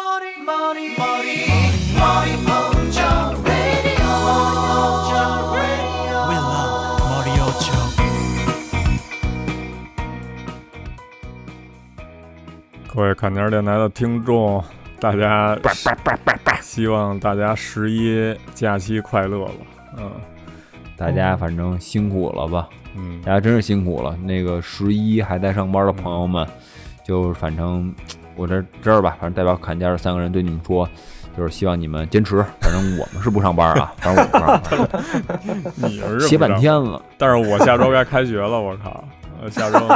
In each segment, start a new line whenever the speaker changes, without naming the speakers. Money, money, money Mojo Radio. We love Mario Joe.
各位砍价电台的听众，大家希望大家十一假期快乐吧。嗯
大家反正辛苦了吧，
嗯，
大家真是辛苦了。那个十一还在上班的朋友
嗯
们，就反正我这这儿吧，反正代表砍价的三个人对你们说，就是希望你们 坚持。反正我们是不上班啊，反正我们不上班，
你是
歇半
不知道，
天了。
但是我下周该开学了，我靠，呃下周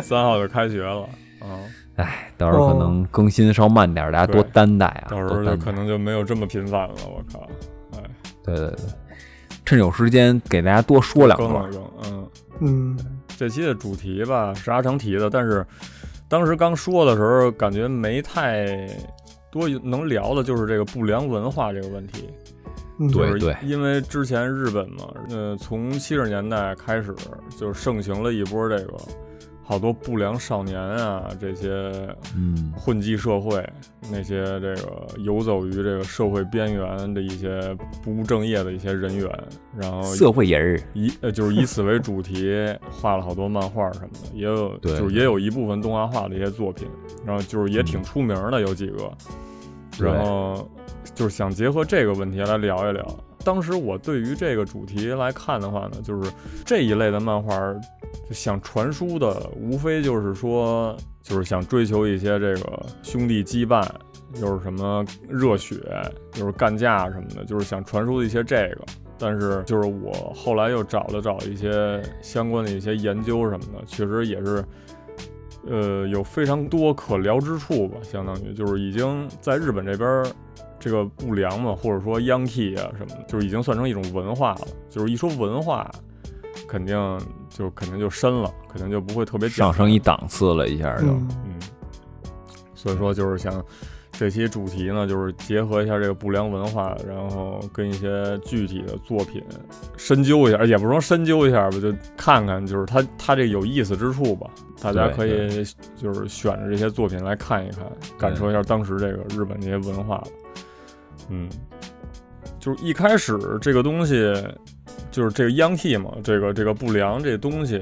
三号就开学了。嗯，
哎，到时候可能更新稍慢点儿，大家多
哦对
担待啊，
到时
多
候就
担
可
待。
能就没有这么频繁了，我靠。哎，
对对对，趁有时间给大家多说两
更
段
了
儿。
更，嗯，
嗯，
这期的主题吧是阿成提的，但是当时刚说的时候，感觉没太多能聊的，就是这个不良文化这个问题。
嗯
对
就是因为之前日本嘛，呃，从七十年代开始就盛行了一波这个，好多不良少年啊，这些
嗯，
混迹社会，那些这个游走于这个社会边缘的一些不务正业的一些人员，然后
社会人儿，
以呃就是以此为主题画了好多漫画什么的，也有
对嗯
就是也有一部分动画化的一些作品，然后就是也挺出名的，有几个，
对
然后就是想结合这个问题来聊一聊。当时我对于这个主题来看的话呢，就是这一类的漫画就想传输的，无非就是说，就是想追求一些这个兄弟羁绊，就是什么热血，就是干架什么的，就是想传输的一些这个。但是就是我后来又找了找一些相关的一些研究什么的，确实也是，呃，有非常多可聊之处吧，相当于就是已经在日本这边儿这个不良嘛，或者说 Yankee 啊什么的，就是已经算成一种文化了。就是一说文化，肯定就肯定就深了，肯定就不会特别讲
上升一档次了一下就。
嗯
嗯，所以说就是想这期主题呢，就是结合一下这个不良文化，然后跟一些具体的作品深究一下，也不是说深究一下吧，就看看就是它它这有意思之处吧。大家
对
可以就是选着这些作品来看一看，感受一下当时这个日本这些文化吧。嗯，就是一开始这个东西，就是这个 Yankee 嘛，这个这个不良这东西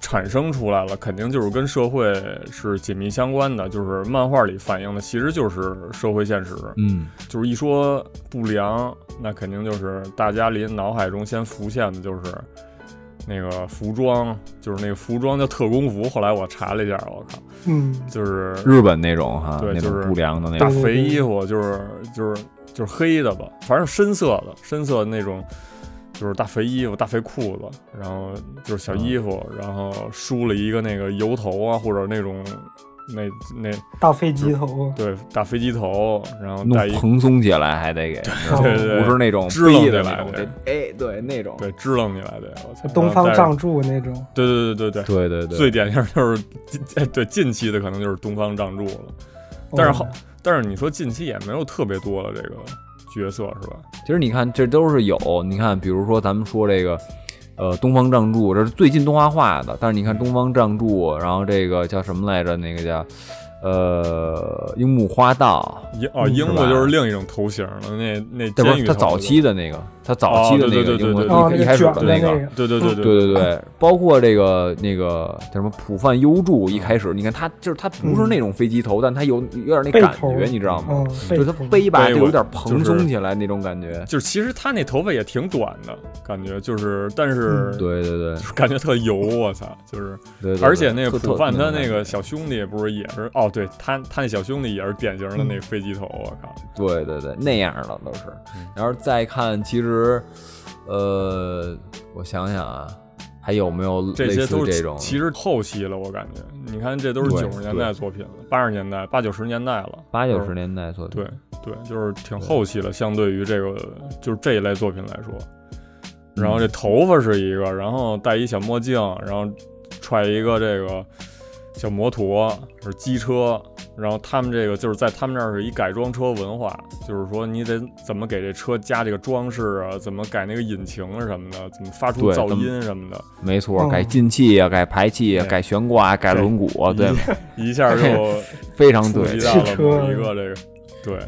产生出来了，肯定就是跟社会是紧密相关的。就是漫画里反映的，其实就是社会现实。
嗯，
就是一说不良，那肯定就是大家临脑海中先浮现的就是那个服装，就是那个服装叫特工服。后来我查了一下，我靠，
嗯，
就是
日本那种哈，
对
那
就
种
是
不良的那
大
种，
肥衣服，就是就是就是黑的吧，反正深色的，深色的那种，就是大肥衣服、大肥裤子，然后就是小衣服，然后梳了一个那个油头啊，或者那种那那
大飞机头，
对大飞机头，然后
弄
戴一
蓬松起来还得给，
对对对
不是那种
支棱
飞
起
的
来
那种，
对
得哎对那种，
对支棱起来的，我操，
东
然后
方
戴
仗助那种，
对对对对对。
对对对，
最典型就是近哎对近期的可能就是东方仗助了，但是好，但是你说近期也没有特别多的这个角色是吧？
其实你看这都是有，你看比如说咱们说这个。呃，东方仗助这是最近动画化的，但是你看东方仗助，然后这个叫什么来着？那个叫呃樱木花道，
樱哦，
嗯
樱木
是吧
就是另一种头型了。那那
这不
监
是
狱
他
头
早
子
期的那个，他早期的
哦对
那个
对对
樱木
对
哦，
一
那
一开始
卷
的
的
那个
个，
对对对对，
对对对，包括这个那个叫什么浦饭优助，一开始你看他就是他不是那种飞机头，但他有有点那
背
感
头
觉，你知道吗？
嗯，
就是他
背头
背吧，
背
就
我
有点
就是
蓬松起来那种感觉。
就是其实他那头发也挺短的，感觉就是，但是
嗯对对对
就是感觉特油，我操，就是，
对对，
而且那个
特
普范他那，个
特
小兄弟不是也是哦，对他他那小兄弟也是典型的
嗯
那飞机头，我靠，
种感觉对对对，那样的都是
嗯。
然后再看，其实，呃，我想想啊，还有没有类
些
似
都
这
是
种？
其实后期了，我感觉，你看这都是
对
九十年代作品了，八十年代八九十年代了，
八九
就是
十年代作品
嗯对，对，就是挺后期了，相对于这个就是这一类作品来说。然
嗯
后这头发是一个，然后戴一小墨镜，然后揣一个这个小摩托，是机车。然后他们这个就是在他们那儿是一改装车文化，就是说你得怎么给这车加这个装饰啊，怎么改那个引擎啊什么的，怎么发出
对
噪
怎么
音什么的，
没错，
嗯
改进气啊，改排气啊，
对
改悬挂啊，改轮毂啊，对，
一下就
非常
触
对
及。到了某一个这个对，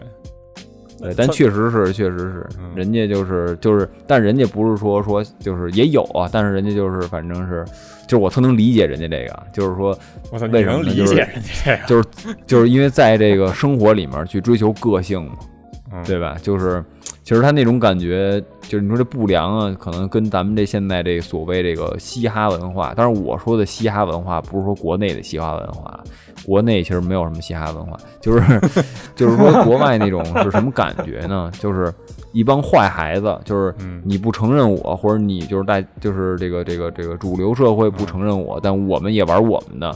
对，但确实是，确实是
嗯，
人家就是就是，但人家不是说说就是也有啊，但是人家就是反正是，就是我特能理解人家这个，啊就是说
我操，你
为什么
能
呢
理
就是
解人家这个？
就是就是因为在这个生活里面去追求个性嘛，
嗯
对吧？就是其实他那种感觉，就是你说这不良啊，可能跟咱们这现在这所谓这个嘻哈文化，当然我说的嘻哈文化不是说国内的嘻哈文化，国内其实没有什么嘻哈文化，就是就是说国外那种是什么感觉呢？就是一帮坏孩子，就是
嗯
你不承认我，或者你就是带就是这个这个这个主流社会不承认我，但我们也玩我们的。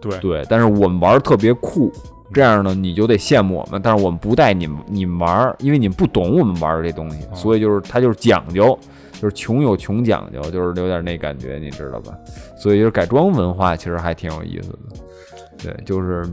对
对，但是我们玩儿特别酷，这样呢你就得羡慕我们，但是我们不带你们你们玩儿，因为你们不懂我们玩儿这东西，
哦
所以就是它就是讲究，就是穷有穷讲究，就是有点那感觉，你知道吧？所以就是改装文化其实还挺有意思的，对，就是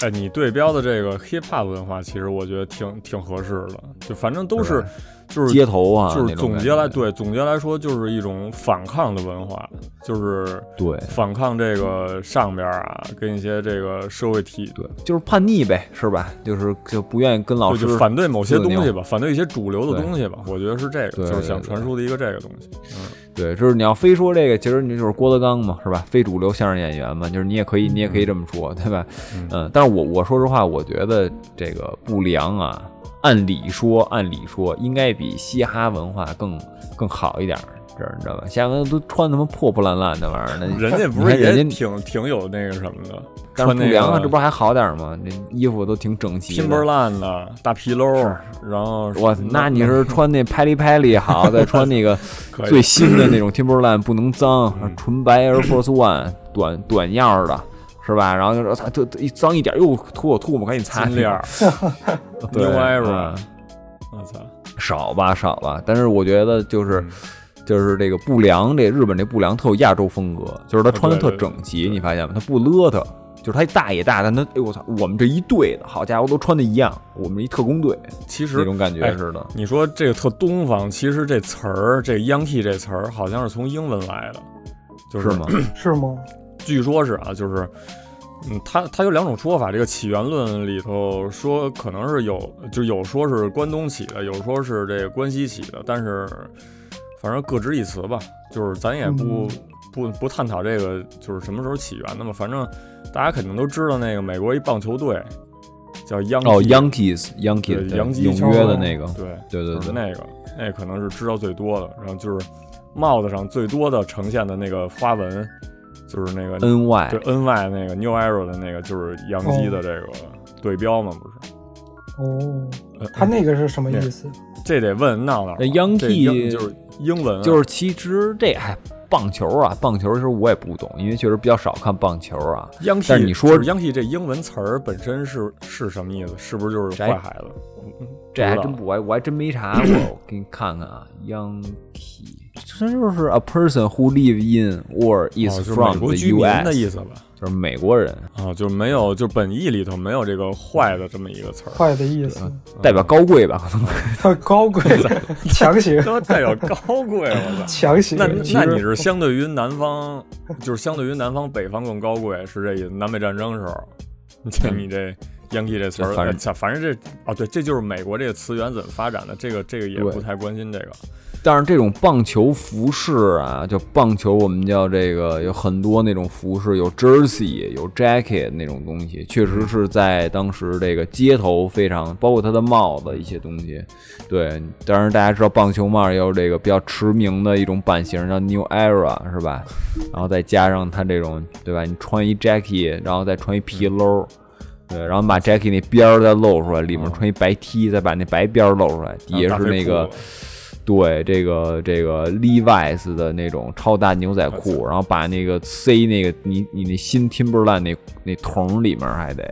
哎，你对标的这个 hip hop 文化，其实我觉得挺挺合适的，就反正都
是
是
吧
就是
街头啊，
就是
那种
总
感
结来
觉
对总结来说，就是一种反抗的文化，就是
对
反抗这个上边儿啊，跟一些这个社会体，
对，就是叛逆呗，是吧？就是就不愿意跟老
就
师
就反对某些东
自
西
由
吧，反对一些主流的
对
东西吧。我觉得是这个，就
对
是
对
想
对
传输的一个这个东西。嗯
对，就是你要非说这个，其实你就是郭德纲嘛，是吧？非主流相声演员嘛，就是你也可以，你也可以这么说，对吧？
嗯
嗯，但是我我说实话，我觉得这个不良啊，按理说按理说应该比嘻哈文化更更好一点儿，这你知道吧？嘻哈文化都穿他妈破破烂烂的玩意儿，那
人家
你
不是
看
也
人家，
挺挺有那个什么的，
但是
穿
不
那
良啊，
个
这不还好点儿吗？那衣服都挺整齐的。
Timberland 的大皮褛儿，然后
我，那你是穿那拍里拍里好，再穿那个
可以
最新的那种 Timberland 不能脏，
嗯
纯白 Air Force One 短短样儿的，是吧？然后就说它这一脏一点，又吐我吐沫，赶紧擦。
金链儿
对
，New Era，
嗯
我操，
少吧少吧，但是我觉得
嗯
就是。就是这个不良，这日本这不良特有亚洲风格，就是
哦
他穿的特整齐，你发现吗？他不邋遢，就是他大也大，但他哎我操，我们这一队的好家伙都穿的一样，我们一特工队
其实
那种感
哎
觉似的。
你说这个特东方，其实这词儿，这 Yankee 这词儿好像是从英文来的，就是
是吗？
是吗？
据说是啊，就是，嗯，它它有两种说法，这个起源论里头说可能是有，就有说是关东起的，有说是这个关西起的，但是反正各执一词吧，就是咱也
嗯
不、不不探讨这个就是什么时候起源的嘛，反正大家肯定都知道那个美国一棒球队叫 Yankee，
哦，Yankees，Yankees，
对洋基
纽
球
约的
队
那个，
对
对对
就是
对，
那个，那可能是知道最多的。然后就是帽子上最多的呈现的那个花纹，就是那个
N Y，
对 N Y 那个 New Era 的那个，就是洋基的这个对标嘛，不是？
哦，
呃
他那个是什么意思？
这得问闹闹。
那 Yankee
这英就是英文啊，
就是其实这哎，棒球啊，棒球其实我也不懂，因为确实比较少看棒球啊。
Yankee。
但是你说
就是 Yankee 这英文词儿本身是是什么意思？是不是就是
谁
坏孩子？
这还
不知
真
道
不，我还我还真没查过，我给你看看 啊，Yankee，这就是 a person who live in or
哦
is
就是美
from
国
the
居民的意
U.S.，
思吧？
就是美国人，
啊，就没有，就本意里头没有这个坏的这么一个词儿。
坏的意思，
嗯
代表高贵吧？可能
他 高贵，强 行
他妈代表高贵，我操！
强行
那，
其
那
实
你是相对于南方，就是相对于南方北方更高贵，是这意思？南北战争时候，你这你这 Yankee 这词儿，
嗯这反
哎
正
操反正这哦对，这就是美国这个词源怎么发展的，这个这个也
对
不太关心这个。
但是这种棒球服饰啊，就棒球我们叫这个有很多那种服饰，有 jersey，有 jacket 那种东西，确实是在当时这个街头非常，包括他的帽子一些东西。对，当然大家知道棒球帽也有这个比较驰名的一种版型叫 New Era 是吧？然后再加上他这种对吧？你穿一 jacket，然后再穿一皮褛。对，然后把 jacket 那边儿再露出来，里面穿一白 T，再把那白边儿露出来，底下
啊大
是
黑
那个
裤子
对这个这个 Levi's 的那种超大牛仔裤，然后把那个塞那个你你那新 Timberland 那那桶里面还得，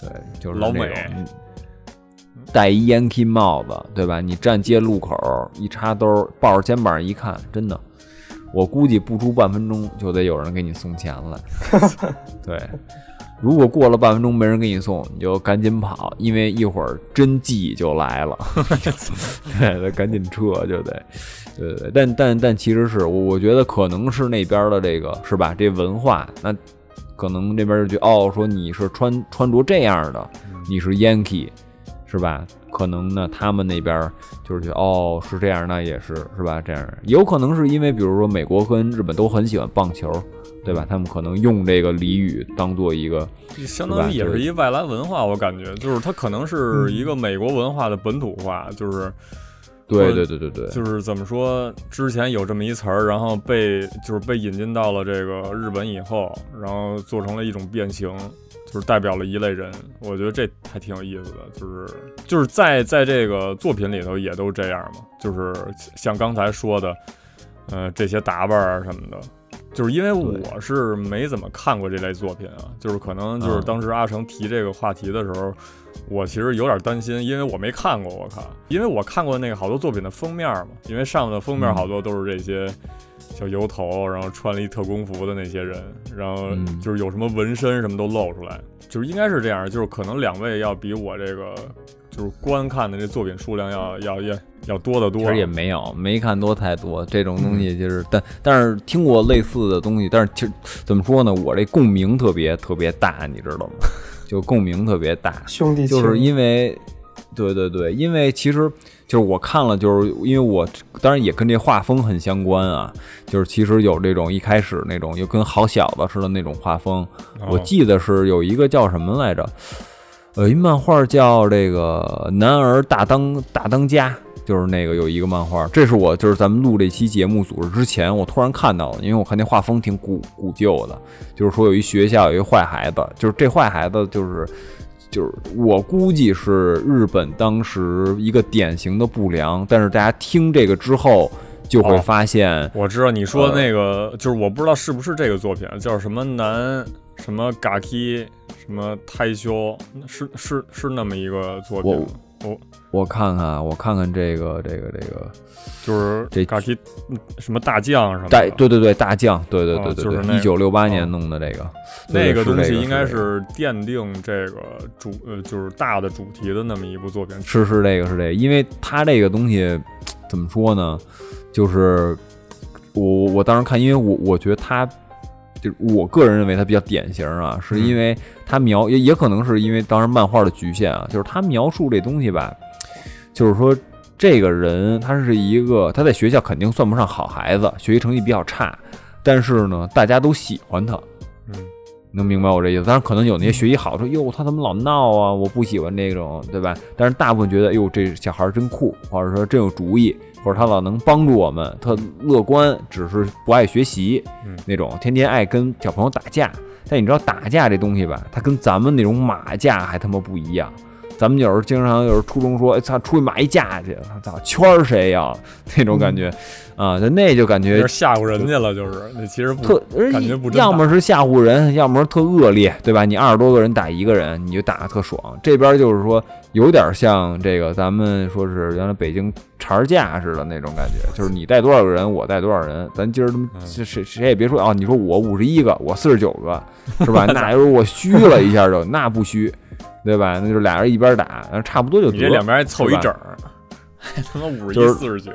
对，就是
老
那
美
种嗯戴一 Yankee 帽子，对吧？你站街路口一插兜，抱着肩膀一看，真的，我估计不出半分钟就得有人给你送 钱了。对，如果过了半分钟没人给你送，你就赶紧跑，因为一会儿真迹就来了。对，得赶紧撤就得。对对，对但但但其实是我我觉得可能是那边的这个是吧？这文化那可能这边就觉得哦，说你是穿穿着这样的，你是 Yankee。是吧？可能呢，他们那边儿就是觉得哦是这样，那也是是吧？这样有可能是因为，比如说美国跟日本都很喜欢棒球，对吧？他们可能用这个俚语当做一个
相当于也是一外来文化，我感觉就是它可能
嗯
是一个美国文化的本土化，就是
对
或
对对对对，
就是怎么说，之前有这么一词儿，然后被就是被引进到了这个日本以后，然后做成了一种变形，就是代表了一类人。我觉得这还挺有意思的，就是就是在在这个作品里头也都这样嘛，就是像刚才说的，呃，这些打扮啊什么的。就是因为我是没怎么看过这类作品啊，就是可能就是
嗯
当时阿成提这个话题的时候，我其实有点担心，因为我没看过，我靠，因为我看过那个好多作品的封面嘛，因为上面的封面
嗯
好多都是这些小油头，然后穿了一特工服的那些人，然后
嗯
就是有什么纹身什么都露出来，就是应该是这样，就是可能两位要比我这个就是观看的这作品数量要要要要多得多，
其实也没有，没看多太多这种东西，就是、但但是听过类似的东西，但是其实怎么说呢，我这共鸣特别特别大，你知道吗？ 就共鸣特别大，
兄弟情，
就是因为，对对对，因为其实就是我看了，就是因为我当然也跟这画风很相关啊，就是其实有这种一开始那种又跟好小子似的那种画风，
哦
我记得是有一个叫什么来着，呃，一漫画叫这个《男儿大当大当家》。就是那个有一个漫画，这是我就是咱们录这期节目组织之前，我突然看到的，因为我看那画风挺古古旧的，就是说有一学校有一坏孩子，就是这坏孩子就是就是我估计是日本当时一个典型的不良，但是大家听这个之后就会
哦
发现，
我知道你说
呃
那个，就是我不知道是不是这个作品，叫什么男什么嘎 k 什么胎修，是是是那么一个作品吗，我
我看看啊我看看这个这个这个
就是
这
嘎 k 什么大将什么
大
的，
对对对大将，对对
哦
对
就
对
是
对，
那
一九六八
哦
年弄的这个，对
那
对
个
是
东
这
西
个
应该
是这个
是奠定这个主呃就是大的主题的那么一部作品，
是是这个是这个，因为它这个东西怎么说呢？就是我我我当时看，因为我我觉得它就是我个人认为它比较典型啊，是因为它描也也可能是因为当时漫画的局限啊，就是它描述这东西吧，就是说这个人他是一个他在学校肯定算不上好孩子，学习成绩比较差，但是呢大家都喜欢他，
嗯，
哎能明白我这意思？当然，可能有那些学习好说，哟，他怎么老闹啊？我不喜欢这种，对吧？但是大部分觉得，哟，这小孩儿真酷，或者说真有主意，或者他老能帮助我们，特乐观，只是不爱学习，
嗯
那种天天爱跟小朋友打架。但你知道打架这东西吧，它跟咱们那种马架还他妈不一样。咱们有时候经常有时候初中说，哎操，出去买一架去，操，圈儿谁呀、那种感觉，啊，就那就感觉
有点吓唬人家了，就是那其实不
特，而
感觉不真
要
打
么是吓唬人，要么是特恶劣，对吧？你二十多个人打一个人，你就打得特爽。这边就是说，有点像这个咱们说是原来北京茬儿架似的那种感觉，就是你带多少个人，我带多少人，咱今儿他妈
嗯
谁谁谁也别说啊，你说我五十一个，我四十九个，是 吧？那要是我虚了一下就那不虚，对吧？那就俩人一边打，然后差不多就
你这
得
两
了。
边还凑一
是吧
整儿， 还他妈五十
就
一
是
四十九，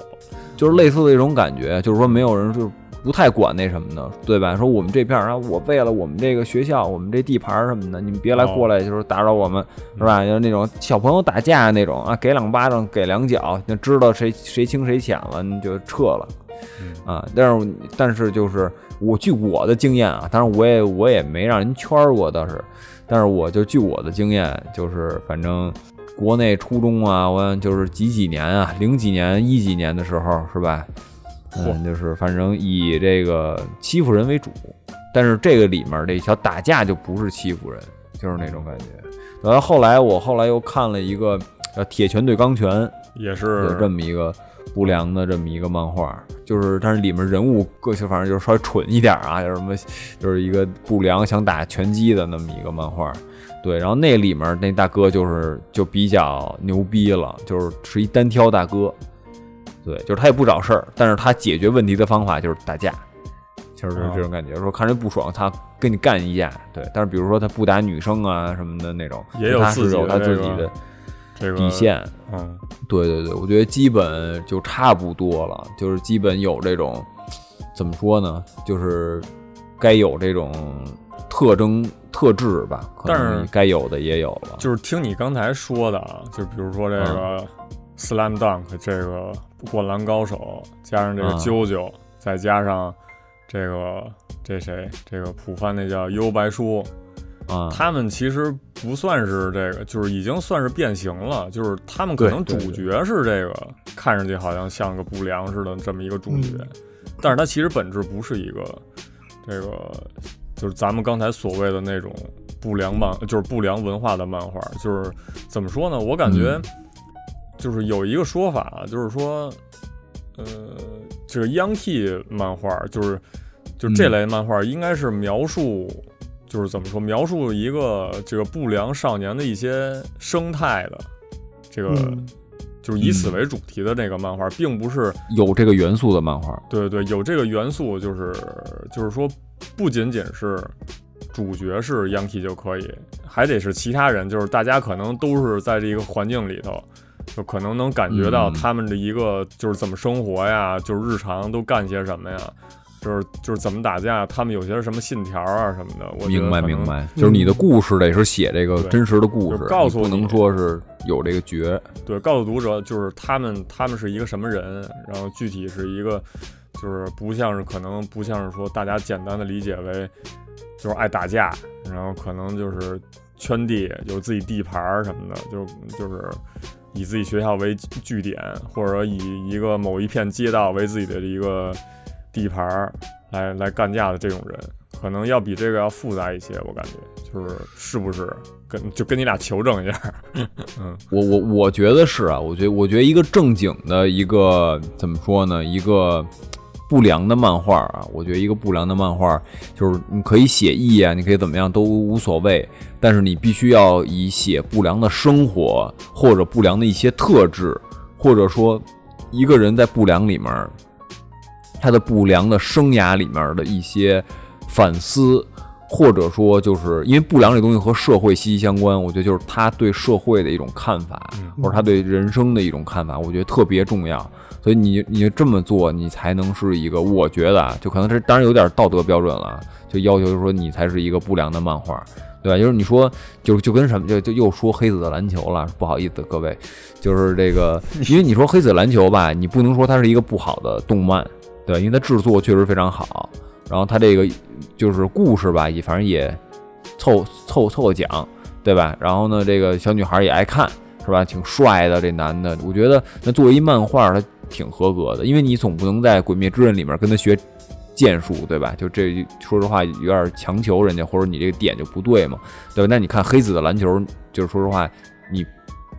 就是类似的一种感觉，就是说没有人就是不太管那什么的，对吧？说我们这片儿啊，我为了我们这个学校、我们这地盘儿什么的，你们别来
哦
过来，就是打扰我们，是吧？就是那种小朋友打架那种啊，给两巴掌，给两脚，那知道谁谁轻谁浅了，你就撤了
嗯。
啊，但是但是就是我据我的经验啊，当然我也我也没让人圈儿过倒是，但是我就据我的经验，就是反正国内初中啊，我就是几几年啊，零几年、一几年的时候是吧？嗯，就是反正以这个欺负人为主，但是这个里面这小打架就不是欺负人，就是那种感觉。然后后来我后来又看了一个呃《铁拳对钢拳》，
也
有
是
这么一个不良的这么一个漫画，就是但是里面人物个性反正就是稍微蠢一点啊，有什么就是一个不良想打拳击的那么一个漫画。对，然后那里面那大哥就是就比较牛逼了，就是是一单挑大哥，对，就是他也不找事儿，但是他解决问题的方法就是打架，就是
哦
这种感觉，说看人不爽，他跟你干一架，对，但是比如说他不打女生啊什么的那种，
也有
他
自
是
己
有
的
他
这
自己
个
的
这个
底，线，
嗯，
对对对，我觉得基本就差不多了，就是基本有这种怎么说呢，就是该有这种特征特质吧，可
但
能
是
该有的嗯也有了。
就是听你刚才说的啊，就比如说这个 slam dunk 这个灌篮高手，加上这个
嗯
啾啾，再加上这个这谁这个普范那叫优白书，
啊，
他们其实不算是这个，就是已经算是变形了。就是他们可能
对对
主角是这个，看上去好像像个不良似的这么一个主角，
嗯
但是他其实本质不是一个这个，就是咱们刚才所谓的那种不良漫，就是不良文化的漫画。就是怎么说呢？我感觉
嗯
就是有一个说法，就是说，呃，这个 Yankee 漫画就是。就这
嗯
类漫画应该是描述就是怎么说，描述一个这个不良少年的一些生态的，这个、
嗯
就是以此
嗯
为主题的这个漫画，并不是
有这个元素的漫画，
对对有这个元素，就是就是说不仅仅是主角是 Yankee 就可以，还得是其他人，就是大家可能都是在这个环境里头。就可能能感觉到
嗯
他们的一个就是怎么生活呀，就是日常都干些什么呀，就是就是怎么打架，他们有些什么信条啊什么的。我觉得
明白
可能
明白，就是你的故事得是写这个
对
真实的故事
就，告诉
你不
你
能说是有这个角，
对，告诉读者就是他们他们是一个什么人，然后具体是一个，就是不像是可能不像是说大家简单的理解为就是爱打架，然后可能就是圈地有自己地盘儿什么的，就就是以自己学校为据点，或者以一个某一片街道为自己的一个地盘儿来来干架的这种人，可能要比这个要复杂一些，我感觉就是是不是跟就跟你俩求证一下儿，嗯。
我我我觉得是啊，我觉我觉得一个正经的一个怎么说呢，一个不良的漫画啊，我觉得一个不良的漫画就是你可以写意啊，你可以怎么样都无所谓，但是你必须要以写不良的生活或者不良的一些特质，或者说一个人在不良里面，他的不良的生涯里面的一些反思，或者说就是因为不良这东西和社会息息相关，我觉得就是他对社会的一种看法，或者他对人生的一种看法，我觉得特别重要。所以你你这么做，你才能是一个，我觉得啊，就可能这当然有点道德标准了啊，就要求说你才是一个不良的漫画，对吧？就是你说就就跟什么就就又说黑子的篮球了，不好意思各位，就是这个，因为你说黑子篮球吧，你不能说它是一个不好的动漫，对吧，因为它制作确实非常好，然后它这个就是故事吧，也反正也凑凑凑个奖，对吧？然后呢，这个小女孩也爱看，是吧？挺帅的这男的，我觉得那作为一漫画，他挺合格的，因为你总不能在《鬼灭之刃》里面跟他学剑术，对吧？就这说实话有点强求人家，或者你这个点就不对嘛，对吧？那你看黑子的篮球，就是说实话，你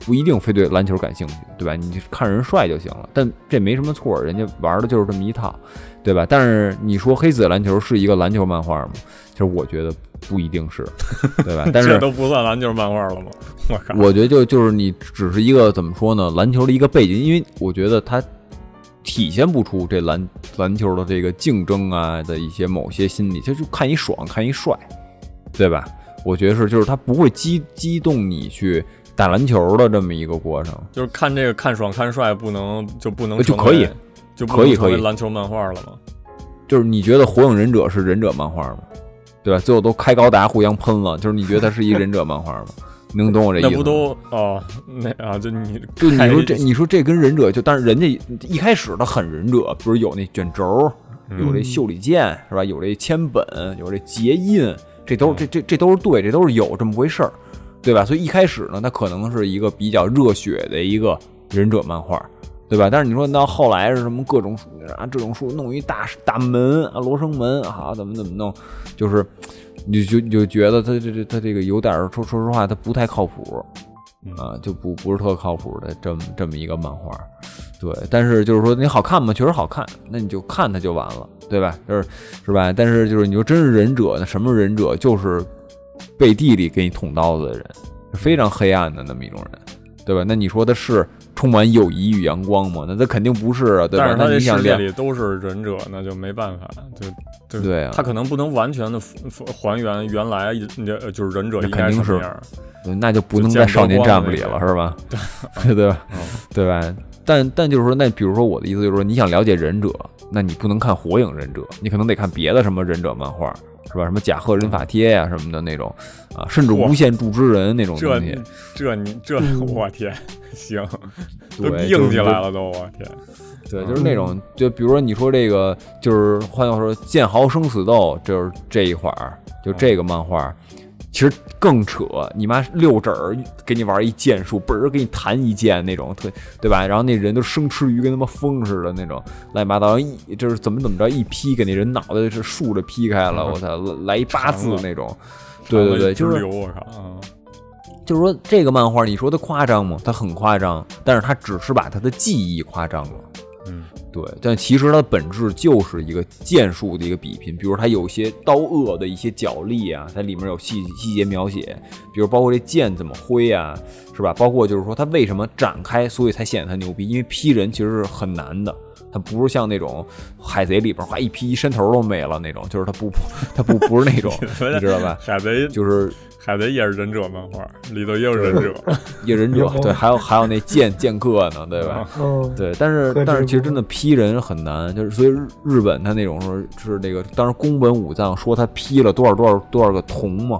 不一定非对篮球感兴趣，对吧？你看人帅就行了，但这没什么错，人家玩的就是这么一套，对吧？但是你说黑子的篮球是一个篮球漫画吗？其实我觉得不一定是，对吧？但是
这都不算篮球漫画了吗？我靠！
我觉得就就是你只是一个怎么说呢，篮球的一个背景，因为我觉得它体现不出这篮篮球的这个竞争啊的一些某些心理，就就看一爽，看一帅，对吧？我觉得是，就是它不会激激动你去打篮球的这么一个过程。
就是看这个看爽看帅，不能就不能
呃就
成
可
为
以，
就不能
可以
成为
可以
篮球漫画了吗？
就是你觉得《火影忍者》是忍者漫画吗？对吧？最后都开高达互相喷了，就是你觉得它是一忍者漫画吗？能懂我这意思
那
吗？
不都哦那啊就 你
就你
看
说这，你说这跟忍者就，但是人家一开始他很忍者，比如有那卷轴，有这袖里剑是吧？有这铅本，有这结印，这都是这这这都是对，这都是有这么回事儿，对吧？所以一开始呢，它可能是一个比较热血的一个忍者漫画，对吧？但是你说到后来是什么各种树啊，这种树弄一大大门啊，罗生门啊，怎么怎么弄，就是你就就觉得他这这他这个有点儿说说实话，他不太靠谱。
嗯
啊，就不不是特靠谱的这么这么一个漫画，对。但是就是说你好看吗？确实好看，那你就看它就完了，对吧？就是是吧？但是就是你说真是忍者，那什么忍者？就是背地里给你捅刀子的人，非常黑暗的那么一种人，对吧？那你说他是充满友谊与阳光吗？那他肯定不是啊，对
但
吧
是？
那
他这
你
世
想
界
练
里都是忍者，那就没办法，就就
对啊
他可能不能完全的还原原来呃就是忍者
那
应该
肯定
什么
是
样儿。
对那就不
就
能
见
在
不
少
得
年
光的那
战
嗯
部里
种
了，是吧？ 对 对吧？对吧？但但就是说，那比如说我的意思就是说，你想了解忍者，那你不能看《火影忍者》，你可能得看别的什么忍者漫画，是吧？什么甲贺忍法贴呀、什么的那种啊，甚至
哇
无限助之人那种
这
东西，
这你这，
嗯
我天， 行，都
对，
硬
就是
起来了都，我天，
对，就是那种，就比如说你说这个，就是换句话说，《剑豪生死斗》就是这一块儿，就这个漫画儿，其实更扯。你妈六指儿给你玩一剑术，嘣儿给你弹一剑那种，特对吧？然后那人都生吃鱼，跟他妈疯似的那种，乱七八糟一就是怎么怎么着一劈，给那人脑袋是竖着劈开了，我操，来一八字那种。对对对，就是
流我靠，嗯
就是说这个漫画，你说它夸张吗？它很夸张，但是它只是把它的技艺夸张了。
嗯，
对，但其实它的本质就是一个剑术的一个比拼，比如它有一些刀颚的一些角力啊，它里面有细细节描写，比如包括这剑怎么挥啊，是吧？包括就是说它为什么展开，所以才显得它牛逼，因为劈人其实是很难的。它不是像那种海贼里边哗一劈一伸头都没了那种，就是它不，它不不是那种， 你知道吧？
海贼
就是
海贼也是忍者漫画，里头也有忍者，
夜忍者，对，还有还有那剑剑客呢，对吧？
哦，
对，但是
克制
但是其实
不
真的劈人很难，就是所以日日本他那种说是那个当时宫本武藏说他劈了多少多少多少个铜嘛，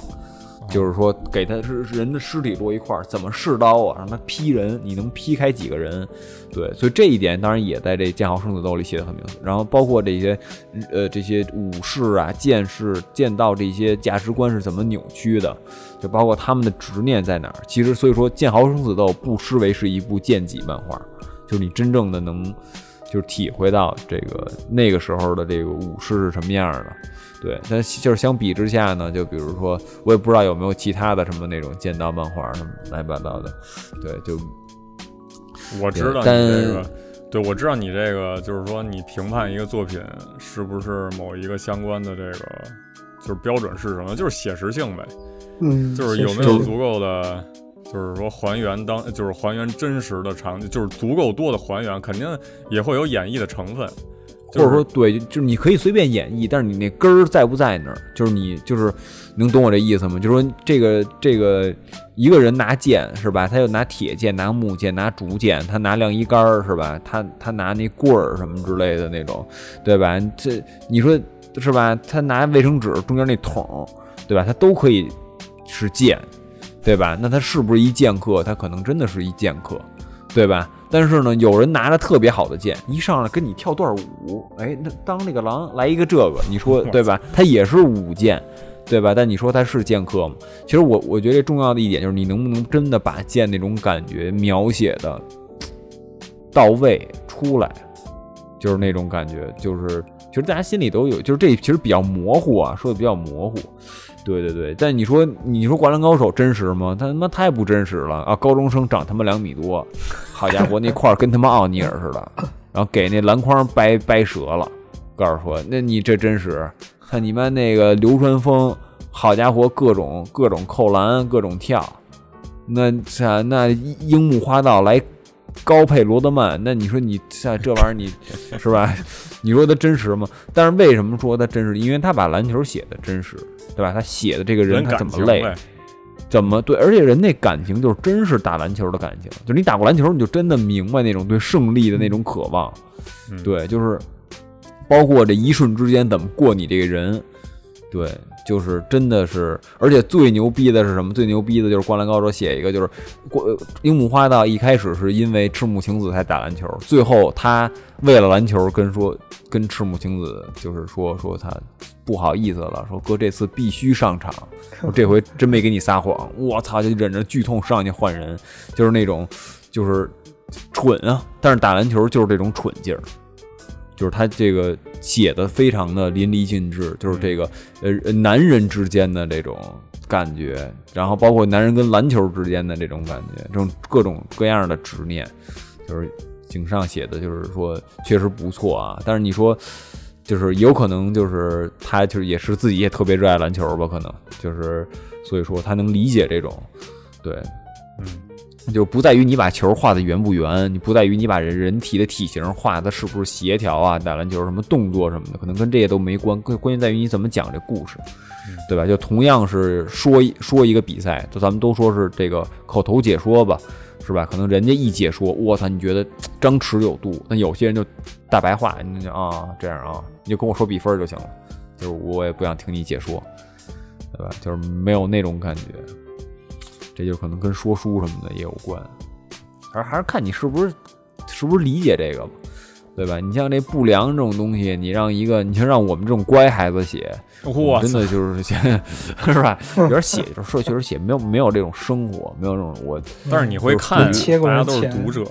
就是说给他是人的尸体摞一块儿，怎么试刀啊？让他劈人，你能劈开几个人？对，所以这一点当然也在这《剑豪生死斗》里写的很明显。然后包括这些呃这些武士啊、剑士、剑道这些价值观是怎么扭曲的，就包括他们的执念在哪儿。其实所以说，《剑豪生死斗》不失为是一部剑戟漫画。就是你真正的能，就是体会到这个那个时候的这个武士是什么样的。对，但是就是相比之下呢，就比如说，我也不知道有没有其他的什么那种剑道漫画什么乱七八糟的，对，就
我知道你
但
这个，对我知道你这个，就是说你评判一个作品是不是某一个相关的这个，就是标准是什么？就是写实性呗，
嗯，
就是有没有足够的，就是说还原当，就是还原真实的场景，就是足够多的还原，肯定也会有演绎的成分，
或者说对，就就是你可以随便演绎，但是你那根儿在不在那儿，就是你就是能懂我这意思吗？就是说这个这个一个人拿剑是吧？他又拿铁剑、拿木剑、拿竹剑，他拿晾衣杆儿是吧？他他拿那棍儿什么之类的那种，对吧？这你说是吧？他拿卫生纸中间那桶，对吧？他都可以是剑，对吧？那他是不是一剑客？他可能真的是一剑客，对吧？但是呢，有人拿着特别好的剑，一上来跟你跳段舞，哎，那当那个狼来一个这个，你说对吧？他也是舞剑，对吧？但你说他是剑客吗？其实我我觉得重要的一点就是你能不能真的把剑那种感觉描写的到位出来，就是那种感觉，就是其实大家心里都有，就是这其实比较模糊啊，说的比较模糊。对对对，但你说你说《灌篮高手》真实吗？他他妈太不真实了啊！高中生长他妈两米多， 好家伙，那块儿跟他妈奥尼尔似的，然后给那篮筐掰掰折了。告诉说，那你这真实，看你们那个流川枫，好家伙，各种各种扣篮，各种跳，那啥，那樱木花道来高配罗德曼，那你说你像这玩意儿你是吧？ 你说他真实吗？但是为什么说他真实？因为他把篮球写的真实，对吧？他写的这个人他怎
感
么
情
累，
呗，
怎么对？而且人那感情就是真是打篮球的感情，就是你打过篮球，你就真的明白那种对胜利的那种渴望。
嗯
对，就是包括这一瞬之间怎么过你这个人，对，就是真的是，而且最牛逼的是什么？最牛逼的就是《灌篮高手》写一个，就是过呃樱木花道一开始是因为赤木晴子才打篮球，最后他为了篮球跟说跟赤木晴子就是说说他不好意思了，说哥这次必须上场，我这回真没给你撒谎，我操就忍着剧痛上去换人，就是那种就是蠢啊，但是打篮球就是这种蠢劲儿。就是他这个写的非常的淋漓尽致，就是这个呃男人之间的这种感觉，然后包括男人跟篮球之间的这种感觉，这种各种各样的执念，就是井上写的，就是说确实不错啊。但是你说，就是有可能就是他就是也是自己也特别热爱篮球吧，可能就是所以说他能理解这种，对，
嗯。
就不在于你把球画的圆不圆，你不在于你把人人体的体型画的是不是协调啊，打篮球什么动作什么的，可能跟这些都没关，关关键在于你怎么讲这故事，对吧？就同样是说一说一个比赛，就咱们都说是这个口头解说吧，是吧？可能人家一解说，我操，你觉得张弛有度，那有些人就大白话，你就啊这样啊，你就跟我说比分就行了。就是我也不想听你解说，对吧？就是没有那种感觉，这就可能跟说书什么的也有关，而还是看你是不是是不是理解这个吧，对吧？你像这不良这种东西，你让一个你像让我们这种乖孩子写，我
我
真的就是 是吧？有点写，就说确实写没有没有这种生活，没有这种我
但是你会
就
看，
切过
大家
人
都是
钱
读者，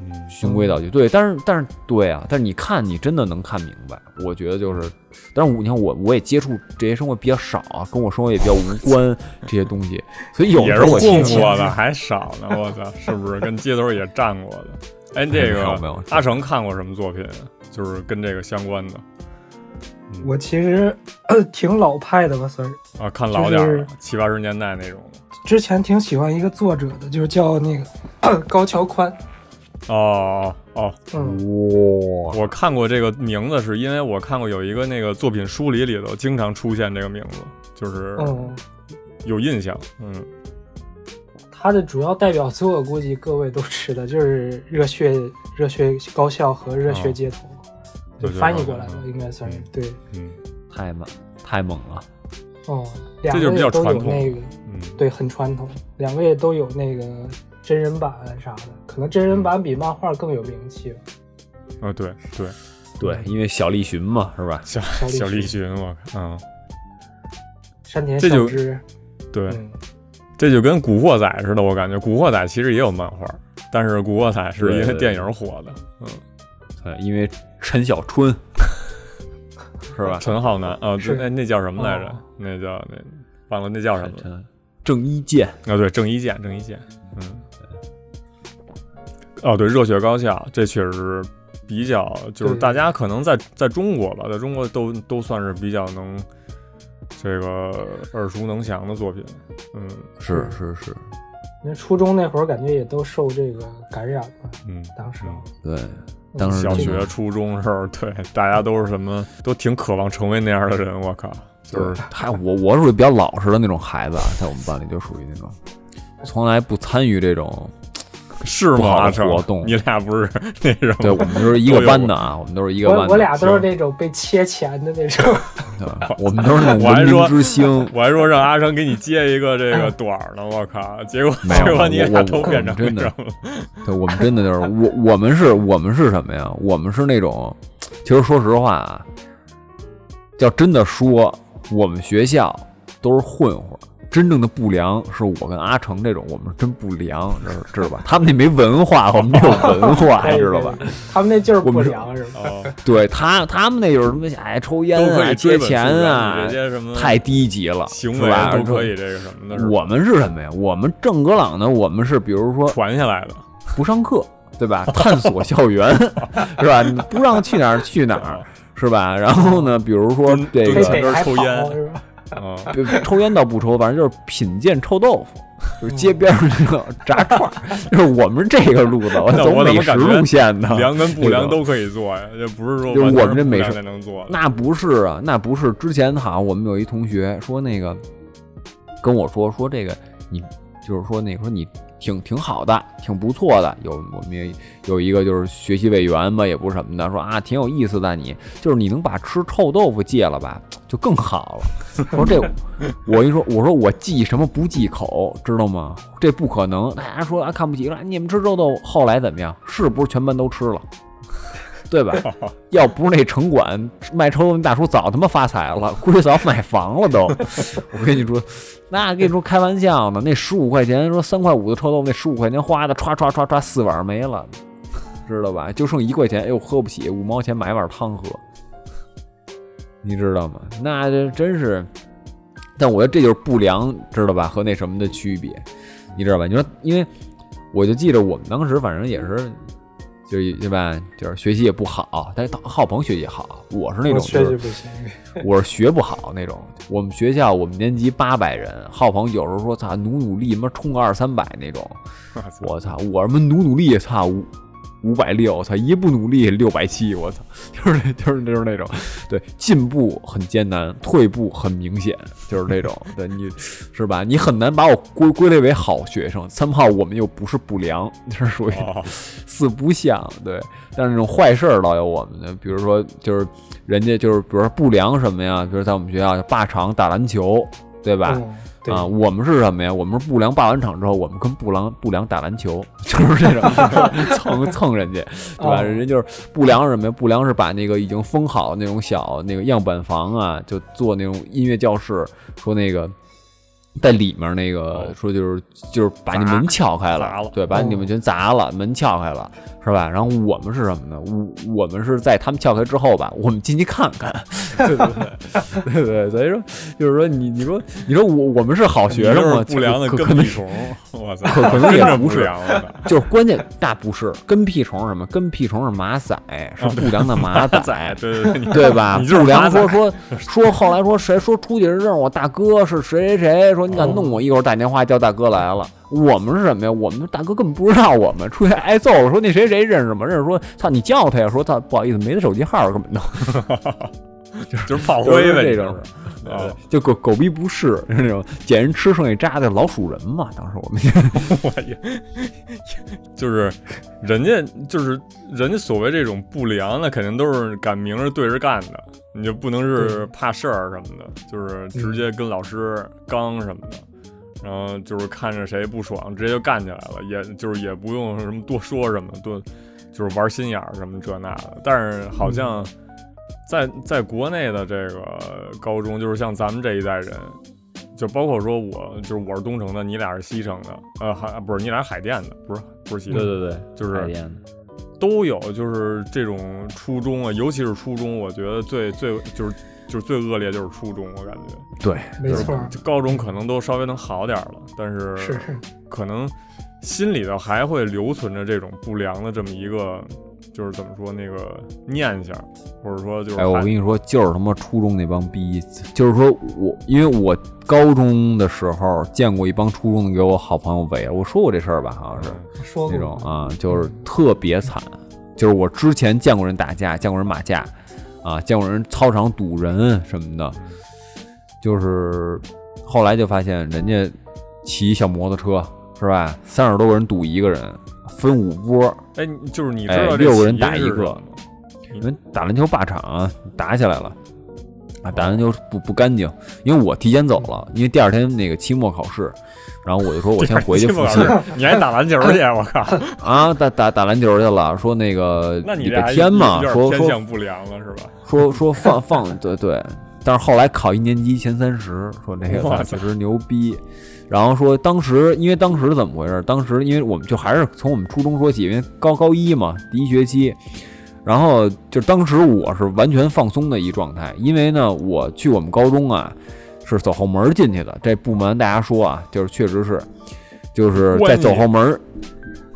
嗯，
循规蹈矩。对，但是但是对啊，但是你看你真的能看明白，我觉得就是，但是我你看我我也接触这些生活比较少啊，跟我生活也比较无 关这些东西，所以有
也
时
是
候我听
混
听
过的，还少呢，我操，是不是？跟街头也站过的。哎，这
没
个
有没有
阿成看过什么作品？啊就是跟这个相关的
我其实 呃挺老派的吧，算是。
啊，看老点儿的
就
七八十年代那种的。
之前挺喜欢一个作者的，就是叫那个 高桥宽。
哦哦，
嗯，
哇，
我看过这个名字，是因为我看过有一个那个作品梳理里头经常出现这个名字，就是
嗯，
有印象。嗯，
他的主要代表作估计各位都知道，就是《热血热血高校》和《热
啊
血街头》
对
就翻译过来吧，
对
应该算是
嗯
对。
嗯
太猛太猛了，
哦，两
这就
个
比较
也都
传
有
统
那个，
嗯，
对，很传统。两个也都有那个真人版啥的，可能真
嗯
人版比漫画更有名气吧。
啊，对对，
对，因为小栗旬嘛，是吧？
小
栗
小栗
旬
旬，我看，嗯，
山田
这
孝
就
之，
对，
嗯，
这就跟《古惑仔》似的，我感觉《古惑仔》其实也有漫画，但是《古惑仔》是因为
对对
电影火的，
对，呃因为陈小春是 吧？
陈浩 南啊，对
是
那那叫什么来着
哦？
那叫那忘了那叫什 么了
陈郑伊健，
啊？对，郑伊健，郑伊健，嗯，哦，对，《热血高校》这确实是比较，就是
对
大家可能在在中国吧，在中国都都算是比较能这个耳熟能详的作品，嗯
是是是，
因为初中那会儿感觉也都受这个感染嘛，
嗯。
当时。
嗯
对，当时
小
真
学、
的
初中时候，对大家都是什么，都挺渴望成为那样的人。我靠，就是
对他，我我属于比较老实的那种孩子，啊，在我们班里就属于那种，从来不参与这种。
是
不
吗？
好的
阿成
活动
你俩不是 那什
对，
么？
我们都是一个班的啊，我们都是一个班
我
的。
我俩都是
行
那种被切钱的那种，
对我们都是那种
我还
文明
说
之星。
我还说让阿成给你接一个这个短儿呢，我 靠！结果
没有
结果你
我
俩
我
都变成
我真的
那什么了？
对，我们真的就是我，我们是，我们是什么呀？我们是那种，其实说实话啊，要真的说，我们学校都是混混。真正的不良是我跟阿成这种，我们是真不良，知道知道吧？他们那没文化，我们这有文化，
哎
知道吧？？
对对 他们那就是
我
不
们是
良是吧？
哦，
对他，他们那就是什么哎抽烟
都可
啊、
以
借
追本溯
钱
源
啊
直，接什么
太低级了，
行
是
为
吧？
都可以这个什么的，是吧
我们是什么呀？我们正格朗呢？我们是比如说
传下来 的。
不上课，对吧？探索校园，是吧？你不让去哪儿去哪儿，是吧？然后
哦
呢，比如说这
对
非
在这
北
个
儿
还
抽
跑
烟
是吧？
嗯，
呃抽烟倒不抽，反正就是品鉴臭豆腐。就是街边上那种炸 串儿，就是我们是这个路子，我
那
走
我怎
美
么
食
感觉
路线的。
良跟不
这
良
个
都可以做 呀，就不是说
就是
完
我
全
们这美
不良
食
才能做的。
那不是啊，那不是。之前好像我们有一同学说那个跟我说说这个你就是说那个说你挺挺好的，挺不错的。有我们也有一个就是学习委员吧，也不是什么的，说啊挺有意思的你，就是你能把吃臭豆腐戒了吧，就更好了。我说这我一说我说我忌什么不忌口，知道吗？这不可能。大家说啊看不起了，你们吃臭豆腐，后来怎么样？是不是全班都吃了？对吧？要不是那城管卖臭豆腐大叔早他妈发财了，估计早买房了都。 我跟你说， 那跟你说开玩笑呢，那十五块钱说三块五的臭豆腐，那十五块钱花的歘歘歘歘四碗没了，知道吧？就剩一块钱，哎呦喝不起，五毛钱买碗汤喝，你知道吗？那这真是，但我觉得这就是不良，知道吧？和那什么的区别，你知道吧？你说，因为我就记着我们当时反正也是。就是对吧？就是学习也不好，但是浩鹏学习好，我是那种
我
就
确
是
实不行，
我是学不好那种。我们学校我们年级八百人，浩鹏有时候说操努努力，妈冲个二三百那种。
我操
我操，我他妈努努力，操，我五百六，我操，一不努力六百七，我操，就是那就是就是那种，对，进步很艰难，退步很明显，就是那种，对你是吧？你很难把我归归类为好学生，三炮我们又不是不良，就是属于
哦，
四不像，对。但是那种坏事儿老有我们的，比如说就是人家就是比如说不良什么呀，比如在我们学校霸场打篮球，对吧？
嗯，对
啊，，我们是什么呀？我们是不良霸完场之后，我们跟不良不良打篮球， 就是这种蹭蹭人 家，对吧？
哦
人家就是不良是什么呀？不良是把那个已经封好那种小那个样板房啊，就做那种音乐教室，说那个。在里面那个
哦
说就是就是把你
砸
门撬开
砸了哦
对，把你们全砸了，门撬开了，是吧？然后我们是什么呢？我我们是在他们撬开之后吧，我们进去看看， 对对对，对对，所以说就是说你你说你说我我们是好学生
你
吗？
就是不良的
可
跟
可能
屁虫，我操，
可可能也
真是
不
不
是
良了吧，
就是关键那不是跟屁虫是什么？跟屁虫是马仔，是不良的马仔。
仔，啊对对对， 你
对吧？
你就是
不良
马仔
说说说，后来说谁说出去人认识我大哥是谁谁谁，说你
哦
敢弄我，一会儿打电话叫大哥来了。我们是什么呀？我们大哥根本不知道我们出去挨揍了，说那谁谁认识吗？认识说操你叫他呀，说操不好意思没他手机号，根本都
就是炮
就是
灰呗，
这
你
种
就是
对
啊，
就狗狗逼不是就是那种捡人吃剩下渣的老鼠人嘛。当时我们就
我也，就是人家就是人家所谓这种不良的，肯定都是敢明着对着干的，你就不能是怕事儿什么的，就是直接跟老师刚什么的。然后就是看着谁不爽，直接就干起来了，也就是也不用什么多说什么，多就是玩心眼儿什么这那的。但是好像在在国内的这个高中，就是像咱们这一代人，就包括说我就是我是东城的，你俩是西城的，呃，海不是你俩是海淀的，不是不是西城，
对对，
就
海
是
淀的
都有就是这种初中啊，尤其是初中，我觉得最最就是就是最恶劣就是初中，我感觉
对，
没错儿，
就高中可能都稍微能好点儿了，但是
是是，
可能心里头还会留存着这种不良的这么一个。就是怎么说那个念想，或者说就是
哎，我
还
跟你说，就是他妈初中那帮逼，就是说我，因为我高中的时候见过一帮初中的给我好朋友围了，我说过这事儿吧，好像是
说
那种
过
啊，就是特别惨，就是我之前见过人打架，见过人打架，啊，见过人操场堵人什么的，就是后来就发现人家骑小摩托车是吧，三十多个人堵一个人，分五波，
哎，你就是你知
哎
道这
六个人
起因
打一
是
个
什么吗
你们打篮球霸场啊打起来了，啊，打篮球不不干净，因为我提前走了，因为第二天那个期末考试，然后我就说我先回去复习
你还打篮球去？我靠！
啊，打打打篮球去了，说那个
那你
礼
这
拜
还
天嘛，
有点
说
偏
说
向不良了是吧？
说说放放，对对。但是后来考一年级前三十，说那个
哇
咱
塞
确实牛逼。然后说当时，因为当时怎么回事？当时因为我们就还是从我们初中说起，因为高高一嘛，第一学期。然后就当时我是完全放松的一状态，因为呢，我去我们高中啊，是走后门进去的。这不瞒大家说啊，就是确实是，就是在走后门儿，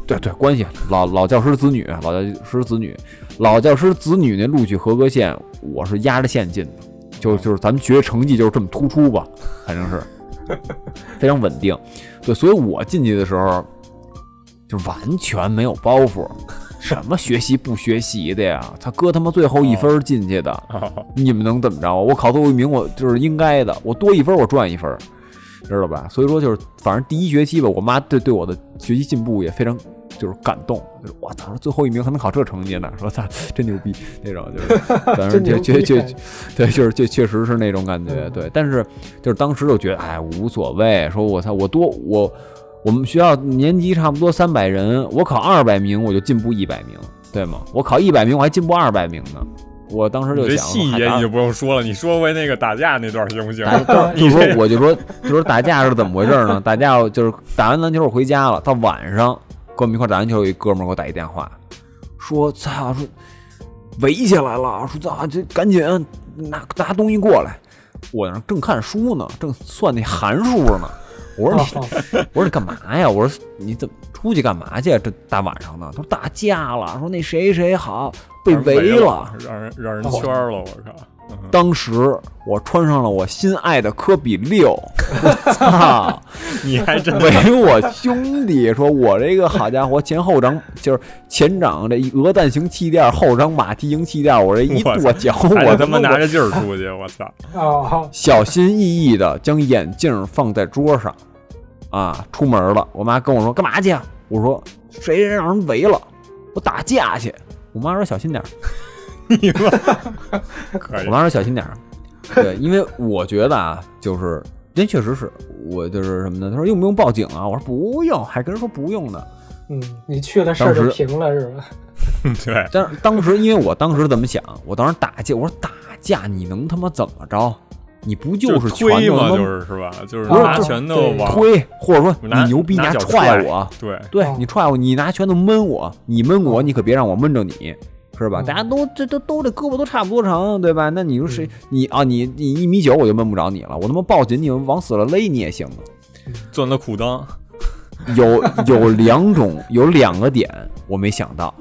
对对，关系老老教师子女，老教师子女，老教师子女那录取合格线，我是压着线进的，就就是咱们学业成绩就是这么突出吧，反正是非常稳定。对，所以我进去的时候就完全没有包袱，什么学习不学习的呀，他哥他妈最后一分儿进去的，你们能怎么着啊？我考最后一名，我就是应该的，我多一分儿我赚一分儿，知道吧？所以说就是，反正第一学期吧，我妈对对我的学习进步也非常就是感动，就是我操，最后一名还能考这成绩呢，说操真牛逼那种，就是反正
真
就
牛
就
逼
就
感觉
对，就是就确实是那种感觉，
嗯
对。但是就是当时就觉得哎无所谓，说我操我多我我们学校年级差不多三百人，我考二百名我就进步一百名，对吗？我考一百名我还进步二百名呢。我当时
你
就
这
想，
细
海
节
大
你就不用说了，你说回那个打架那段行不行？
打，就
你
哎是说
这
我就说就说打架是怎么回事呢？打架就是打完篮球我回家了，到晚上跟我们一块打篮球有一哥们儿给我打一电话，说操说围起来了，说操这赶紧拿拿东西过来。我那儿正看书呢，正算那函数呢。我说
啊
你
好
我说你干嘛呀？我说你怎么出去干嘛去啊？这大晚上的，他说打架了，说那谁谁好被
让人
围了
了，让人让人圈了，我靠！
当时我穿上了我心爱的科比 六，我操！
你还真的
为我兄弟说，我这个好家伙，前后掌就是前掌这一鹅蛋型气垫，后掌马蹄形气垫，我这一
我操
跺脚，
还
我
得他妈
妈
拿着劲儿出去，我 操！
哦，
小心翼翼的将眼镜放在桌上，啊，出门了。我妈跟我说干嘛去啊？我说谁让人围了，我打架去。我妈说小心点儿，
你妈可以
我，妈说小心点儿。对，因为我觉得啊，就是人确实是我就是什么呢？她说用不用报警啊？我说不用，还跟人说不用呢。
嗯，你去了事
当
儿
时
就平了是吧？
对，
但是当时因为我当时怎么想，我当时打架，我说打架你能他妈怎么着？你不就是
是推
拳头
嘛，
他妈
就是是吧？就是
不是
拿
就是
拳头
对
往
推，或者说
拿
你牛逼你
拿
还
脚
踹我，
对，
对
哦
你踹我，你拿拳头闷我，你闷
哦
我，你可别让我闷着你，是吧？
嗯
大家都这都都这胳膊都差不多长，对吧？那你说
嗯
谁你啊你你一米九我就闷不着你了，我他妈抱紧你往死了勒你也行啊。
攥的裤裆，
有有两种有两个点我没想到，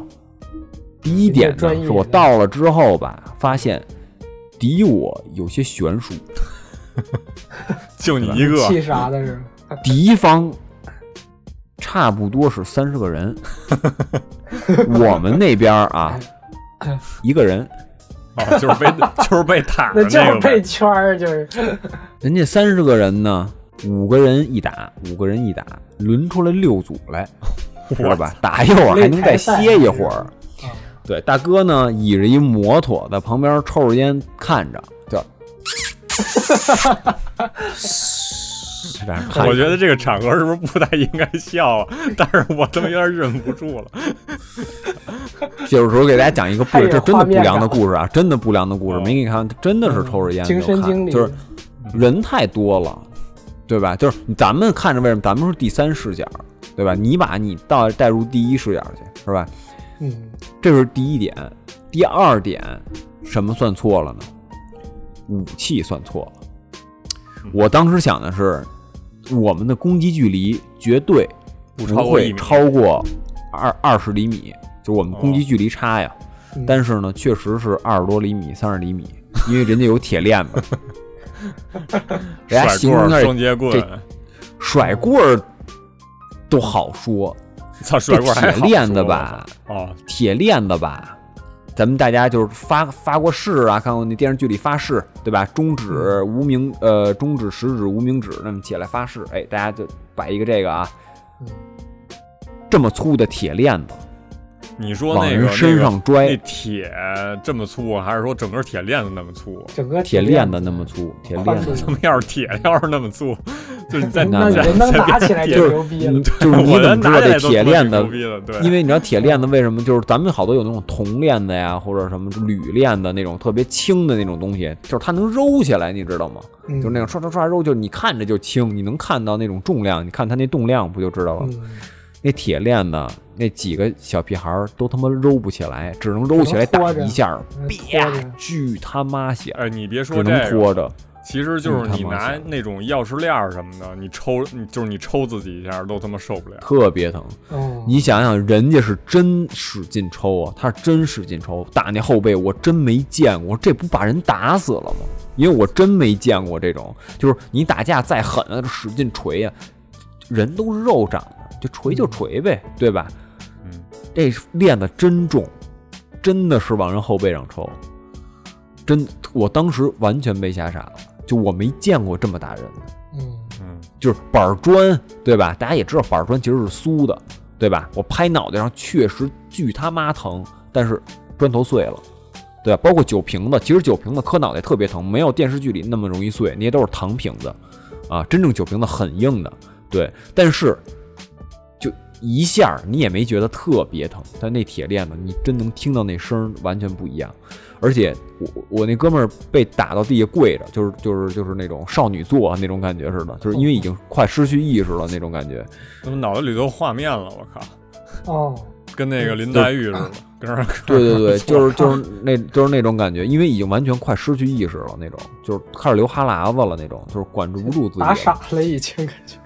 第一点
你这
呢
专业
是我到了之后吧，发现敌我有些悬殊，
就你一个，
气啥的是吧？啊
敌方差不多是三十个 人，我们那边儿啊一个人。
哦，就是被 就是被打的
那就是
个
被
呗，
圈儿，就是
人家三十个人呢，五个人一打，五个人一打，轮出来六组来，知道吧？打一会儿还能再歇一会儿
擂台赛啊。
对，大哥呢倚着一摩托在旁边抽着烟看着，就，这样看
我觉得这个场合是不是不太应该笑啊？ 但是我他妈有点忍不 住了。
有时候给大家讲一个故事，
太
这
有
真的
画
不
面
良的
感嗯
故事啊，真的不良的故事，
哦
没给你看，真的是抽着烟
亲
就
身
看
经历，
就是人太多了，对吧？就是咱们看着为什么咱们是第三视角，对吧？你把你到带入第一视角去，是吧？
嗯，
这是第一点。第二点，什么算错了呢？武器算错了。我当时想的是，我们的攻击距离绝对
不超
不
过一
会
米哦
超过二二十厘米，就是我们攻击距离差呀。
嗯
但是呢，确实是二十多厘米、三十厘米，因为人家有铁链 子。人
甩
家形容
棍
那
儿、
是
双截
这
棍，
甩棍儿都好说，
操，甩棍儿还好
铁链子
说
吧？
哦，
铁链子吧，咱们大家就是发发过誓啊，看过那电视剧里发誓，对吧？中
嗯
指、无名，呃，中指、食指、无名指，那么起来发誓，哎，大家就摆一个这个啊
嗯，
这么粗的铁链子
你说
往
那个
人身
那
上
个
拽，
那铁这么粗啊，还是说整个铁链子那么粗？
整个
铁链
链
子那么粗，铁
换
链子
成
他们要是铁要是那么粗， 就是在
那
那
那
人能拿起来
就
就是牛逼了
嗯，就是 你
我
怎
的
么知道
拿起
这
来都
铁
他妈挺
链子
牛逼的，对，
因为你知道铁链子为什么就是咱们好多有那种铜链子呀，或者什么铝链子那种特别轻的那种东西，就是它能揉起来，你知道吗？
嗯
就是那种唰唰唰揉，就是你看着就轻，你能看到那种重量，你看它那重量不就知道了？
嗯
那铁链子那几个小屁孩儿都他妈揉不起来，只能揉起来
只能
打
拖着
一下儿，
嗯
啪
拖着，
巨他妈响，
哎，你别
只
说这
能
个，
拖着。
其实就是
嗯
你
他妈
拿
想
那种钥匙链儿什么的，你抽，你就是你抽自己一下都他妈受不了。
特别疼，
哦，
你想想，人家是真使劲抽啊，他是真使劲抽，打那后背我真没见过，这不把人打死了吗？因为我真没见过这种，就是你打架再狠啊，使劲锤呀、人都是肉长的，就锤就锤呗，对吧？
嗯，
这练的真重，真的是往人后背上抽，真，我当时完全被吓傻了，就我没见过这么打人的。
嗯
嗯，
就是板砖，对吧？大家也知道板砖其实是酥的，对吧？我拍脑袋上确实巨他妈疼，但是砖头碎了，对吧？包括酒瓶子，其实酒瓶子磕脑袋特别疼，没有电视剧里那么容易碎，那些都是糖瓶子，啊，真正酒瓶子很硬的，对。但是就一下儿你也没觉得特别疼，但那铁链子你真能听到那声儿完全不一样。而且我我那哥们儿被打到地下跪着，就是就是就是那种少女座啊那种感觉似的，就是因为已
哦
经快失去意识了那种感 觉。
他们脑子里都有画面了，我靠，
哦，
跟那
嗯
个林黛玉似的，跟那儿
对对对，就是就是那就是那种感觉，因为已经完全快失去意识了那种，就是开始流哈喇子了那种，就是管制不住自己
打
了，
傻了已经感觉，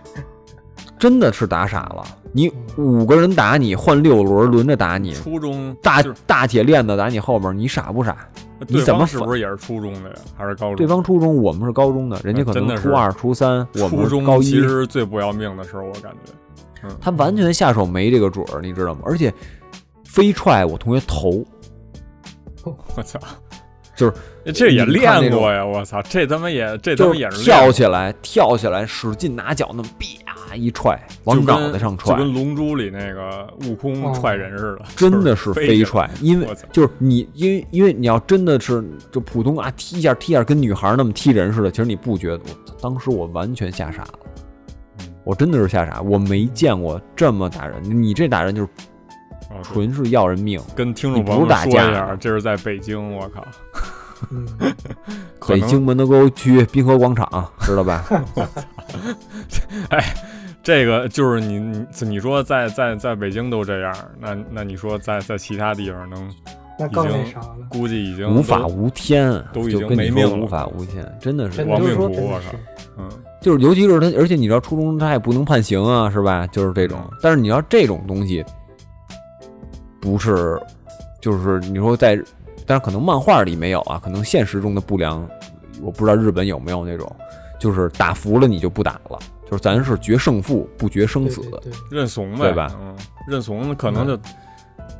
真的是打傻了。你五个人打你，换六轮轮着打你，
初中
大
嗯就是
大铁链子打你后边，你傻不傻？你
对
怎么
方是
反
不是也是初中的呀？还是高中？
对方初中，我们是高中的，人家可
真的
能
是
初二、初三，我们
初
是
中
高
其
一，
实最不要命的时候，我感觉
他完全下手没这个准儿，你知道吗？而且非踹我同学头，
我操，
就是
这也
你看那
练
种
过呀！我操，这他妈也这他
就
妈
是
也是
跳
练
起来，跳起来，使劲拿脚那么啪一踹，
过，
往
就
脑
跟
袋上踹
就，跟《龙珠》里那个悟空
哦
踹人似的，
真的
就是飞
飞
着
踹，因为
我操
就是你，因为因为你要真的是就普通啊踢一下踢一下，跟女孩那么踢人似的，其实你不觉得。我当时我完全吓傻了，我真的是吓傻，我没见过这么打人。你这打人就是
啊对
纯是要人命。
跟听
你
众
不
朋友
是打
们说一
架
下，这是在北京，我靠，
嗯，
可
北
能
京门头沟区滨河广场，知道吧？
这个就是你你你说在在在北京都这样，那那你说在在其他地方能
那更那啥了。
估计已经
无法
都
无天，啊
都已
就
经
跟
没
你说
命了
无法无天，真的是
真
亡
的
命
就是说
徒
真
我
的
靠
是，
嗯
就是尤其是他，而且你知道初中他也不能判刑啊，是吧？就是这种。
嗯
但是你要这种东西，不是，就是你说在，但是可能漫画里没有啊，可能现实中的不良，我不知道日本有没有那种，就是打服了你就不打了，就是咱是决胜负不决生
对
死。
对对，
认怂呗，
对吧嗯
嗯，认怂可能就、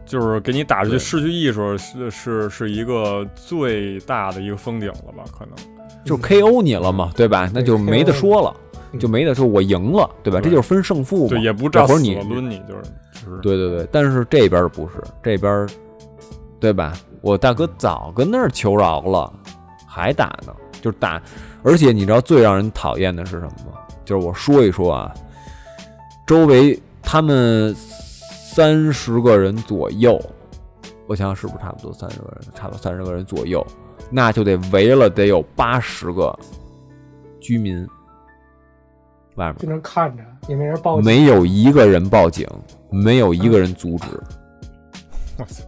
就是给你打出去
对
失去艺术是是是一个最大的一个封顶了吧？可能
就是 KO 你了嘛，对吧？那就没得说了，
嗯
就没得说我赢了，对吧？
对
这就是分胜负嘛。
对，也不照
或者
死
你
了抡你，就是就是
对对对，但是这边儿不是，这边儿，对吧？我大哥早跟那儿求饶了，还打呢，就是打。而且你知道最让人讨厌的是什么吗？就是我说一说啊，周围他们三十个人左右，我想想是不是差不多三十个人，差不多三十个人左右，那就得围了得有八十个居民，外面
就能看着，也没人报警。嗯
没有一个人报警，没有一个人阻止。
我操！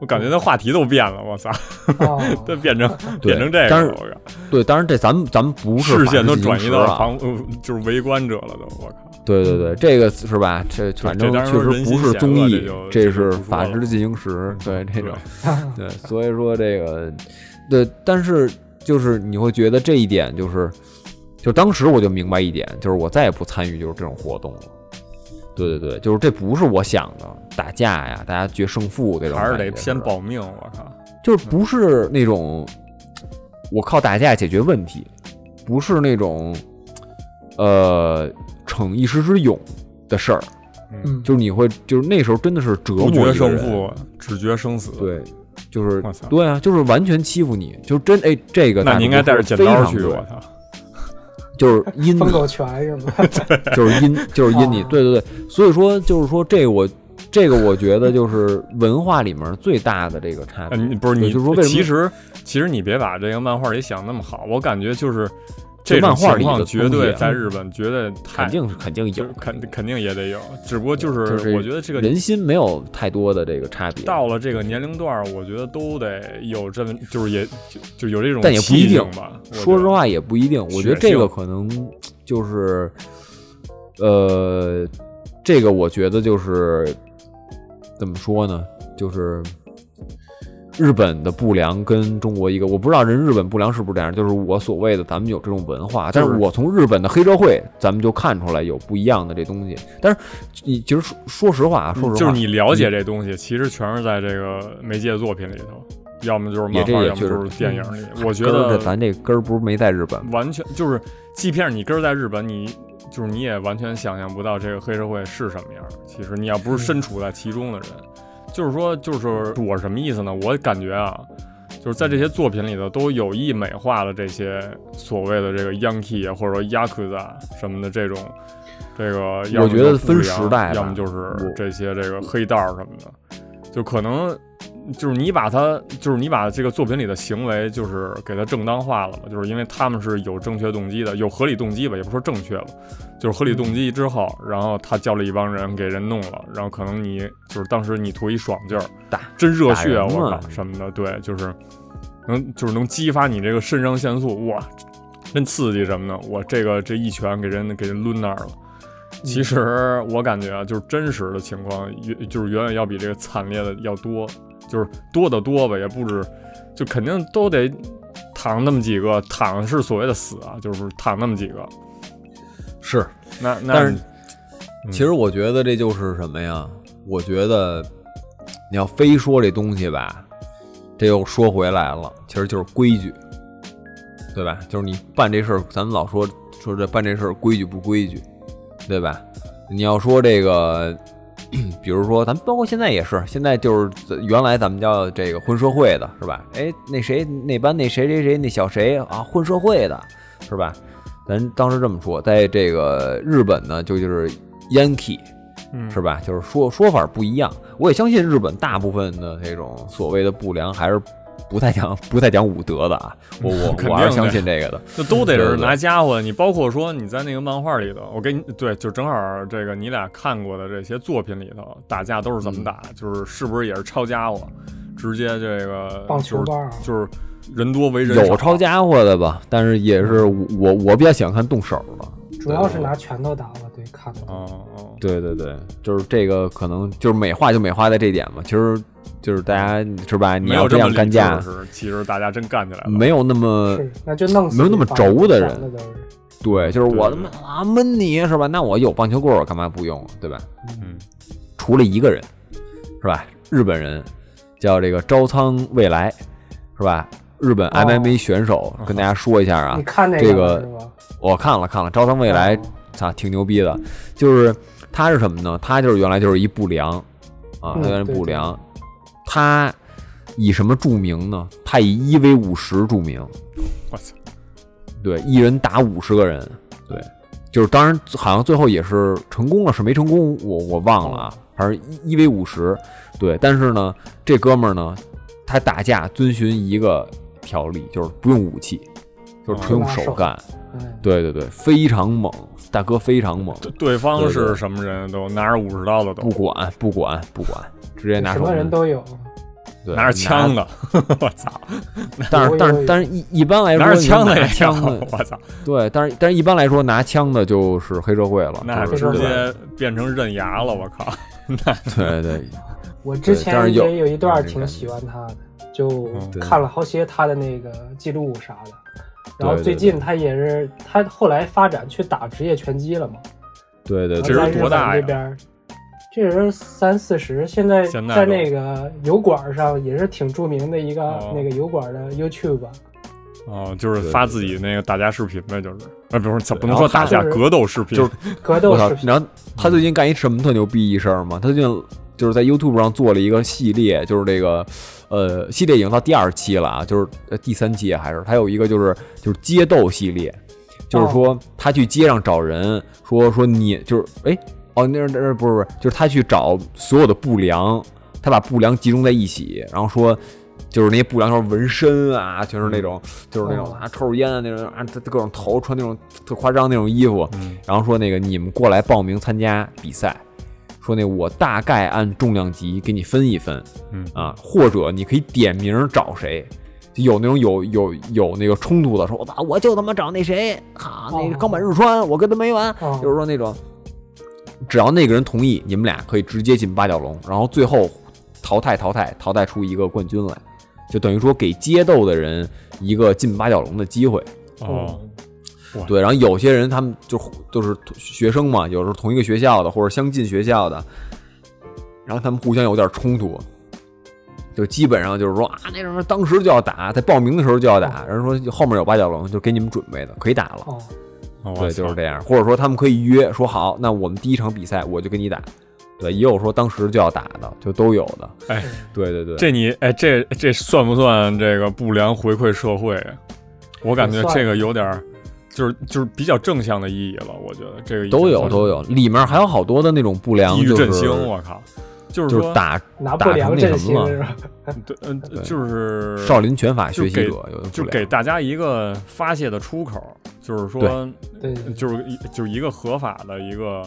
我感觉那话题都变了，我操，
啊
都变成
对
变成这
当
个
然
了，我靠！
对，当然这咱们咱们不是
视
法
线
制
都
进行
转移
时
到
啊
旁，呃就是围观者了都，我靠！
对对对，这个是吧？这反正
这当然
确实
人心
不是
险恶
综
这
艺
就，这
这
就是不说
法
了
制进行时，对
对
这种对，所以说这个对，但是就是你会觉得这一点就是，就当时我就明白一点，就是我再也不参与就是这种活动了。对对对，就是这不是我想的打架呀，大家决胜负这种
还是
感
得
觉
先
吧
保命，我靠！
就是不是那种我靠打架解决问题，不是那种呃逞一时之勇的事儿，
嗯，
就是你会就是那时候真的是折磨
不
一个
决胜
人，
负，只决生死。，
对，就是
我操
对啊，就是完全欺负你，就真哎这个
那
大
你应
主
该
播
带着
说
剪
得非
刀
常
去，
对
我操！
就是阴
疯
的
狗拳什 么的，
就是阴，就是阴你，
啊
对对对，所以说就是说这个我，这个我觉得就是文化里面最大的这个差
呃
别，
你不是
对
你，
就是说为什么
其实其实你别把这个漫画里想那么好，我感觉就是
就
这种
漫画
情
里的
况绝对
东西啊
在日本绝对太
肯定是肯定
就
有
是，肯肯定也得有，只不过就
就是
是我觉得这个
人心没有太多的这个差别，
到了这个年龄段儿，我觉得都得有这么就是也就就有这种
但也不
气
一定
性吧。我
说
觉
实
得，
话也不一定，我觉得
血
这
性
个可能就是，呃，这个我觉得就是怎么说呢，就是日本的不良跟中国一个，我不知道人日本不良是不是这样，就是我所谓的咱们有这种文化，但是
就是
我从日本的黑社会，咱们就看出来有不一样的这东西。但是你其实说说实话啊，说实话，
嗯就是你了解这东西，其实全是在这个媒介作品里头，要么就是漫
也这
画，
也
要么
确实
就是电影里。我觉
根儿这
得
咱这根儿不是没在日本吗，
完全就是，即便是你根儿在日本，你就是你也完全想象不到这个黑社会是什么样儿。其实你要不是身处在其中的人，就是说，就是我什么意思呢？我感觉啊，就是在这些作品里头都有意美化了这些所谓的这个 Yankee 啊，或者说 Yakuza 什么的这种，这个要么
我觉得
就是不
分
良
时代吧
要么就是
我
这些这个黑道什么的，就可能就是你把它，就是你把这个作品里的行为，就是给它正当化了嘛，就是因为他们是有正确动机的，有合理动机吧，也不说正确吧，就是
嗯
合理动机之后，然后他叫了一帮人给人弄了，然后可能你就是当时你图一爽劲儿，
打
真热血，
打人
我
嘛
靠什么的，对，就是能就是能激发你这个肾上腺素，哇，真刺激什么的，我这个这一拳给人给人抡那儿了。
嗯
其实我感觉啊，就是真实的情况，远就是远远要比这个惨烈的要多，就是多得多吧，也不止，就肯定都得躺那么几个，躺是所谓的死啊，就是躺那么几个。
是，
那那
但是
嗯
其实我觉得这就是什么呀？我觉得你要非说这东西吧，这又说回来了，其实就是规矩，对吧？就是你办这事儿，咱们老说说这办这事儿规矩不规矩，对吧？你要说这个，比如说咱们包括现在也是，现在就是原来咱们叫这个混社会的是吧？哎，那谁那班那谁谁谁那小谁啊，混社会的是吧？咱当时这么说，在这个日本呢，就就是 Yankee
嗯
是吧？就是说说法不一样。我也相信日本大部分的这种所谓的不良还是不太讲 不太讲武德的啊。我
肯定的
我我还是相信这个 的。
就都得
对
是
对对
拿家伙的。你包括说你在那个漫画里头，我给你对，就正好这个你俩看过的这些作品里头，打架都是怎么打，
嗯
就是是不是也是抄家伙，直接这个
棒
就
球
是
棒儿啊
就是人多为人
有
少
抄家伙的吧，但是也是我我我比较喜欢看动手的。
主要是拿拳头打我，对，看的。
啊啊
对对对，就是这个可能就是美化就美化在这一点嘛。其实就是大家是吧？你
没
要
有
这
么
样干架
理，智的是，啊其实大家真干起来了。
没有那么
是，那就弄死
嗯没有那么
你吧
轴的人
烦都是
对，就是我他
对
妈
对
啊闷你是吧？那我有棒球棍，我干嘛不用？啊对吧？
嗯，
除了一个人，是吧？日本人叫这个朝仓未来，是吧？日本 MMA 选手，跟大家说一下啊
哦你，看那
这
了
个
是吧？
我看了看了，朝仓未来
哦
啊，挺牛逼的，就是他是什么呢？他就是原来就是一不良啊，
嗯
他原来
对
不
对
良，他以什么著名呢？他以一 v 五十著名，
我操，
对，一人打五十个人，对，就是当然好像最后也是成功了，是没成功，我我忘了啊，反正一一 v 五十，对，但是呢，这哥们儿呢，他打架遵循一个条例，就是不用武器，就是纯用手干，
嗯，
对对对，非常猛，大哥非常猛，
对对方
对对
是什么人都拿着武士刀的
不
都，
管不管不管，直接拿
什
手嗯
么人都有，
对
拿着枪，的，我操，
拿但是但
有有
是但是一一般来说
拿着枪的
拿
也有
枪的，
我 操，
对，但是但是一般来说拿枪的就是黑社会了，
那
就是
直
对
接变成刃牙了，我靠，
对对。
我之
但
前
是有
也有一段
有
儿
这
挺
感
喜欢他的，就
嗯
对
看了好些他的那个记录啥的。然后
对对
最
对
近他也是，他后来发展去打职业拳击了嘛。
对对
然后
这
对
人
在日
多
本
大呀
这边儿，这人三四十，现在
现在
在
都
那个油管儿上也是挺著名的一个
哦
那个油管儿的 YouTube，
哦，就是
对
发
对
自己那个打架视频呗，就是，啊，不是，不
然
能
后
说打
他
架，
就是
格斗视频，
就是
格斗
我操
视！频。
然后他最近干一什么特牛逼一事儿吗？他最近就是在 YouTube 上做了一个系列，就是这个呃系列已经到第二期了啊，就是呃第三期还是他有一个就是就是街斗系列，就是说他去街上找人，说说你就是哎哦那那那不是不是，就是他去找所有的不良，他把不良集中在一起，然后说。就是那些不良，就是纹身啊，全是那种，就是那种
嗯哦
啊抽着烟的那种啊，各种头穿那种特夸张那种衣服，
嗯
然后说那个你们过来报名参加比赛，说那我大概按重量级给你分一分
嗯
啊，或者你可以点名找谁。就有那种有有有那个冲突的，说我操我就他妈找那谁，哈、那个
哦
冈本日川，我跟他没完。
哦
就是说那种，只要那个人同意，你们俩可以直接进八角笼，然后最后淘汰淘汰淘汰出一个冠军来，就等于说给街斗的人一个进八角笼的机会。
哦，
对，然后有些人他们就都是学生嘛，有时候同一个学校的或者相近学校的，然后他们互相有点冲突，就基本上就是说啊，那种人当时就要打，在报名的时候就要打，人说后面有八角笼，就给你们准备的，可以打了。
哦，
哦
对，就是这样，或者说他们可以约说好，那我们第一场比赛我就跟你打。对，也有说当时就要打的，就都有的。
哎，
对对对，
这你哎，这这算不算这个不良回馈社会啊？我感觉
算
这个有点儿，就是就是比较正向的意义了。我觉得这个已经
都有
算是
都有，里面还有好多的那种不良，
地狱
就
振
是
兴，我靠，就是
就
说
是打
拿
打
不
成
良
那
振
什么
兴
了
是吧？
对，嗯、就是
少林拳法
就
学习
给
者，有的
就
不良
给大家一个发泄的出口，就是说，
对，
就是一就是一个合法的一个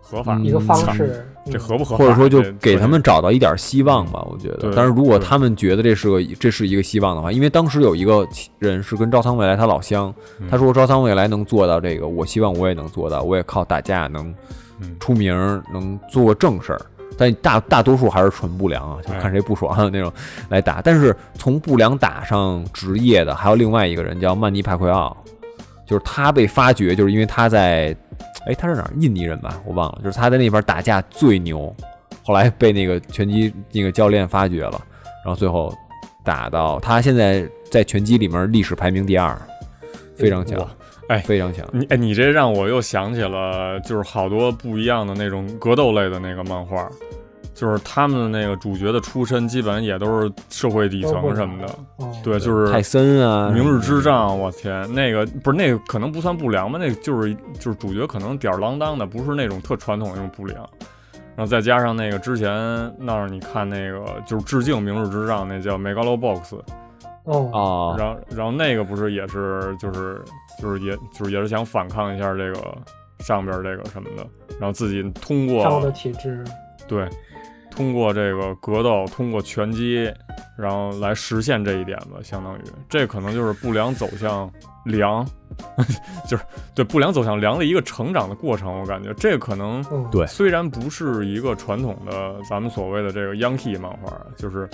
合法
嗯
一个方
操
式。
这
嗯
合不合法？
或者说就
这
给他们找到一点希望吧，我觉得
对。
但是如果
对
他们觉得这是个这是一个希望的话，因为当时有一个人是跟朝仓未来他老乡，
嗯
他说朝仓未来能做到这个，我希望我也能做到，我也靠打架能
嗯
出名儿，能做个正事儿。但大大多数还是纯不良啊，就
哎
看谁不爽、那种来打。但是从不良打上职业的，还有另外一个人叫曼尼帕奎奥，就是他被发掘，就是因为他在，哎，他是哪儿？印尼人吧，我忘了。就是他在那边打架最牛，后来被那个拳击那个教练发掘了，然后最后打到他现在在拳击里面历史排名第二，非常强
哇，哎
非常强。
你哎，你这让我又想起了，就是好多不一样的那种格斗类的那个漫画，就是他们的那个主角的出身，基本上也都是社会底层什么的。
哦，
对，就是
泰森啊，
明日之杖，我天，那个不是那个可能不算不良吧？那个就是就是主角可能吊儿郎当的，不是那种特传统的那种不良。然后再加上那个之前那儿你看那个就是致敬明日之杖，那叫 Megalobox，
哦，
哦，
然后然后那个不是也是就是就是也就是也是想反抗一下这个上边儿这个什么的，然后自己通
上面
过
的体制，
对通过这个格斗，通过拳击，然后来实现这一点吧，相当于这可能就是不良走向良， 就是对不良走向良的一个成长的过程，我感觉这可能
嗯，
对
虽然不是一个传统的咱们所谓的这个 Yankee 漫画，就是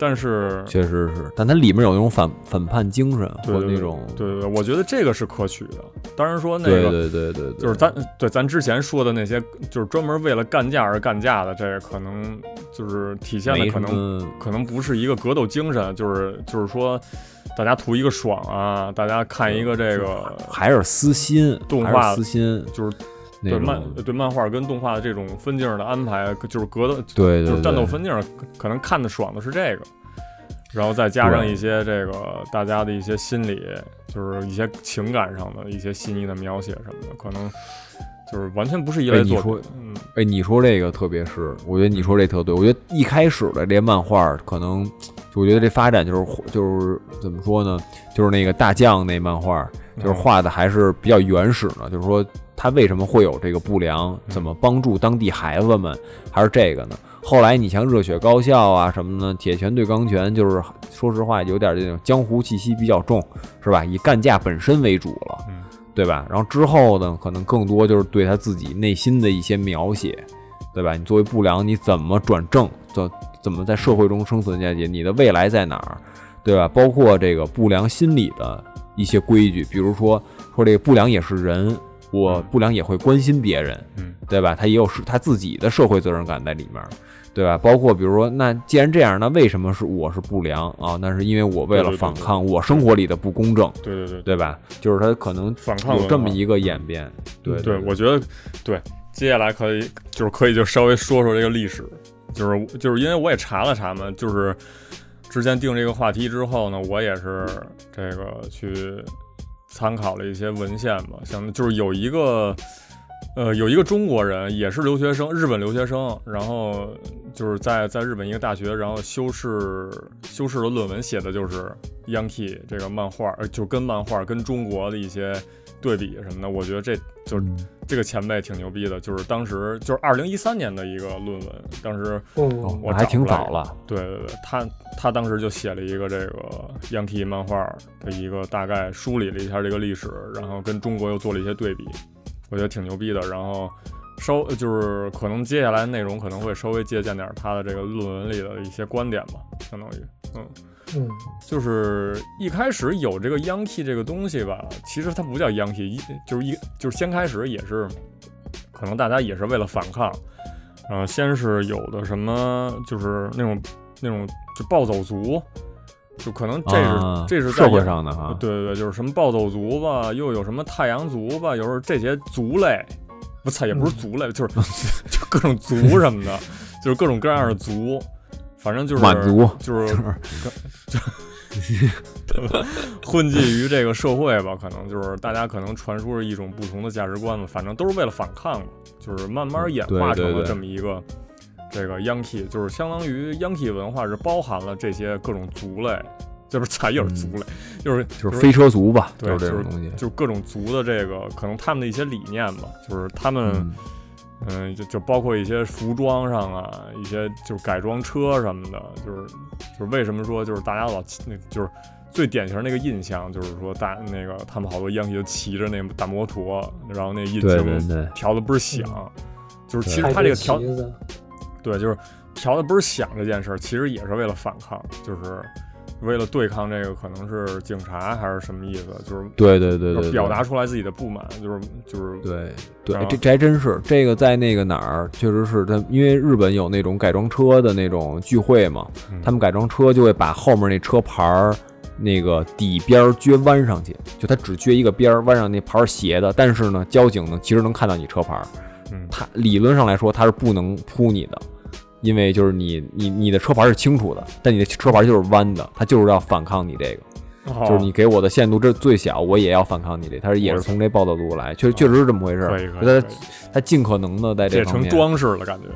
但是
确实是，但它里面有那种反反叛精神
对
或
对
那种，
对对对，我觉得这个是可取的。当然说那个
对对对对，
就是咱对咱之前说的那些，就是专门为了干架而干架的，这个可能就是体现的
没
可
什
能
么，
可能不是一个格斗精神，就是就是说大家图一个爽啊，大家看一个这个
还是私心，
动
还是
画
私心
就是
那
对
种，
漫对漫画跟动画的这种分镜的安排，就是格斗
对
就
对
是战斗
对，
分镜，可能看的爽的是这个，然后再加上
对
一些这个大家的一些心理，就是一些情感上的一些细腻的描写什么的，可能就是完全不是一类
哎你
作
说
品。嗯，
哎，你说这个特别是，我觉得你说这特对。我觉得一开始的这漫画儿可能，我觉得这发展就是就是怎么说呢，就是那个大将那漫画儿，就是
嗯
画的还是比较原始呢。就是说他为什么会有这个不良，怎么帮助当地孩子们，还是这个呢？后来你像热血高校啊什么的，铁拳对钢拳，就是说实话有点这种江湖气息比较重，是吧？以干架本身为主了
嗯，
对吧？然后之后呢，可能更多就是对他自己内心的一些描写，对吧？你作为不良，你怎么转正？怎怎么在社会中生存下去？你的未来在哪儿？对吧？包括这个不良心理的一些规矩，比如说说这个不良也是人，我不良也会关心别人，
嗯，
对吧？他也有是他自己的社会责任感在里面，对吧？包括比如说，那既然这样，那为什么是我是不良啊？那是因为我为
对
了
对对
反
对
抗我生活里的不公正，
对对对
对吧？就是他可能
反抗
有
文
这么
化嗯
一个演变，对
对我觉得对，接下来可以就是可以就稍微说说这个历史，就是就是因为我也查了查嘛，就是之前定这个话题之后呢，我也是这个去参考了一些文献吧，像就是有一个。呃，有一个中国人也是留学生，日本留学生，然后就是在在日本一个大学，然后修饰修饰的论文写的就是《Yankee》这个漫画，呃，就跟漫画跟中国的一些对比什么的，我觉得这就是这个前辈挺牛逼的，就是当时就是二零一三年的一个论文，当时
哦，
我
还挺
找
早
不来
了，
对对对，他他当时就写了一个这个 Yankee 漫画的一个大概梳理了一下这个历史，然后跟中国又做了一些对比，我觉得挺牛逼的。然后稍就是可能接下来内容可能会稍微借鉴点他的这个论文里的一些观点吧，相当于嗯。
嗯，
就是一开始有这个 Yankee 这个东西吧，其实它不叫 Yankee，一就是一就是先开始也是，可能大家也是为了反抗，呃，先是有的什么就是那种那种就暴走族，就可能这是、
啊
这是在
社会
演
上的哈，
对对对，就是什么暴走族吧，又有什么太阳族吧，有时候这些族类，不操，也不是族类， 就是就各种族什么的，就是各种各样的族，反正就是
满族
就是混迹于这个社会吧，可能就是大家可能传输着一种不同的价值观吧，反正都是为了反抗嘛，就是慢慢演化
对
成
嗯对
了
对
这么一个这个 Yankee，就是相当于 Yankee 文化是包含了这些各种族类，这不是才又是族类，就是
嗯就是飞车族吧，
对
是这
就是嗯
种东西。
就是各种族的这个可能他们的一些理念吧，就是他们
嗯
嗯，就就包括一些服装上啊，一些就是改装车什么的，就是就是为什么说就是大家老骑那就是最典型那个印象就是说大那个他们好多央企就骑着那大摩托，然后那引
对对
擎
对
调的倍儿响，就是其实
开
他这个
着
调
旗子
对，就是调的倍儿响这件事儿，其实也是为了反抗，就是为了对抗这个可能是警察还是什么意思，就是
对对
就
对对
是
对，
表达出来自己的不满，就是就是
对对
啊，
这这还真是这个在那个哪儿，确实是他，因为日本有那种改装车的那种聚会嘛，
嗯
他们改装车就会把后面那车牌儿那个底边儿撅弯上去，就它只撅一个边儿，弯上那牌儿斜的，但是呢，交警呢其实能看到你车牌儿，
嗯
他理论上来说他是不能扑你的。因为就是你你你的车牌是清楚的，但你的车牌就是弯的，他就是要反抗你这个。
就
就是你给我的限度这最小，我也要反抗你这，他是也是从这暴躁度来，确确实是这么回事
哦可以
儿。
可以
就
可以
他，他尽可能的在
这也
方
成
面，
装饰了感觉，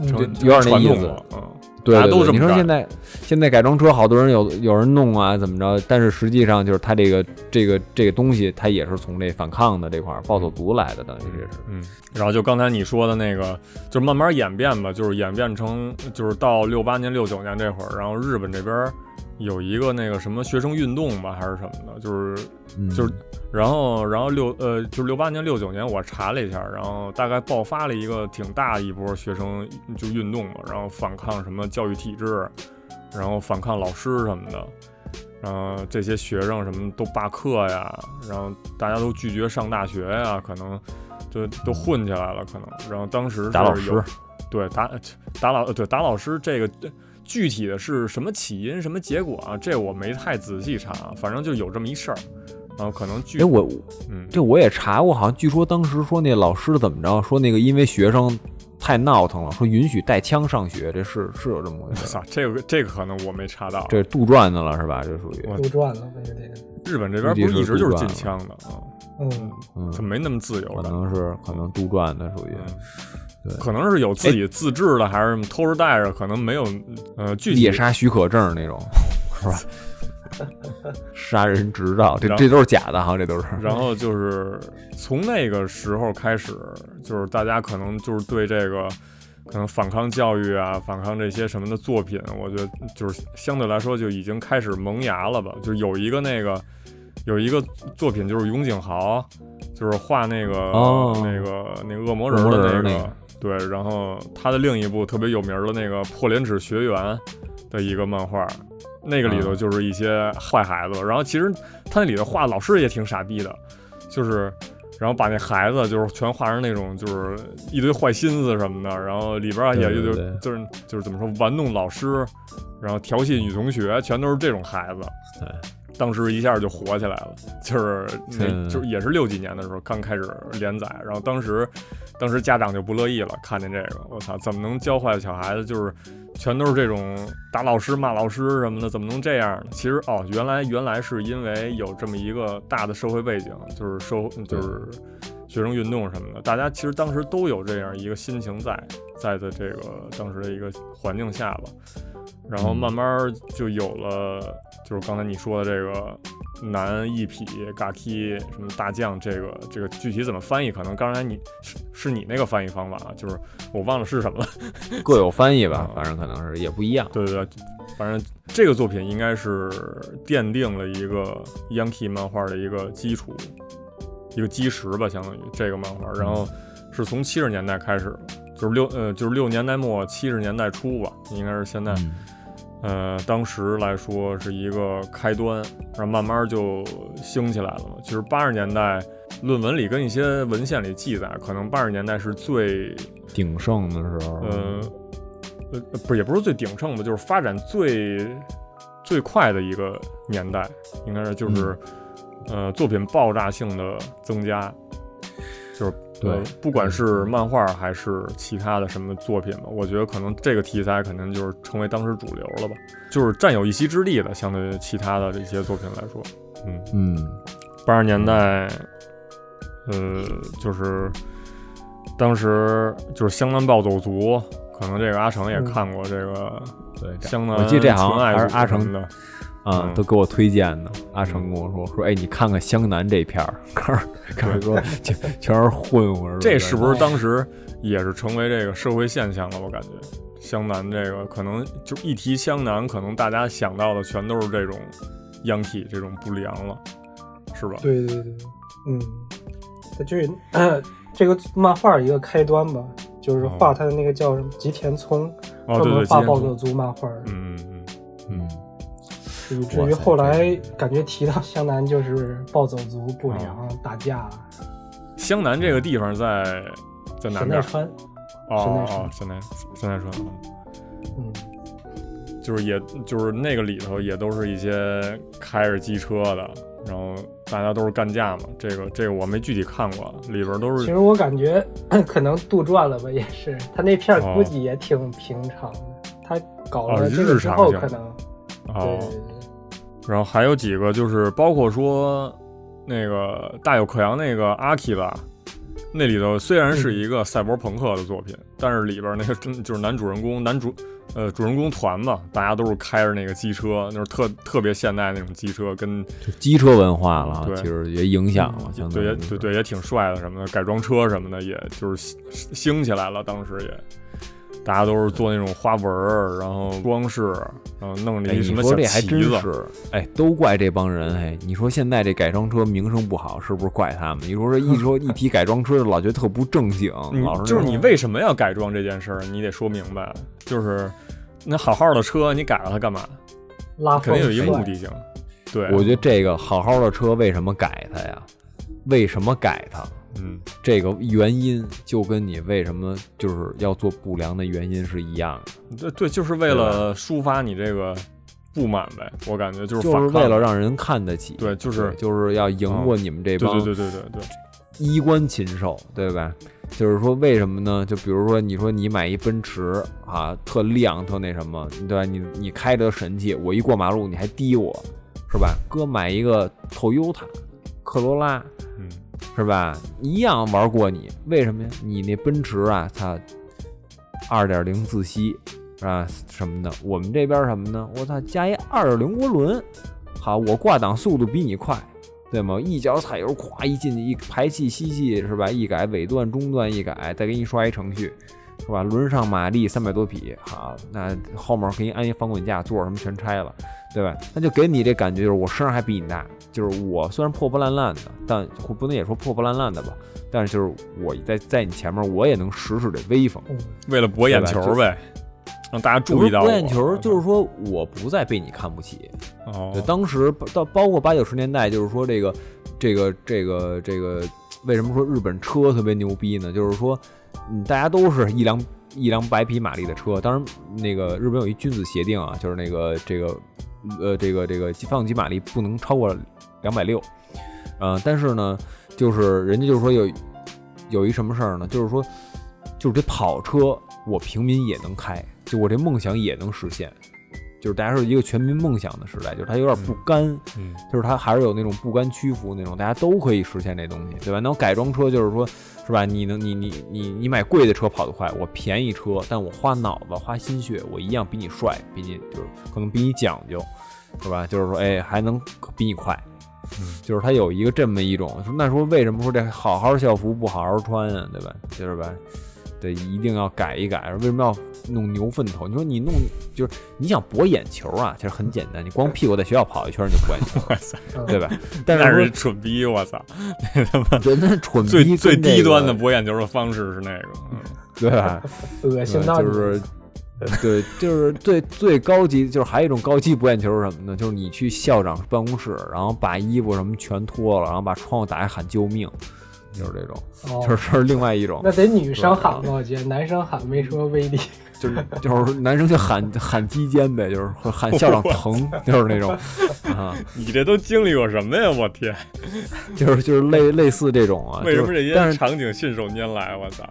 嗯
成
对有点那
传
意
统
思
了，嗯，
对
大家
对
都
对
这么
你说
干
现在现在改装车，好多人有有人弄啊，怎么着？但是实际上就是他这个这个这个东西，他也是从这反抗的这块儿暴走族来的，等于这是。
嗯，然后就刚才你说的那个，就慢慢演变吧，就是演变成，就是到六八年、六九年这会儿，然后日本这边儿有一个那个什么学生运动吧，还是什么的，就是
嗯
就是，然后然后六呃，就是六八年、六九年，我查了一下，然后大概爆发了一个挺大一波学生就运动嘛，然后反抗什么教育体制，然后反抗老师什么的，然后这些学生什么都罢课呀，然后大家都拒绝上大学呀，可能就都混起来了，可能。然后当时是
打老
有
师，
对打打老呃对打老师这个具体的是什么起因、什么结果啊？这我没太仔细查，反正就有这么一事儿。然后可能具
哎，我
嗯
这我也查过，好像据说当时说那老师怎么着，说那个因为学生太闹腾了，说允许带枪上学，这是是有这么回
我
事
操
儿。，
这个这个可能我没查到。
这是杜撰的了是吧？这属于
我
杜撰了，我觉得这个，
日本这边不是一直就是禁枪的啊，
嗯，
嗯，
它没那么自由
可
的，
能是可能杜撰的属于，
嗯
对
可能是有自己自制的，还是偷着带着，可能没有呃具体
猎杀许可证那种，是吧？ 杀人执照，这
然后
这都是假的哈，这都是。
然后就是从那个时候开始，就是大家可能就是对这个可能反抗教育啊、反抗这些什么的作品，我觉得就是相对来说就已经开始萌芽了吧。就有一个那个有一个作品就是永井豪，就是画那个、
哦
那个那个恶魔人的
恶魔人
个。
那个
对，然后他的另一部特别有名的那个《破廉耻学园》的一个漫画，那个里
嗯
头就是一些坏孩子，然后其实他那里头画老师也挺傻逼的，就是，然后把那孩子就是全画成那种就是一堆坏心思什么的，然后里边儿也
对
就
对对
就是就是怎么说玩弄老师，然后调戏女同学，全都是这种孩子。
对。
当时一下就火起来了，就是那
嗯
就是也是六几年的时候刚开始连载，然后当时当时家长就不乐意了，看见这个，我操，怎么能教坏小孩子？就是全都是这种打老师、骂老师什么的，怎么能这样呢？其实哦，原来原来是因为有这么一个大的社会背景，就是社就是学生运动什么的，大家其实当时都有这样一个心情在在的这个当时的一个环境下吧，然后慢慢儿就有了，就是刚才你说的这个男一痞、嘎 k 什么大将，这个这个具体怎么翻译？可能刚才你是是你那个翻译方法啊，就是我忘了是什么了。
各有翻译吧
啊，
反正可能是也不一样。
对对对，反正这个作品应该是奠定了一个 Yankee 漫画的一个基础，一个基石吧，相当于这个漫画。然后是从七十年代开始，就是六呃就是六年代末七十年代初吧，应该是现在。
嗯
呃，当时来说是一个开端，然后慢慢就兴起来了嘛。其实八十年代论文里跟一些文献里记载，可能八十年代是最
鼎盛的时候，
呃呃不是也不是最鼎盛吧，就是发展最最快的一个年代，应该是就是、
嗯
呃作品爆炸性的增加，就是
对
呃不管是漫画还是其他的什么作品吧，我觉得可能这个题材肯定就是成为当时主流了吧，就是占有一席之地的，相对于其他的这些作品来说，嗯。
嗯，
八十年代，呃，就是当时就是湘南暴走族，
嗯
可能这个阿成也看过这个
对，
湘南，
我记得这好像还是阿
的
成，啊、
嗯
都给我推荐的。阿成跟我说说，哎，你看看湘南这片儿，看着看着说全全是混混，
这是不是
哦
当时也是成为这个社会现象了？我感觉湘南这个可能就一提湘南，可能大家想到的全都是这种 Yankee 这种不良了，是吧？
对对对，嗯，就是、 呃、这个漫画一个开端吧，就是画他的那个叫什么吉田聪，
哦，
专
对对，
门
今
画
天
暴
说
走族漫画的，
嗯嗯
嗯，
以至
哇
于
塞
后
这
来 感觉提到湘南就是暴走族、不良、打架、
嗯，湘南这个地方在在哪边
神奈
儿？
川，
哦
神奈
哦，
川
哦神奈神奈川，嗯
嗯，
就是也就是那个里头也都是一些开着机车的，然后大家都是干架嘛。这个这个我没具体看过，里边都
其
是
实我感觉 可能杜撰了吧，也是他那片
哦
儿估计也挺平常的，他搞
哦
了这个
日
之
常
后
性
可能
哦。
对对对。
然后还有几个就是包括说那个大有克洋那个阿 k 吧，那里头虽然
嗯
是一个赛博朋克的作品，但是里边那个真就是男主人公男主呃主人公团嘛，大家都是开着那个机车，就是特特别现代那种机车，跟
就机车文化了啊，
对嗯
其实也影响了，啊相当
对
于
也
是
对对也挺帅的什么的，改装车什么的，也就是兴兴起来了，当时也。大家都是做那种花纹儿，然后装饰，然后弄了
哎，
一
你
什么
说
小
这还
旗
真
子，
是，哎，都怪这帮人，哎，你说现在这改装车名声不好，是不是怪他们？你说这 一说一提改装车，老觉得特不正经，
你
老
就是
那种
你为什么要改装这件事儿，你得说明白。就是那好好的车，你改了它干嘛？
拉
肯
风
定有一个
帅
目的性。对，
哦我觉得这个好好的车为什么改它呀？为什么改它？
嗯，
这个原因就跟你为什么就是要做不良的原因是一样的，
对对，就是为了抒发你这个不满呗。我感觉就是
就
反
是
抗
为了让人看得起。
对，就是啊
对就是要赢过你们
对
这
对
帮
对对对对，
衣冠禽兽，对吧？就是说，为什么呢？就比如说，你说你买一奔驰啊，特亮，特那什么，对吧？你你开着神气，我一过马路你还滴我，是吧？哥买一个 Toyota 科罗拉，
嗯，
是吧？一样玩过你，为什么呀？你那奔驰啊，它二点零自吸啊什么的，我们这边什么呢？我操，加一二点零涡轮，好，我挂档速度比你快，对吗？一脚踩油，咵一进去，一排气吸气是吧？一改尾段、中段一改，再给你刷一程序。是吧？轮上马力三百多匹，好，那后面给你安一翻滚架，座什么全拆了，对吧？那就给你这感觉就是我声儿还比你大，就是我虽然破破烂烂的，但或不能也说破破烂烂的吧，但是就是我在在你前面，我也能使使这威风。
嗯
为了博眼球
对
呗，让大家注意到
不
我。啊
是不眼球，就是说我不再被你看不起。
哦
对，，当时到包括八九十年代，就是说这个这个这个这个，为什么说日本车特别牛逼呢？就是说，嗯，大家都是一辆一辆百匹马力的车。当然，那个日本有一君子协定啊，就是那个这个呃这个这个放几马力不能超过两百六，呃，但是呢，就是人家就是说有有一什么事儿呢？就是说，就是这跑车我平民也能开，就我这梦想也能实现。就是大家是一个全民梦想的时代，就是他有点不甘，
嗯
就是他还是有那种不甘屈服那种，大家都可以实现这东西，对吧？那我改装车就是说，是吧？你能你你你你买贵的车跑得快，我便宜车，但我花脑子花心血，我一样比你帅，比你就是可能比你讲究，是吧？就是说，哎，还能比你快，
嗯
就是他有一个这么一种，那说为什么说这好好校服不好好穿啊，对吧？就是吧，对，一定要改一改，为什么要弄牛粪头？你说你弄就是你想博眼球啊，其实很简单，你光屁股在学校跑一圈你就博眼球了，
哇塞，
对吧？但
那
是
是
说
蠢逼，我操！
对，那蠢逼
最
跟
最
这
低端的
个
博眼球的方式是那个，嗯
对吧？
恶心到
对
你
就
了，
是。呃对，就是最最高级，就是还有一种高级不眼球是什么呢？就是你去校长办公室，然后把衣服什么全脱了，然后把窗户打开喊救命，就是这种，
哦
就是这是 另外一种。
那得女生喊吧，我觉得男生喊没什么威力。
就是就是男生就喊喊鸡尖呗，就是会喊校长疼，就是那种啊，
你这都经历过什么呀？我天！
就是就是类类似这种啊。
为什么
就
这
是
些
但是
场景信手拈来？我操！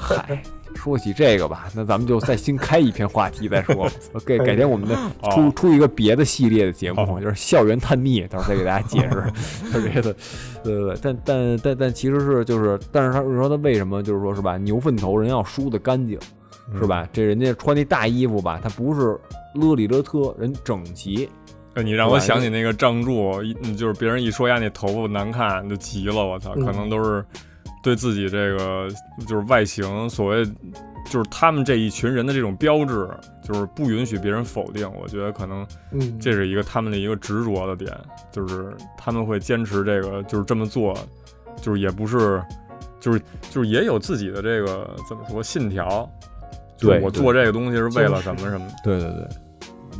嗨，说起这个吧，那咱们就再新开一篇话题再说 吧。给改天我们再出
哦
出一个别的系列的节目，
哦
就是校园探秘，到时候再给大家解释， 就是这个，对对对。但但但但其实是就是，但是他你说他为什么就是说是吧，牛粪头人要梳的干净。
嗯
是吧？这人家穿那大衣服吧，他不是勒里勒特，人整齐，
呃你让我想起那个仗助，一嗯就是别人一说呀，你头发难看你就急了，我操，
嗯
可能都是对自己这个就是外形，所谓就是他们这一群人的这种标志，就是不允许别人否定。我觉得可能
嗯，
这是一个他们的一个执着的点，就是他们会坚持这个，就是这么做，就是也不是，就是就是也有自己的这个怎么说信条，就是
对
我
对
做这个东西是为了
坚持
什么什么，
对对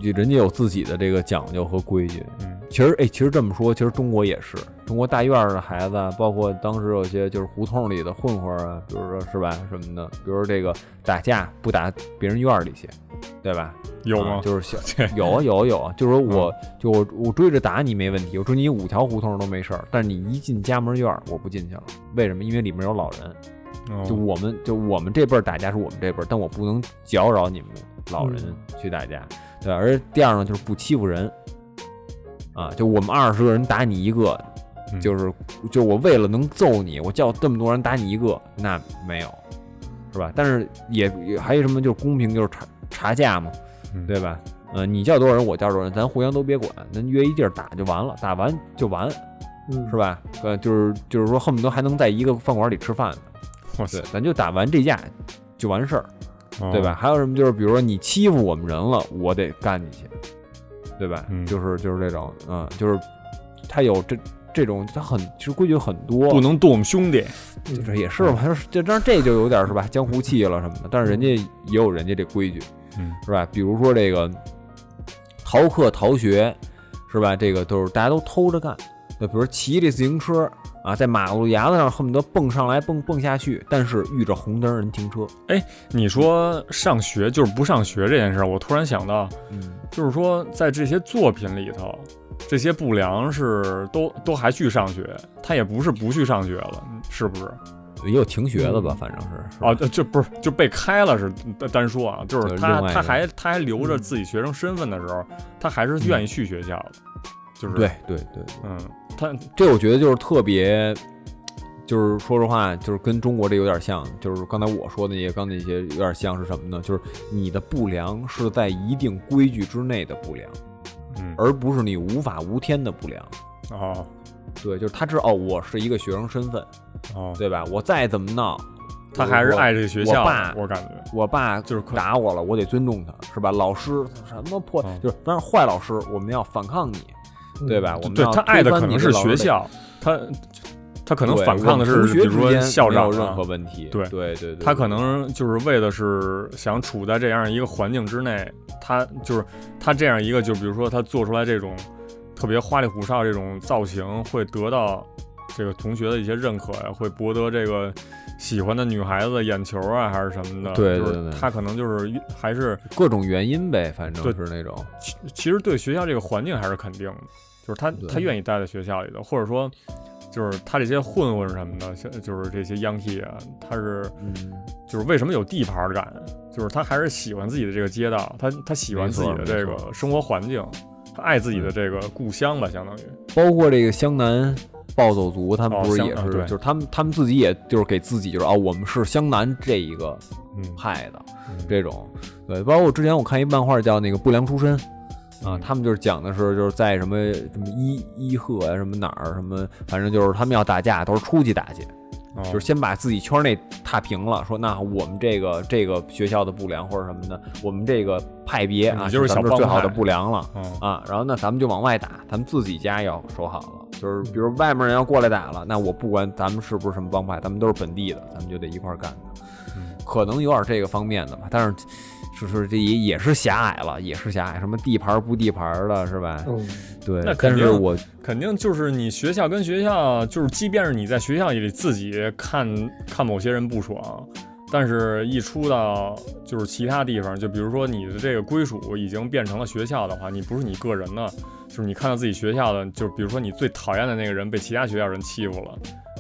对，人家有自己的这个讲究和规矩。
嗯
其实，哎，其实这么说，其实中国也是，中国大院儿的孩子啊，包括当时有些就是胡同里的混混儿啊，比如说是吧什么的，比如说这个打架不打别人院儿里去，对吧？
有吗嗯
啊？就是小
这
有啊有啊有啊，就是说我、就我我追着打你没问题，我追你五条胡同都没事儿，但是你一进家门院儿我不进去了，为什么？因为里面有老人，就
哦
我们就我们这辈儿打架是我们这辈儿，但我不能搅扰你们老人
嗯
去打架，对。而第二呢，就是不欺负人，啊，就我们二十个人打你一个，
嗯
就是就我为了能揍你，我叫这么多人打你一个，那没有，是吧？但是也也还有什么就是公平，就是查查价嘛，
嗯
对吧？呃，你叫多少人，我叫多少人，咱互相都别管，咱约一地儿打就完了，打完就完，
嗯
是吧？呃，就是就是说，恨不得还能在一个饭馆里吃饭呢。
哇
对
塞，，
咱就打完这架就完事儿，
哦
对吧？？还有什么就是，比如说你欺负我们人了，我得干你去，对吧？
嗯
就是就是这种，嗯，就是他有这这种，他很其实规矩很多，
不能动我们兄弟，
就是也是嘛，就是这这这就有点是吧，江湖气了什么的。但是人家也有人家这规矩，
嗯
是吧？比如说这个逃课逃学，是吧？这个都是大家都偷着干。就比如骑这自行车啊，在马路牙子上恨不得蹦上来蹦蹦下去，但是遇着红灯人停车，
你说上学就是不上学这件事儿，我突然想到，
嗯，
就是说在这些作品里头，这些不良是都都还去上学，他也不是不去上学了，嗯是不是？
也有停学的吧，反正是是吧
啊，就就不是就被开了是单单说啊，就是
就是
他
另外一
他
个嗯
还他还留着自己学生身份的时候，他还是愿意去学校的，就是
对，对对，
嗯，他
这我觉得就是特别，就是说实话，就是跟中国这有点像，就是刚才我说的那些，刚那些有点像是什么呢？就是你的不良是在一定规矩之内的不良，
嗯
而不是你无法无天的不良。
哦
对，就是他知道哦，我是一个学生身份，
哦，
对吧？我再怎么闹，
他还是
我
爱这个学校
我爸
的，我感觉
我爸
就是可
打我了，我得尊重他，是吧？老师什么破，
嗯
就是当然坏老师，我们要反抗你，对吧？我们
对
要
他爱的
推翻
可
你
能是
老师
学
的
校，他他可能
对
反抗的
我
是
们同
比
学
如
之
说
间
校
没
长
有任
啊
何，问题，
对
对对对，
他可能就是为的是想处在这样一个环境之内，他就是他这样一个，就比如说他做出来这种特别花里胡哨这种造型，会得到这个同学的一些认可呀，会博得这个喜欢的女孩子的眼球啊，还是什么的。
对
就是
对对
他可能就是还是
各种原因呗，反正
对
是那种，
其其实对学校这个环境还是肯定的，就是他
对
他愿意待在学校里的，或者说就是他这些混混什么的，像就是这些 Yankee 啊，他是。
嗯，
就是为什么有地盘感，就是他还是喜欢自己的这个街道，他他喜欢自己的这
没
个生活环境，他爱自己的这个故乡吧，相当于。
包括这个湘南暴走族，他们
哦
不是
湘
也
啊
是，
对
就是他们他们自己也就是给自己就是啊，我们是湘南这一个
嗯，
派的
嗯
这种，对，包括之前我看一漫画叫那个《不良出身》。啊，
嗯
他们就是讲的是，就是在什么什么伊伊贺啊呀，什么哪儿，什么，反正就是他们要打架，都是出去打去，
哦
就是先把自己圈内踏平了，说那我们这个这个学校的不良或者什么的，我们这个派别啊，
嗯你就是
咱们
小帮
最好的
派
不良了
哦
啊。然后那咱们就往外打，咱们自己家要守好了。就是比如外面人要过来打了，那我不管咱们是不是什么帮派，咱们都是本地的，咱们就得一块儿干的。
嗯
可能有点这个方面的吧，但是就是这也也是狭隘了，也是狭隘，什么地盘儿不地盘儿的是吧？
嗯，
对
那，肯
但是
定
我
肯定就是你学校跟学校，就是即便是你在学校里自己看看某些人不爽，但是一出到就是其他地方，就比如说你的这个归属已经变成了学校的话，你不是你个人的，就是你看到自己学校的，就是比如说你最讨厌的那个人被其他学校人欺负了，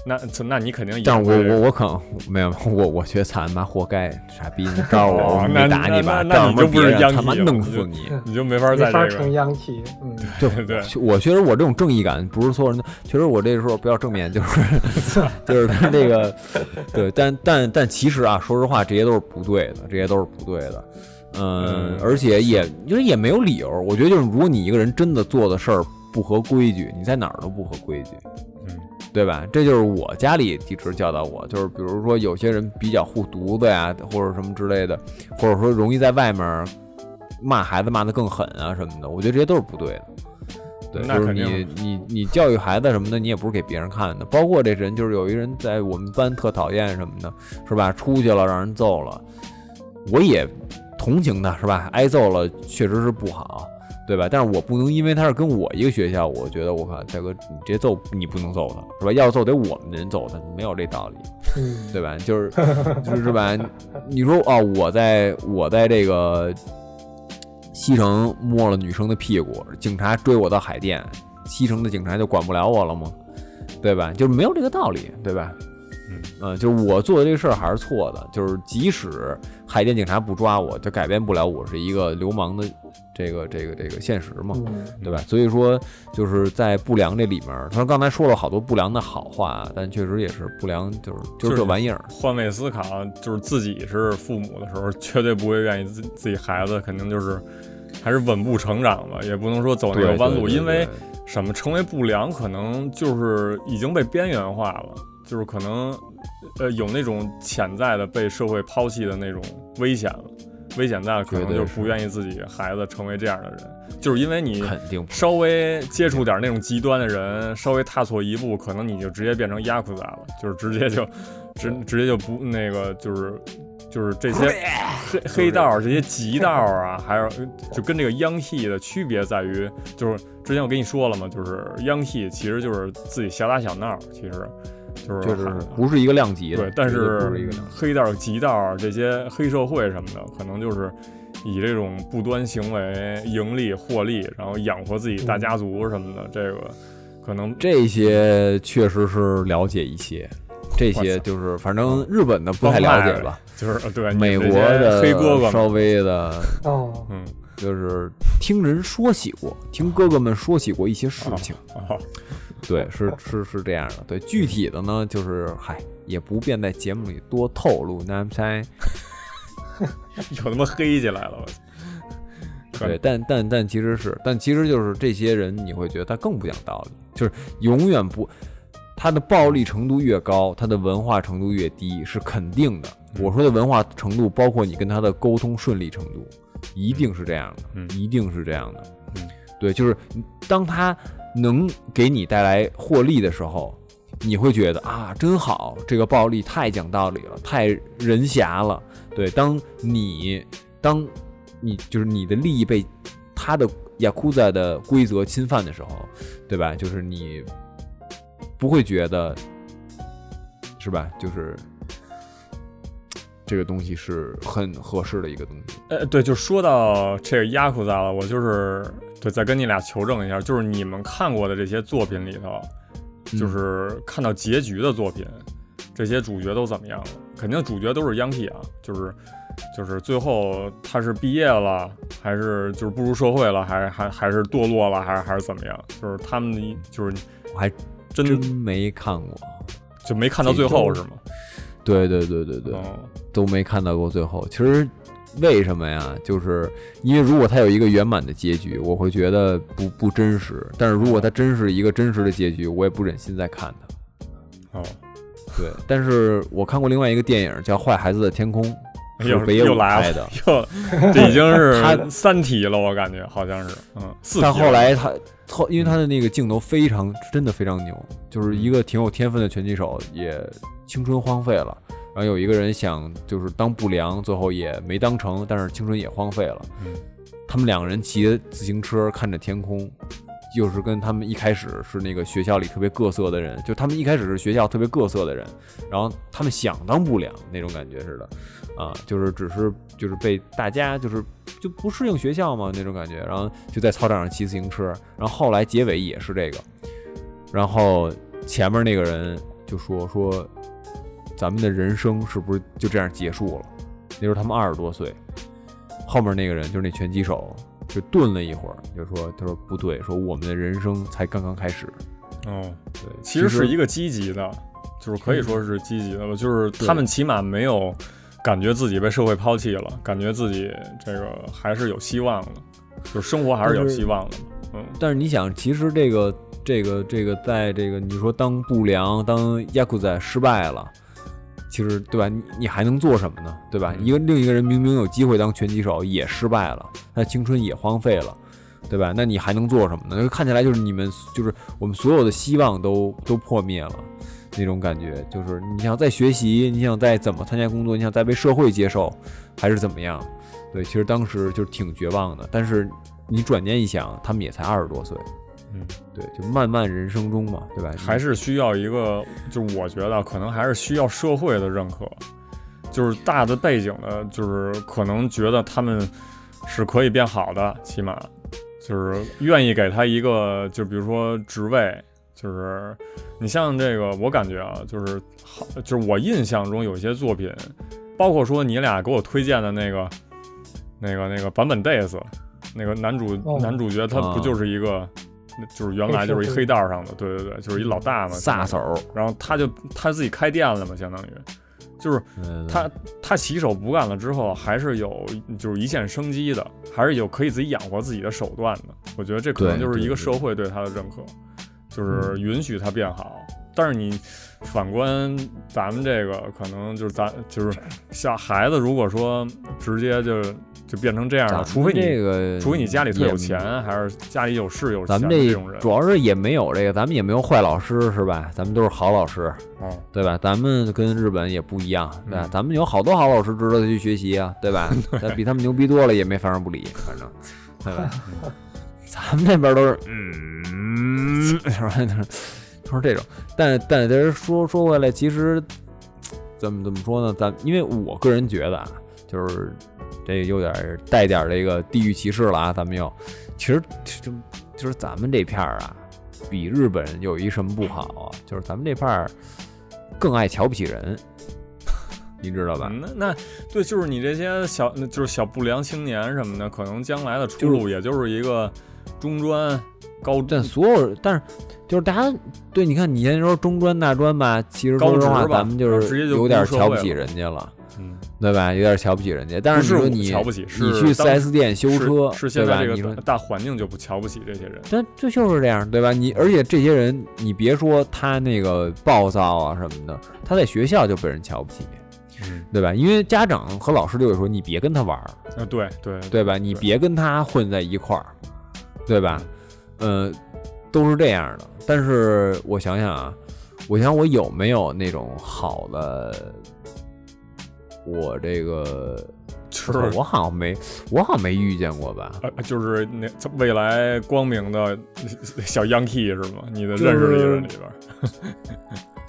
那那你肯定也
但是我
会
我我可能没有，我我觉得惨妈活该，傻逼，你告诉我，
哦
我
那
没打你
那那
吧，
那
告
你
诉我
就不是
别人
央
他妈
企了
弄
你
死
就
你。
你就没法
没
在
法
这
成
个
Yankee，嗯，
对对
就我觉得我这种正义感不是所有人的，其实我这时候比较正面，就是就是 他这个，对，但但但其实啊，说实话，这些都是不对的，这些都是不对的。嗯
嗯，
而且也就是也没有理由。我觉得就是，如果你一个人真的做的事儿不合规矩，你在哪儿都不合规矩，
嗯，
对吧？这就是我家里一直教导我，就是比如说有些人比较护犊子呀，或者什么之类的，或者说容易在外面骂孩子骂得更狠啊什么的，我觉得这些都是不对的。对，
那
就是
肯定
你你你教育孩子什么的，你也不是给别人看的。包括这人，就是有一人在我们班特讨厌什么的，是吧？出去了让人揍了，我也同情他，是吧？挨揍了确实是不好，对吧？但是我不能因为他是跟我一个学校，我觉得我靠大哥，你这揍你不能揍他，是吧？要揍得我们的人揍他，没有这道理。
嗯，
对吧？就是 就是吧？你说哦，我在我在这个西城摸了女生的屁股，警察追我到海淀，西城的警察就管不了我了吗？对吧？就是没有这个道理，对吧？
嗯
呃，就是我做的这个事儿还是错的，就是即使海淀警察不抓我，就改变不了我是一个流氓的这个这个这个现实嘛。
嗯
对吧？所以说，就是在不良这里面儿，他刚才说了好多不良的好话啊，但确实也是不良，就是就是
就是
这玩意儿，
换位思考，就是自己是父母的时候，绝对不会愿意自自己孩子肯定就是还是稳步成长吧，也不能说走那个
对
弯
对
路，
对
因为
对
什么成为不良，可能就是已经被边缘化了，就是可能呃有那种潜在的被社会抛弃的那种危险了，危险在了，可能
绝
就
对
不
是
愿意自己孩子成为这样的人，就是因为你
肯定不
稍微接触点那种极端的人，稍微踏错一步，可能你就直接变成压库仔了，就是直接就 直直接就不那个就是。就是这些黑黑道儿、这些极道儿啊，还有就跟这个央戏的区别在于，就是之前我跟你说了嘛，就是央戏其实就是自己小打小闹，其实就是
就是
还
不是一个量级的，
对，但
绝对不是一
是
个量级
黑道、极道这些黑社会什么的，可能就是以这种不端行为盈利获利，然后养活自己大家族什么的，这个可能
嗯这些确实是了解一些，这
哇塞
些就是反正日本的不太了解吧，
就是呃对你
美
这
国
些
的
黑哥哥们，
稍微的，
哦，
嗯，
就是听人说起过，听哥哥们说起过一些事情，
哦，
对，是是是这样的，对，具体的呢，就是嗨，也不便在节目里多透露，那猜。
有他妈黑起来了，我操
对，但但但其实是，但其实就是这些人，你会觉得他更不讲道理，就是永远不，他的暴力程度越高，他的文化程度越低，是肯定的。
嗯
我说的文化程度，包括你跟他的沟通顺利程度，一定是这样的，
嗯
一定是这样的。
嗯
对，就是当他能给你带来获利的时候，你会觉得啊，真好，这个暴力太讲道理了，太人侠了。对，当你当你就是你的利益被他的雅库扎的规则侵犯的时候，对吧？就是你不会觉得是吧？就是这个东西是很合适的一个东西。
呃，对，就说到这个压库扎了，我就是对，再跟你俩求证一下，就是你们看过的这些作品里头，
嗯
就是看到结局的作品，这些主角都怎么样了？肯定主角都是央 T 啊，就是就是最后他是毕业了，还是就是步入社会了，还还还是堕落了，还是还是怎么样？就是他们的一就是
我还
真
真没看过。
就没看到最后是吗？
对对对对对，
嗯
都没看到过最后。其实为什么呀？就是因为如果它有一个圆满的结局，我会觉得不不真实；但是如果它真是一个真实的结局，我也不忍心再看它。
哦，
对，但是我看过另外一个电影叫《坏孩子的天空》，是
又
北野
哎又
武
来
拍的
了。，又这已经是
他
三题了，我感觉好像是，嗯，四题
但
了。
后来他后，因为他的那个镜头非常真的非常牛，
嗯
就是一个挺有天分的拳击手，也青春荒废了。然后有一个人想就是当不良，最后也没当成，但是青春也荒废了。
嗯
他们两个人骑着自行车看着天空，就是跟他们一开始是那个学校里特别各色的人，就他们一开始是学校特别各色的人，然后他们想当不良那种感觉似的，啊，就是只是就是被大家就是就不适应学校嘛那种感觉，然后就在操场上骑自行车，然后后来结尾也是这个，然后前面那个人就说说，咱们的人生是不是就这样结束了？那时候他们二十多岁，后面那个人就是那拳击手，就顿了一会儿，就说他说不对，说我们的人生才刚刚开始。
哦，
对，
其实是一个积极的，就是可以说是积极的吧，就是他们起码没有感觉自己被社会抛弃了，感觉自己这个还是有希望的，就是生活还是有希望的。嗯，
但是你想，其实这个这个这个，在这个你说当不良、当亚库仔失败了，其实对吧？你你还能做什么呢？对吧？
嗯
一个另一个人明明有机会当拳击手，也失败了，那青春也荒废了。对吧？那你还能做什么呢？就看起来就是你们，就是我们所有的希望都都破灭了，那种感觉。就是你想再学习，你想再怎么参加工作，你想再被社会接受，还是怎么样？对，其实当时就是挺绝望的。但是你转念一想，他们也才二十多岁，
嗯，
对，就漫漫人生中嘛，对吧？你
还是需要一个，就是我觉得可能还是需要社会的认可，就是大的背景的，就是可能觉得他们是可以变好的，起码就是愿意给他一个，就比如说职位，就是你像这个，我感觉啊，就是好，就是我印象中有一些作品，包括说你俩给我推荐的那个、那个、那个版本 days，那个男主、
哦
男主角他
啊
不就是一个。就是原来就是一黑道上的，对对对，就是一老大嘛，
撒手，
然后他就他自己开店了嘛，相当于，就是
嗯，
他他洗手不干了之后，还是有就是一线生机的，还是有可以自己养活自己的手段的。我觉得这可能
对
就是一个
对对
社会对他的认可，就是允许他变好。但是你反观咱们这个，可能就是咱就是像孩子，如果说直接就就变成这样
咱
了，
们
除非
这
你
个，
除非你家里特有
也
钱，还是家里有势有钱
咱
的
们
这
这
种人，
主要是也没有这个，咱们也没有坏老师是吧？咱们都是好老师，
嗯
对吧？咱们跟日本也不一样，对吧？
嗯
咱们有好多好老师值得去学习啊，对吧？但比他们牛逼多了，也没法儿不理，反正，对吧？咱们那边都是，嗯，是吧？都是这种，但但是说说回来，其实怎么怎么说呢？咱因为我个人觉得啊，就是这有点儿带点儿这个地域歧视了啊，咱们又，其实就就是咱们这片儿啊，比日本有一什么不好啊？就是咱们这片儿更爱瞧不起人，你知道吧？
嗯，那那对，就是你这些小，那就是小不良青年什么的，可能将来的出路也就是一个中专、高
但所有，但是就是大家对，你看你先说中专大专吧，其实
高
说实
职
话，
吧
咱们
然
就
后直
是
接就
有点
入社
瞧不
会
起
了
人家了，
嗯，
对吧？有点瞧不起人家。但
不是
你说
我
你
瞧不起是
你去
当时
4S 店修车，
是是现
对吧？
在
你
这
说
个大大环境就不瞧不起这些人，
但这就是这样，对吧？你而且这些人，你别说他那个暴躁啊什么的，他在学校就被人瞧不起，
嗯，
对吧？因为家长和老师就会说你别跟他玩儿，
啊，对对
嗯对吧？你别跟他混在一块儿，对吧？呃，都是这样的。但是我想想啊，我想我有没有那种好的，我这个
就
我
是
我好像啊没，我好像没遇见过吧？
呃，就是那未来光明的 小 Yankee 是吗？你的
就
认识的
是
人里边儿，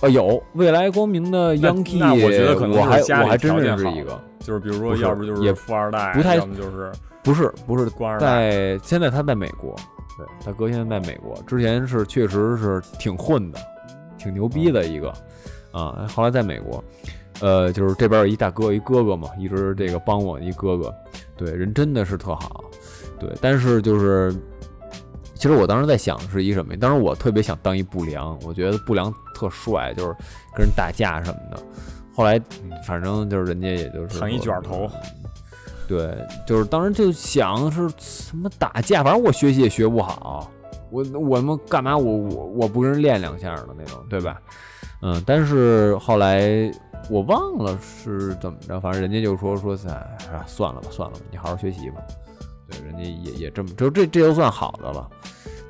啊，有未来光明的
那
Yankee，
那我觉得可能
我
是
还
家
我
里
还真
条件
认识
好
一个，
就是比如
不
说，
是
要不就
也
是富二代，
不太
要么就是
不是不是
官二代，
在现在他在美国，对他哥现在在美国，之前是确实是挺混的，挺牛逼的一个啊，后来在美国，呃，就是这边有一大哥一哥哥嘛，一直这个帮我一哥哥，对人真的是特好，对，但是就是。其实我当时在想是一什么，当时我特别想当一不良，我觉得不良特帅，就是跟人打架什么的。后来反正就是人家也就是
嗯盘一
说
卷头，
对，就是当时就想是什么打架，反正我学习也学不好，我我们干嘛我我我不跟人练两下儿的那种，对吧？嗯，但是后来我忘了是怎么着，反正人家就说说是哎算了吧，算了吧，你好好学习吧。对，人家也也这么，就这这就算好的了，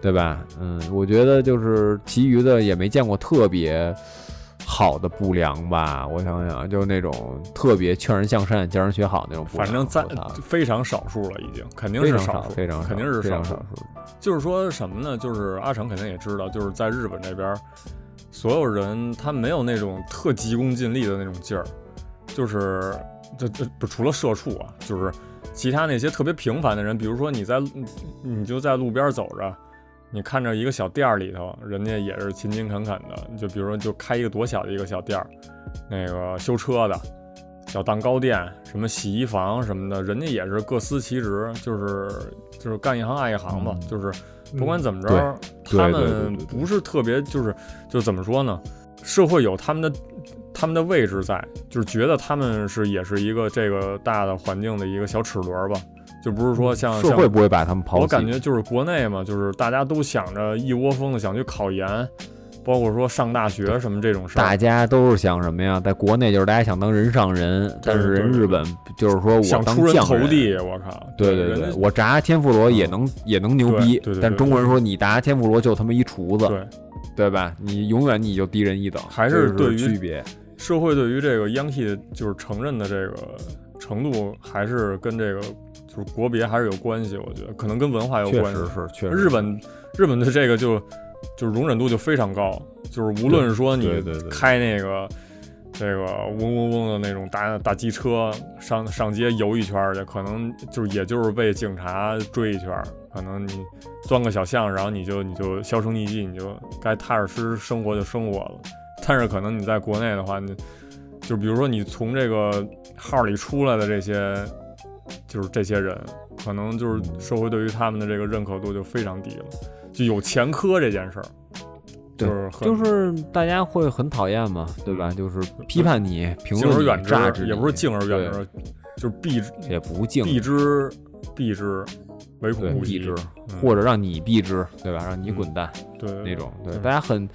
对吧？嗯，我觉得就是其余的也没见过特别好的不良吧。我想想，啊就是那种特别劝人向善、教人学好那种不良。
反正在
我操
非常少数了，已经肯定
非
是
常少，
数，
非常少，
肯定是
非常
数
少。数。
就是说什么呢？就是阿成肯定也知道，就是在日本这边儿，所有人他没有那种特急功近利的那种劲儿，就是这这不除了社畜啊，就是其他那些特别平凡的人，比如说你在路你就在路边儿走着。你看着一个小店儿里头，人家也是勤勤恳恳的，你就比如说就开一个多小的一个小店儿，那个修车的，小蛋糕店，什么洗衣房什么的，人家也是各司其职，就是就是干一行爱一行吧，
嗯
就是不管怎么着，
对
他
对对对
们
对对
不是特别就是就怎么说呢？社会有他们的他们的位置在，就是觉得他们是也是一个这个大的环境的一个小齿轮儿吧，就不是说像
嗯社
像
会不会把他们抛弃。
我感觉就是国内嘛，就是大家都想着一窝蜂的想去考研，包括说上大学什么这种事
大
儿，
家都是想什么呀？在国内就是大家想当人上人，但是人
对
日本就是说我
想
当
出人
匠
头
人
地，我靠！
对对嗯
人
对，
家
我炸天妇罗也能、也能牛逼，
对对对
但
对
中国人说你炸天妇罗就他妈一厨子，
对
对吧？你永远你就低人一等，
还
这
是
是
对于
区别。
社会对于这个 Yankee 就是承认的这个程度，还是跟这个就是国别还是有关系。我觉得可能跟文化有
确
关系
实。是，确实
日本日本对这个就就是容忍度就非常高，就是无论说你
对对对对
开那个这个嗡嗡嗡的那种大大机车上上街游一圈儿去，可能就是也就是被警察追一圈儿，可能你钻个小巷，然后你就你就销声匿迹，你就该踏踏实实生活就生活了。但是可能你在国内的话，你就比如说你从这个号里出来的这些，就是这些人，可能就是社会对于他们的这个认可度就非常低了，就有前科这件事儿，
对
是很
就是大家会很讨厌嘛，对吧？就是批判你、评
敬而
论
远
你、榨
之，
汁，
也不是敬而远之，就是避之
对，也不敬，
避之避之，唯
对，
恐不及
避之，
嗯
或者让你避之，对吧？让你
嗯
滚蛋。
对对
那种，对，
嗯
大家很，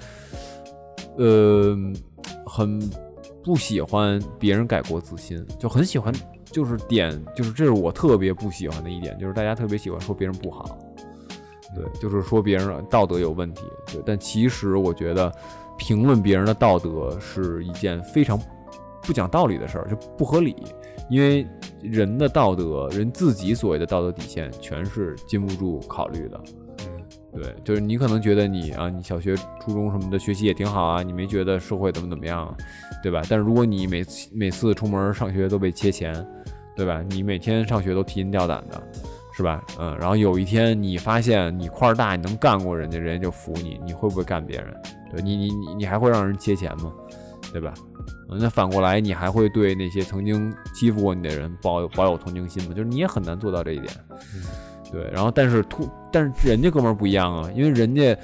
呃，很不喜欢别人改过自新，就很喜欢，就是点，就是这是我特别不喜欢的一点，就是大家特别喜欢说别人不好，对，就是说别人道德有问题，对，但其实我觉得评论别人的道德是一件非常不讲道理的事儿，就不合理，因为人的道德，人自己所谓的道德底线，全是禁不住考虑的。
嗯
对，就是你可能觉得你啊，你小学、初中什么的学习也挺好啊，你没觉得社会怎么怎么样啊，对吧？但是如果你每次每次出门上学都被切钱，对吧？你每天上学都提心吊胆的，是吧？嗯，然后有一天你发现你块儿大，你能干过人家，人家就服你，你会不会干别人？对你，你你你还会让人切钱吗？对吧？嗯那反过来，你还会对那些曾经欺负过你的人抱有抱有同情心吗？就是你也很难做到这一点。
嗯
对，然后但是突，但是人家哥们儿不一样啊，因为人家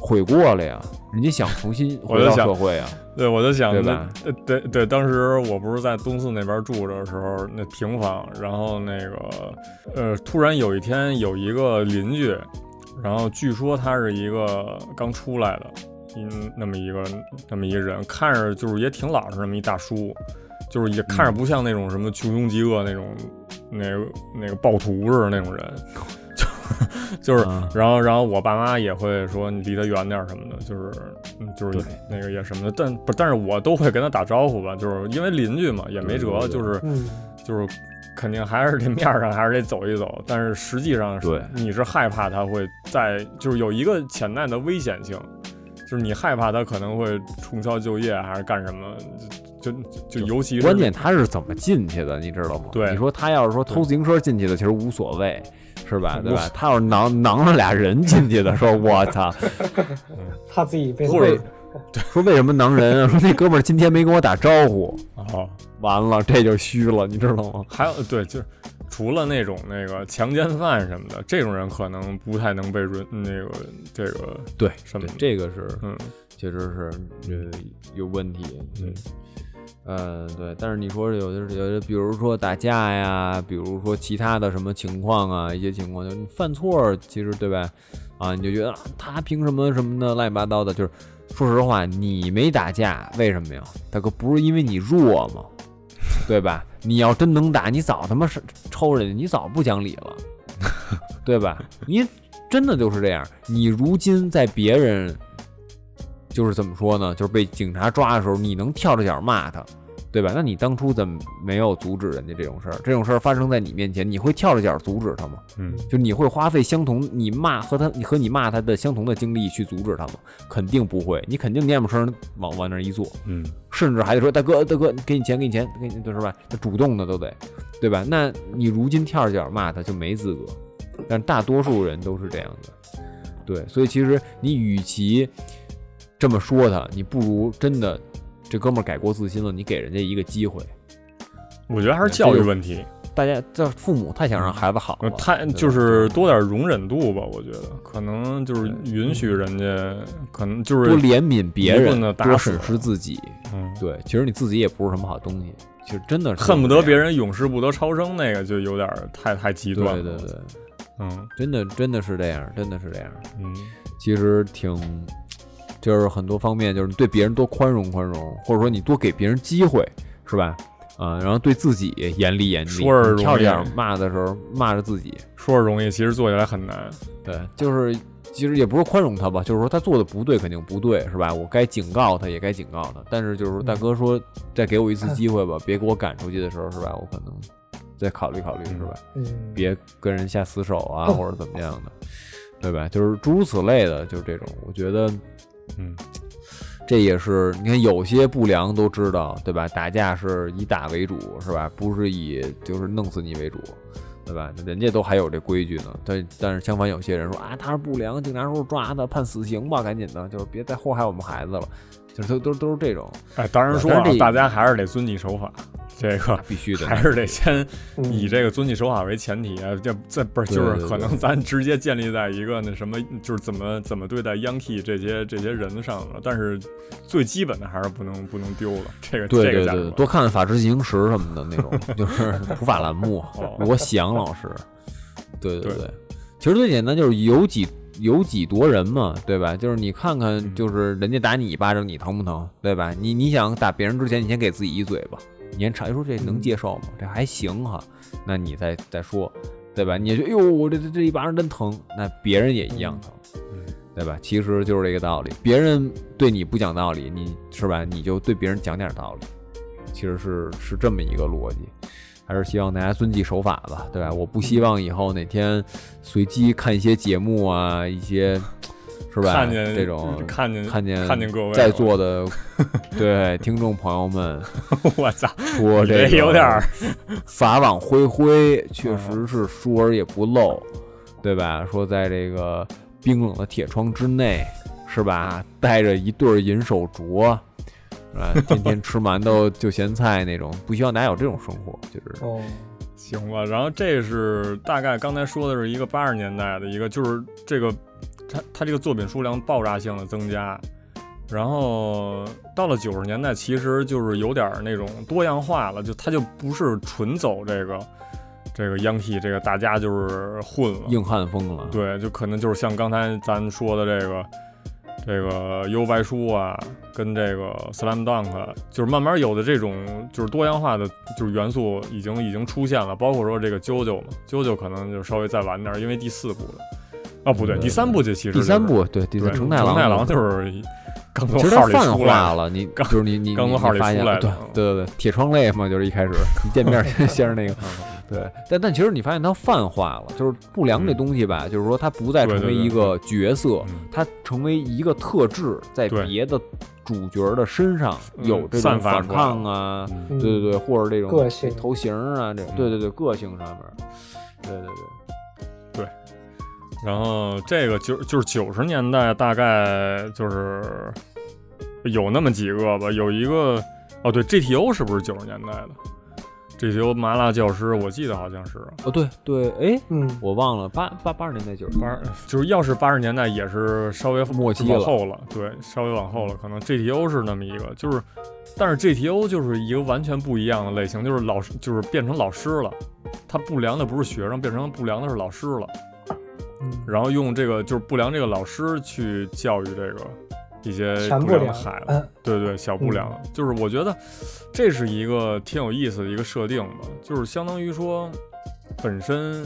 悔过了呀，人家想重新
我
回
就
到
想
社会啊。
对，我就想，
对吧
那？呃对对对，当时我不是在东四那边住着的时候，那平房，然后那个，呃，突然有一天有一个邻居，然后据说他是一个刚出来的，嗯，那么一个那么一个人，看着就是也挺老实，那么一大叔，就是也看着不像那种什么穷凶极恶那种，那个那个暴徒似的那种人，就就是
啊
然后，然后我爸妈也会说你离他远点儿什么的，就是，嗯就是
对
那个也什么的，但不，但是我都会跟他打招呼吧，就是因为邻居嘛，也没辙，
对对对
就是
嗯，
就是肯定还是这面儿上还是得走一走，但是实际上是
对
你是害怕他会在，就是有一个潜在的危险性，就是你害怕他可能会重操旧业还是干什么，就就就尤其是
关键他是怎么进去的，你知道吗？
对
你说他要是说偷自行车进去的，其实无所谓，是吧？对
无
吧
所？
他要是囊囊了俩人进去的，说我操，
怕自己 被
或者
为说为什么囊人啊？说那哥们儿今天没跟我打招呼，
哦，
完了这就虚了，你知道吗？
还有呃对，就是除了那种那个强奸犯什么的，这种人可能不太能被允那个这个
对，
什么
对这个是
嗯，
确实是呃有问题，
嗯
对，呃对，但是你说有的有的，比如说打架呀，比如说其他的什么情况啊，一些情况就是你犯错儿，其实对吧？啊，你就觉得啊他凭什么什么的乱七八糟的，就是说实话，你没打架，为什么呀？大哥，不是因为你弱吗？对吧？你要真能打，你早他妈是抽人家，你早不讲理了，对吧？你真的就是这样。你如今在别人就是怎么说呢？就是被警察抓的时候，你能跳着脚骂他，对吧？那你当初怎么没有阻止人家这种事儿？这种事儿发生在你面前，你会跳着脚阻止他吗？
嗯，
就你会花费相同你骂和他，你和你骂他的相同的精力去阻止他吗？肯定不会，你肯定念不声往往那儿一坐，
嗯，
甚至还得说大哥大哥，给你钱给你钱，给你对是吧？他主动的都得，对吧？那你如今跳着脚骂他就没资格，但大多数人都是这样的，对，所以其实你与其这么说他，你不如真的这哥们儿改过自新了，你给人家一个机会，
我觉得还是
对
教
这
育
就
问题，
大家这父母太想让孩子好
呃
了，
太
对吧
就是多点容忍度吧，我觉得可能就是允许人家，可能就
多
是
怜悯别
一
人
棍子，打
多
死
审视自己。
嗯，
对，其实你自己也不是什么好东西，其实真的是
恨不
这
得
样
别人永世不得超生，那个就有点儿太太极端
对
了。
对对，
嗯
真的真的是这样，真的是这样。
嗯，
其实挺，就是很多方面，就是你对别人多宽容宽容，或者说你多给别人机会，是吧？啊、然后对自己严厉严厉，
说着容易
跳点骂的时候骂着自己，
说是容易，其实做起来很难。
对，就是其实也不是宽容他吧，就是说他做的不对肯定不对，是吧？我该警告他也该警告他，但是就是说大哥说再给我一次机会吧，别给我赶出去的时候，是吧？我可能再考虑考虑，是吧？
嗯，
别跟人下死手啊，或者怎么样的，对吧？就是诸如此类的，就是这种，我觉得。
嗯，
这也是你看，有些不良都知道，对吧？打架是以打为主，是吧？不是以就是弄死你为主，对吧？人家都还有这规矩呢。但但是相反，有些人说啊，他是不良，警察叔叔抓他，判死刑吧，赶紧的，就是别再祸害我们孩子了。就是都都都是这种，
哎，当然说、
但
啊
是这，
大家还是得遵纪守法，这个
那必须的，
还是得先
嗯
以这个遵纪守法为前提啊，这这不是
对
就是
对对
可能咱直接建立在一个那什么，就是怎么怎么对待 Yankee 这些这些人上了，但是最基本的还是不能不能丢了，这个
对
这
对
个价值
对，
观
多看看法制进行时什么的 那种，就是普法栏目
哦，
罗翔老师，对对
对
对，其实最简单就是由己由己夺人嘛，对吧？就是你看
嗯
看，就是人家打你一巴掌，你疼不疼，对吧？你你想打别人之前，你先给自己一嘴巴，你先尝说这能
嗯
接受吗？这还行哈，那你再再说，对吧？你就哎呦，我这这这一巴掌真疼，那别人也一
嗯
样疼。对吧？其实就是这个道理。别人对你不讲道理，你是吧？你就对别人讲点道理，其实是是这么一个逻辑。还是希望大家遵纪守法吧，对吧？我不希望以后哪天随机看一些节目啊，一 些是吧？
看见
这种
看见
看见
看见各位
在座的对听众朋友们
了，我操，
说
你这
这个
有点儿嗯
法网恢恢，确实是疏而也不漏，对吧？说在这个冰冷的铁窗之内，是吧？带着一对儿银手镯，啊，天天吃馒头就咸菜那种，不希望大家有这种生活，就是
哦，
行吧，然后这是大概刚才说的是一个八十年代的一个，就是这个它它这个作品数量爆炸性的增加，然后到了九十年代，其实就是有点儿那种多样化了，就它就不是纯走这个这个 Yankee 这个大家就是混了，
硬汉风了。
对，就可能就是像刚才咱说的这个，这个优白书啊，跟这个 slam dunk，啊就是慢慢有的这种就是多样化的就是元素已经已经出现了，包括说这个 JoJo 嘛，JoJo 可能就稍微再晚点儿，因为第四部的，啊不对，
嗯
第三部就其实、
第三部对，第
对
三成
太
太郎，
郎就是刚从
其实
号
他
里
泛
出来
化
的，
了，你
刚
就是你你
刚
你
从号里
发现
出来的
对
嗯
对对对，铁窗泪嘛，就是 一开始一见面先先是那个，对，但但其实你发现它泛化了，就是不良这
嗯
东西吧，就是说它不再
对
成
对
为
对
一个角色
嗯，
它成为一个特质，在
对
别的主角的身上
嗯
有这
散
种
发
反
出来
抗啊，
嗯
嗯
对对对，或者这种
个性
头型啊，这种
嗯
对对对个性上面，对对对。
然后这个就就是九十年代大概就是有那么几个吧，有一个哦对，GTO 是不是九十年代的？GTO 麻辣教师，我记得好像是
哦对对，哎，
嗯，
我忘了八八八十年代九十
八，就是要是八十年代也是稍微
末期
往
了
后了，对，稍微往后了，可能 GTO 是那么一个，就是但是 GTO 就是一个完全不一样的类型，就是老师就是变成老师了，他不良的不是学生，变成不良的是老师了。
嗯
然后用这个就是不良这个老师去教育这个一些
全
呃不
部
良的
凉
孩，子，
嗯，
对对，小不良，就是我觉得这是一个挺有意思的一个设定吧，就是相当于说本身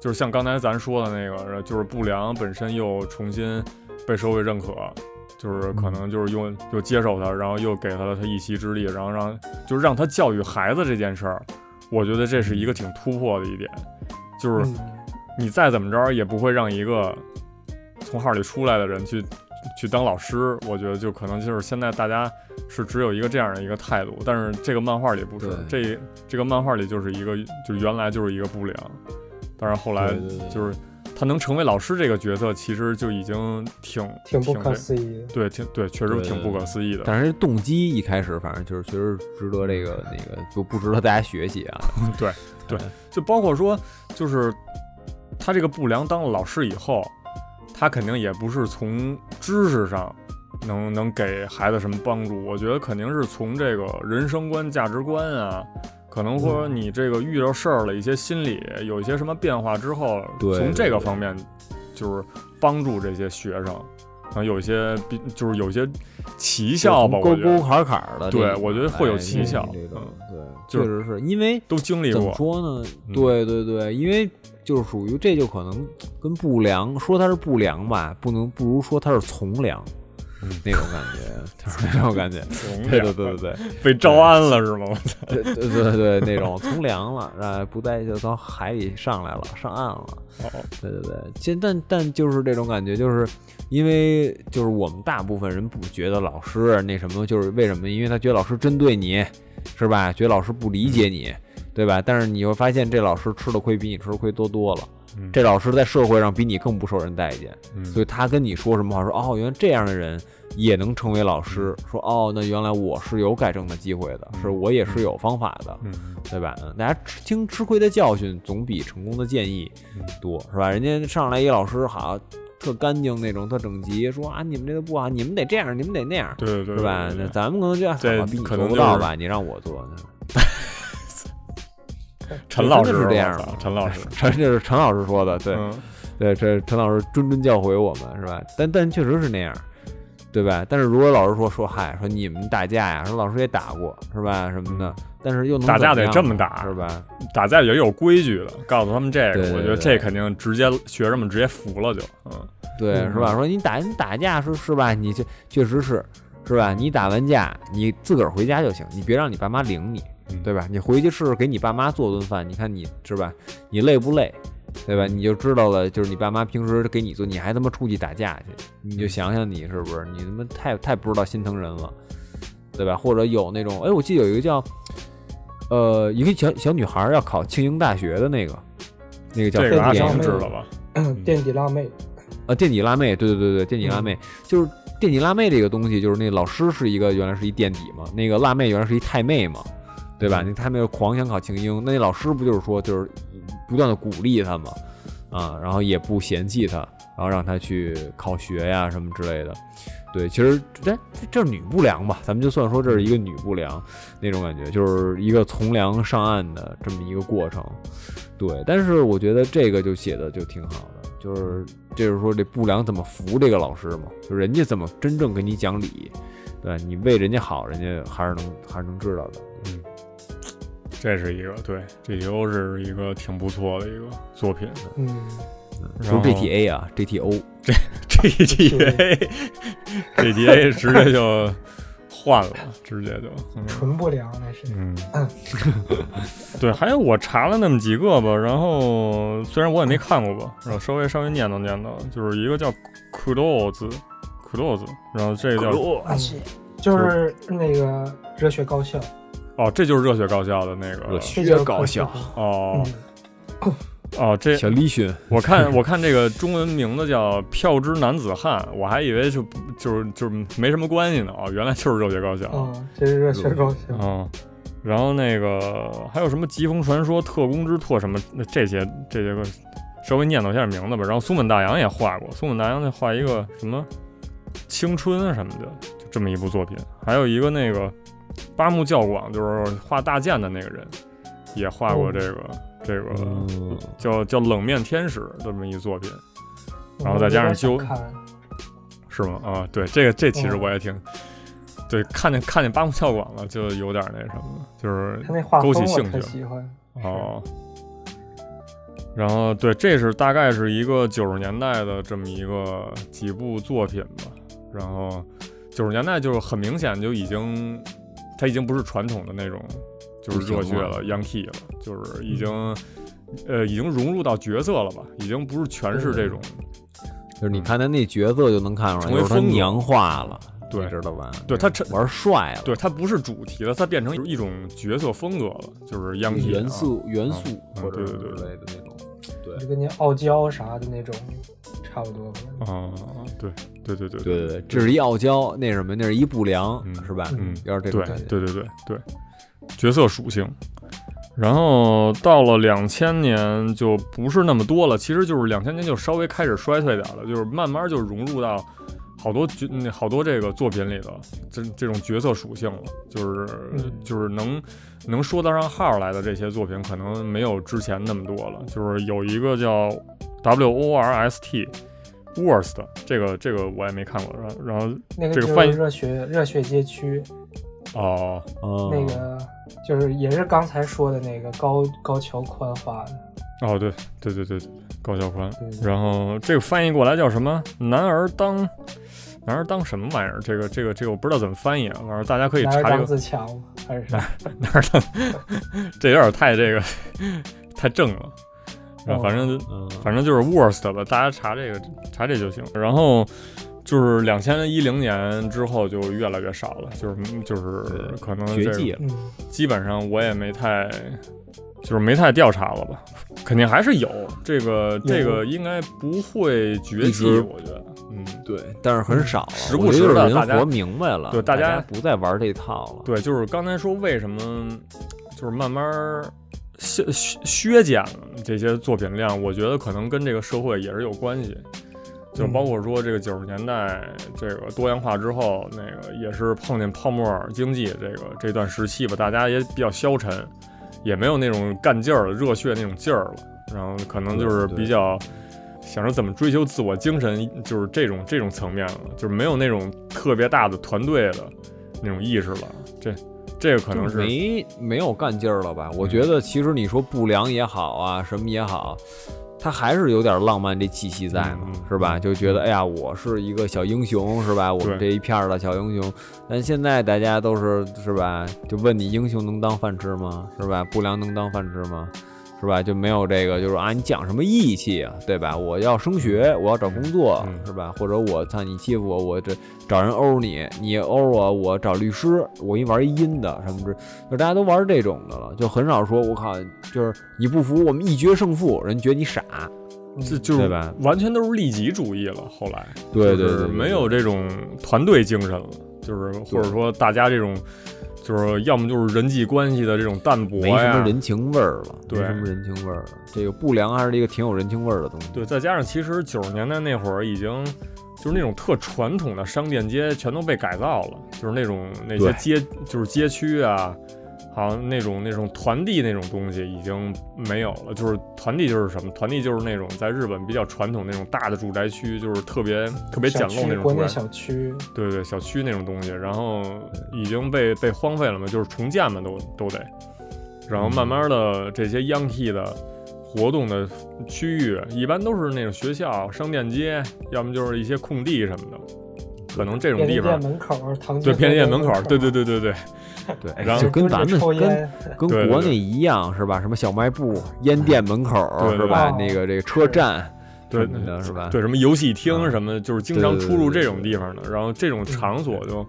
就是像刚才咱说的那个，然后就是不良本身又重新被社会认可。就是可能就是用又接受他，然后又给他了他一席之地，然后让就是让他教育孩子这件事儿，我觉得这是一个挺突破的一点，就是
嗯
你再怎么着也不会让一个从号里出来的人去去当老师，我觉得就可能就是现在大家是只有一个这样的一个态度，但是这个漫画里不是，这这个漫画里就是一个就原来就是一个不良，但是后来
对对对
就是他能成为老师这个角色，其实就已经挺
挺不可
这
思议的，
对，挺对，确实
对
挺不可思议的。
但是动机一开始，反正就是确实值得这个那个，就不值得大家学习啊。
对对就包括说，就是他这个不良当了老师以后，他肯定也不是从知识上能能给孩子什么帮助，我觉得肯定是从这个人生观、价值观啊，可能或者
嗯
你这个遇到事儿了，一些心理有一些什么变化之后，
对
从这
对
个
对
方面就是帮助这些学生，可能有一些比就是有一些奇效吧，
沟
我觉
沟
得
坎儿坎儿的这种，
对我觉得会有奇
哎
效
这种
就是
对，确实是因为
都经历
怎么
过，
说呢
嗯？
对对对，因为就是属于这就可能跟不良说它是不良吧，不能不如说它是从良
嗯
那种感觉，就是那种感 觉。对对对对对
被招安了是吗？
对对对对，那种从良了，啊，不带就从海里上来了，上岸了。
哦
对对对，现但但就是这种感觉，就是因为就是我们大部分人不觉得老师啊那什么，就是为什么？因为他觉得老师针对你，是吧？觉得老师不理解你，对吧？但是你会发现，这老师吃的亏比你吃的亏多多了。
嗯
这老师在社会上比你更不受人待见，
嗯
所以他跟你说什么话，说哦，原来这样的人也能成为老师，
嗯
说哦，那原来我是有改正的机会的，是我也是有方法的，
嗯，
对吧？嗯大家吃听吃亏的教训总比成功的建议
嗯
多，是吧？人家上来一老师好，特干净那种，特整齐，说啊你们这个不好，你们得这样，你们得那样，
对对对，
是吧？
对
那
对
咱们可能就要
这
好比你
可
做
能
不
就是
到吧，你让我做，
陈老师
真的是这样
我操
的
陈老师，
陈 这是陈老师说的，对、
嗯
对，这陈老师谆谆教诲我们，是吧？但但确实是那样。对吧？但是如果老师说说嗨，说你们打架呀，说老师也打过，是吧？什么的，但是又能
嗯打架
怎
得
样
这么
呢
打
是吧？
打架也有规矩的，告诉他们这个，
对对
我觉得这肯定直接学生们直接服了就，嗯
对，
嗯
是吧？说你打你打架是是吧？你这确实是是吧？你打完架，你自个儿回家就行，你别让你爸妈领你，
嗯
对吧？你回去试试给你爸妈做顿饭，你看你是吧？你累不累？对吧？你就知道了，就是你爸妈平时给你做，你还他妈出去打架去，
嗯
你就想想你是不是你他妈太太不知道心疼人了，对吧？或者有那种，哎，我记得有一个叫，呃，一个小小女孩要考庆应大学的那个，那个叫
这
什
个
么
阿
电
成
影
知道吧？嗯
垫底辣妹，
啊，垫底辣妹，对对对对，垫底辣妹、就是垫底辣妹这个东西，就是那老师是一个原来是一垫底嘛，那个辣妹原来是一太妹嘛，对吧？那太妹狂想考庆英，那老师不就是说就是不断的鼓励她嘛，啊，然后也不嫌弃她，然后让她去考学呀什么之类的。对，其实这这是女不良吧，咱们就算说这是一个女不良那种感觉，就是一个从良上岸的这么一个过程。对，但是我觉得这个就写的就挺好的，就是这就是说这不良怎么服这个老师嘛，就人家怎么真正给你讲理，对吧你为人家好，人家还是能还是能知道的。
这是一个对，这又是一个挺不错的一个作品。
嗯，
然后
说 GTA 啊，GTO，
GTA GTA 直接就换了，直接就嗯
纯不良那是。
嗯， 对，还有我查了那么几个吧，然后虽然我也没看过吧，然后稍微稍微念叨念叨，就是一个叫 Close Close，然后这个叫
啊，是，就是那个热血高校，
哦，这就是热血高校的那个
热血
这就是
高校
哦
嗯，
哦，这
小李迅，
我看我看这个中文名字叫《票之男子汉》，我还以为是就是就是没什么关系呢哦，原来就是热血高校。
嗯，这是热血高校，
嗯，然后那个还有什么《疾风传说》《特工之特》什么那这些这些个稍微念叨一下名字吧。然后松本大洋也画过，松本大洋在画一个什么青春啊什么的，就这么一部作品。还有一个那个八木教广，就是画大剑的那个人，也画过这个、这个。
嗯，
叫叫冷面天使这么一作品，
嗯我
然后再加上修
有点想看
是吗？啊，对，这个这其实
嗯
我也挺，对，看见看见八木孝广了，就有点那什么，就是
他那画风
勾起
我
兴趣
特喜欢，
哦。然后对，这是大概是一个九十年代的这么一个几部作品吧。然后九十年代就是很明显就已经，它已经不是传统的那种就是热血了、
不行
Young T 了，就是已经、呃已经融入到角色了吧，已经不是全是这种
就是你看他那角色就能看出来，
成为
就是他
风格
娘化了，
对
你知道吧？
对他这
玩帅了，
对，它不是主题了，它变成一种角色风格了，就是央体、啊、
元素元素
嗯
或者
对
之
对对
类的那种，
就
对
跟那傲娇啥的那种差不多吧。
啊、对对对对
对对对，这是一傲娇，那什么，那是一不良
嗯，
是吧？
嗯
要是这种
对
感觉，
对对对对，角色属性。然后到了两千年就不是那么多了，其实就是两千年就稍微开始衰退点儿了，就是慢慢就融入到好多角嗯好多这个作品里的这这种角色属性了，就是
嗯
就是能能说得上号来的这些作品，可能没有之前那么多了。就是有一个叫 W O R S T。Worst 这个这个我也没看过，然后然后
那个
这
就
个
是
翻译
热血热血街区，
哦、
哦
那个就是也是刚才说的那个高高桥宽画的，
哦，对对对对对，高晓宽
对。对
然后这个翻译过来叫什么？男儿当，男儿当什么玩意儿？这个这个这个我不知道怎么翻译啊。反正大家可以
男
查
儿
这
当
个
自强吗还是啥？
男儿当， 这有点太这个太正了。啊，
哦
反正
嗯
反正就是 worst 吧，大家查这个查这就行。然后就是两千一零年之后就越来越少了，就是就是
对
可能这
绝啊
个
技了，
嗯，
基本上我也没太，就是没太调查了吧，肯定还是有这个这个应该不会绝
一
迹，
直
我觉得，嗯，
对，但是很少了，
时
我
不
觉
时
得
的
就是
大
人
家
活明白了，
对大
大
家
不再玩这套了，
对，就是刚才说为什么就是慢慢儿削削削减这些作品量，我觉得可能跟这个社会也是有关系。就
嗯
包括说这个九十年代这个多元化之后，那个也是碰见泡沫经济这个这段时期吧，大家也比较消沉，也没有那种干劲儿了、热血那种劲儿了，然后可能就是
对对
比较想着怎么追求自我精神，就是这种这种层面了，就是没有那种特别大的团队的那种意识了。这这个可能
就是嗯
是
没没有干劲儿了吧？我觉得其实你说不良也好啊，什么也好，他还是有点浪漫这气息在呢，
嗯嗯
是吧？就觉得哎呀，我是一个小英雄，是吧？我们这
对
一片儿的小英雄。但现在大家都是是吧？就问你英雄能当饭吃吗？是吧？不良能当饭吃吗？是吧？就没有这个，就是啊，你讲什么义气啊，对吧？我要升学，我要找工作，
嗯
是吧？或者我操你欺负我，我这找人殴你，你殴我，我找律师，我一玩一阴的什么之，就大家都玩这种的了，就很少说我靠，就是你不服，我们一决胜负，人觉得你傻，
这就是
对吧
完全都是利己主义了。后来
对对
就是
对对
没有这种团队精神了，就是或者说大家这种就是要么就是人际关系的这种淡薄
没什么
呀。
人情味儿了，没
对
什么人情味儿了。这个不良还是一个挺有人情味儿的东西，
对，再加上其实九十年代那会儿已经。就是那种特传统的商店街全都被改造了，就是那种那些
对
街就是街区啊，好像那种那种团地那种东西已经没有了。就是团地就是什么？团地就是那种在日本比较传统那种大的住宅区，就是特别特别简
小
陋
区
那种
国
住
内
宅
小区，
对对，小区那种东西，然后已经被被荒废了嘛，就是重建嘛，都都得。然后慢慢的，这些 Yankee 的活动的区域，一般都是那种学校、商店街，要么就是一些空地什么的。可能这种
便利
地
店
方，
门口，唐
对便利店门
门
口，对对对对对，
对，哎
然后
就跟咱们
抽
跟
烟，
跟
对对
国
对
内一样是吧？什么小卖部、烟店门口
对对
是吧？
对
那个这个车站
对
什么的是吧？
对什么游戏厅
嗯
什么的，就是经
啊对
常
对
出入
对
这
对嗯
种地方的。然后这种场所就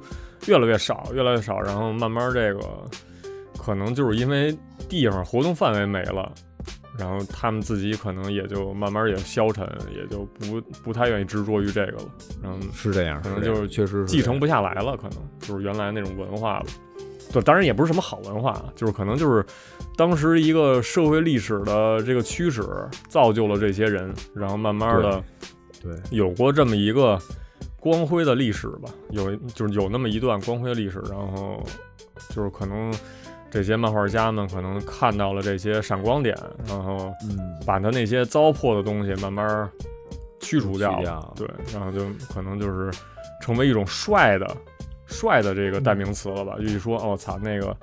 越来越少，越来越少。然后慢慢这个可能就是因为地方活动范围没了，然后他们自己可能也就慢慢也消沉，也就不不太愿意执着于这个了。然后
是这样，
可能
是这样
就是
确实是
继承
这
不下来了，可能就是原来那种文化了。对，当然也不是什么好文化啊，就是可能就是当时一个社会历史的这个驱使，造就了这些人，然后慢慢的。
样对。
有过这么一个光辉的历史吧，有就是有那么一段光辉的历史，然后就是可能这些漫画家们可能看到了这些闪光点，然后
嗯，
把他那些糟粕的东西慢慢驱除掉了，
去掉
对，然后就可能就是成为一种帅的帅的这个代名词了吧，就一说哦操那个。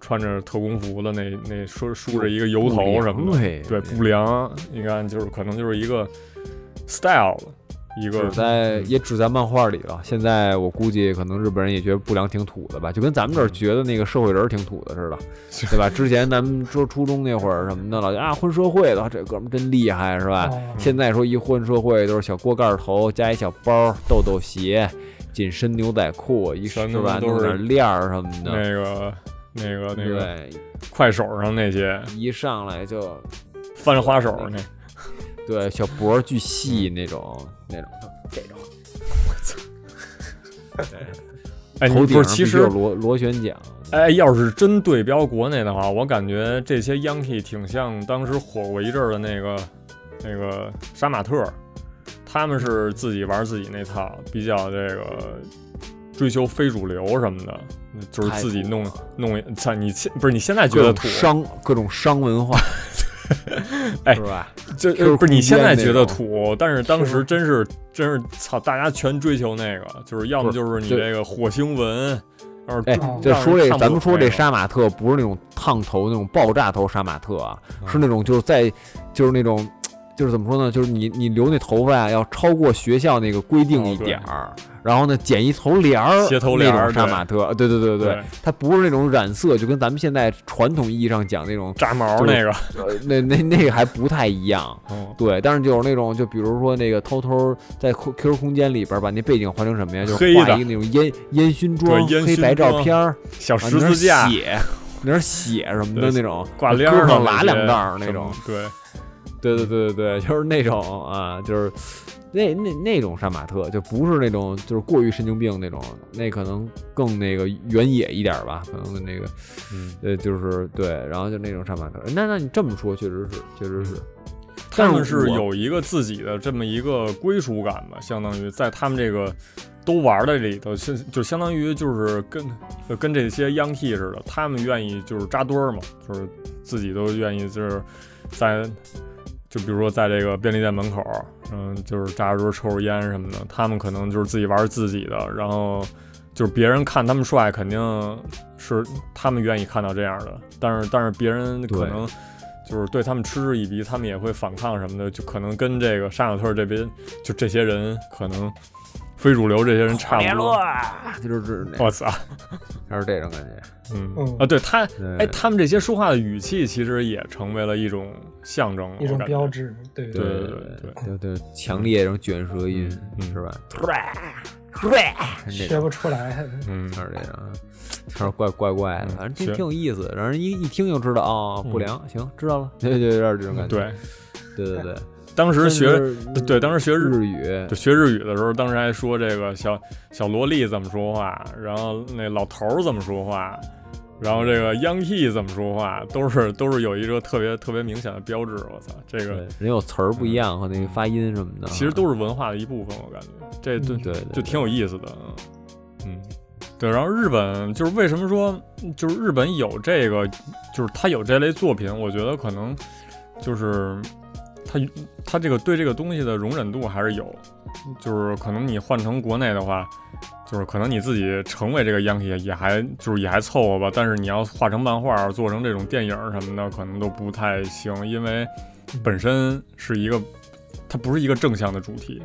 穿着特工服的那那梳梳着一个油头什么的，
的
对不良，你看就是可能就是一个 style 了，一个
只在
嗯
也只在漫画里了。现在我估计可能日本人也觉得不良挺土的吧，就跟咱们
嗯
这儿觉得那个社会人儿挺土的 似的，对吧？之前咱们说初中那会儿什么的，老觉得啊混社会的，这哥们儿真厉害是吧？
哦
现在说一混社会都是小锅盖儿头加一小包豆豆鞋。紧身牛仔裤，一是
全他妈
吧，
都
弄
是
点链儿什么的，
那个那个那个
对，
快手上那些
一上来就
翻花手那，
对小脖儿巨细那种，那种嗯这种，
哎，你
头顶
不
上
是其哎
必须有
实
螺螺旋桨，
哎，要是真对标国内的话，我感觉这些 Yankee 挺像当时火过一阵儿的那个那个杀马特，他们是自己玩自己那套，比较这个追求非主流什么的，就是自己弄弄。操，你现不是你现在觉
各
得
种
土，
商各种商文 化，
哎
是吧？
这
就是
不是你
空间
现在
那
觉得
种
土，但是当
是
时真是真是操，大家全追求那个，就是要么
不是
就是你
这
这个火星文，要是
哎
让，
这
人
说这
看，不
咱
懂
们说这
个
杀马特不是那种烫头那种爆炸头杀马特啊，是那种就是在就是那种就是怎么说呢，就是你你留那头发啊要超过学校那个规定
哦
一
对
点儿，然后呢剪一头帘儿，
斜头帘
那
儿
种杀
对
马特，对对对
对，
它不是那种染色，就跟咱们现在传统意义上讲那种
炸毛
就是
那个，
呃那那那个还不太一样。
嗯，
对，但是就是那种，就比如说那个偷偷在 Q Q 空间里边儿把那背景换成什么呀？就是
黑
画
的
一个那种烟烟熏妆、
烟
黑
熏
白照
妆
片儿，
小
啊
十字架
那是，血，那是血什么的
对
那种，
挂
胳
帘儿
上
的
拉
那
两
些
道儿那
什么
种。
对，
对对对对对，就是那种啊，就是那那那种杀马特，就不是那种就是过于神经病那种，那可能更那个原野一点儿吧，可能那个
嗯，
呃就是对，然后就那种杀马特。那那你这么说，确实是，确实是。
嗯
但
他们是
我
有一个自己的这么一个归属感吧，相当于在他们这个都玩的里头，相就相当于就是跟呃跟这些 Yankee 似的，他们愿意就是扎堆儿嘛，就是自己都愿意就是在就比如说在这个便利店门口，嗯，就是扎着堆儿抽着烟什么的，他们可能就是自己玩自己的，然后就是别人看他们帅，肯定是他们愿意看到这样的，但是但是别人可
对
能就是对他们嗤之以鼻，他们也会反抗什么的，就可能跟这个沙马特这边就这些人可能非主流这些人差不多。
就是那
我操，
还是这种感觉。
嗯
嗯
啊，对他，哎，
对
他们这些说话的语气其实也成为了一种象征，
一种
我感觉
标。志，对
对
对
对
对对，强烈这种卷舌音
嗯嗯
是吧？是这
学
种
不 出来。
嗯，
就是这种，就是怪怪怪的，
嗯
反正挺
是
挺有意思，让人一一听就知道啊，不
嗯
良，行，知道了，对对，有点这种感觉。
对，
对对对
当时
但
学
是
对对，当时学日
日语
就学日语的时候，当时还说这个小小萝莉怎么说话，然后那老头儿怎么说话，然后这个 Yankee 怎么说话，都是都是有一个特别特别明显的标志。我操，这
对
个
人有词儿不一样和那个发音什么的，啊
其实都是文化的一部分，我感觉这对
对对
就
对
挺有意思的，嗯，嗯，对。然后日本就是为什么说，就是日本有这个，就是他有这类作品，我觉得可能就是他他这个对这个东西的容忍度还是有，就是可能你换成国内的话，就是可能你自己成为这个 Yankee 也还就是也还凑合吧，但是你要画成漫画，做成这种电影什么的，可能都不太行，因为本身是一个它不是一个正向的主题，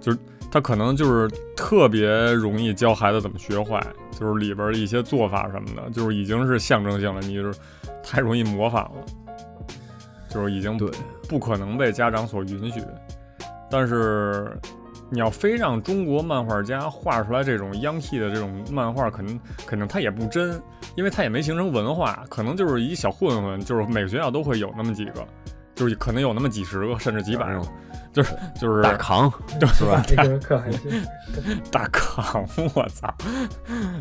就是它可能就是特别容易教孩子怎么学坏，就是里边儿一些做法什么的，就是已经是象征性了，你就是太容易模仿了，就是已经
对
不可能被家长所允许。但是你要非让中国漫画家画出来这种央气的这种漫画，肯定肯定它也不真，因为它也没形成文化，可能就是一小混混，就是每个学校都会有那么几个，就是可能有那么几十个甚至几百个
那种，
就是就是
哎大扛是吧？
这个可 还是
大扛， 我操！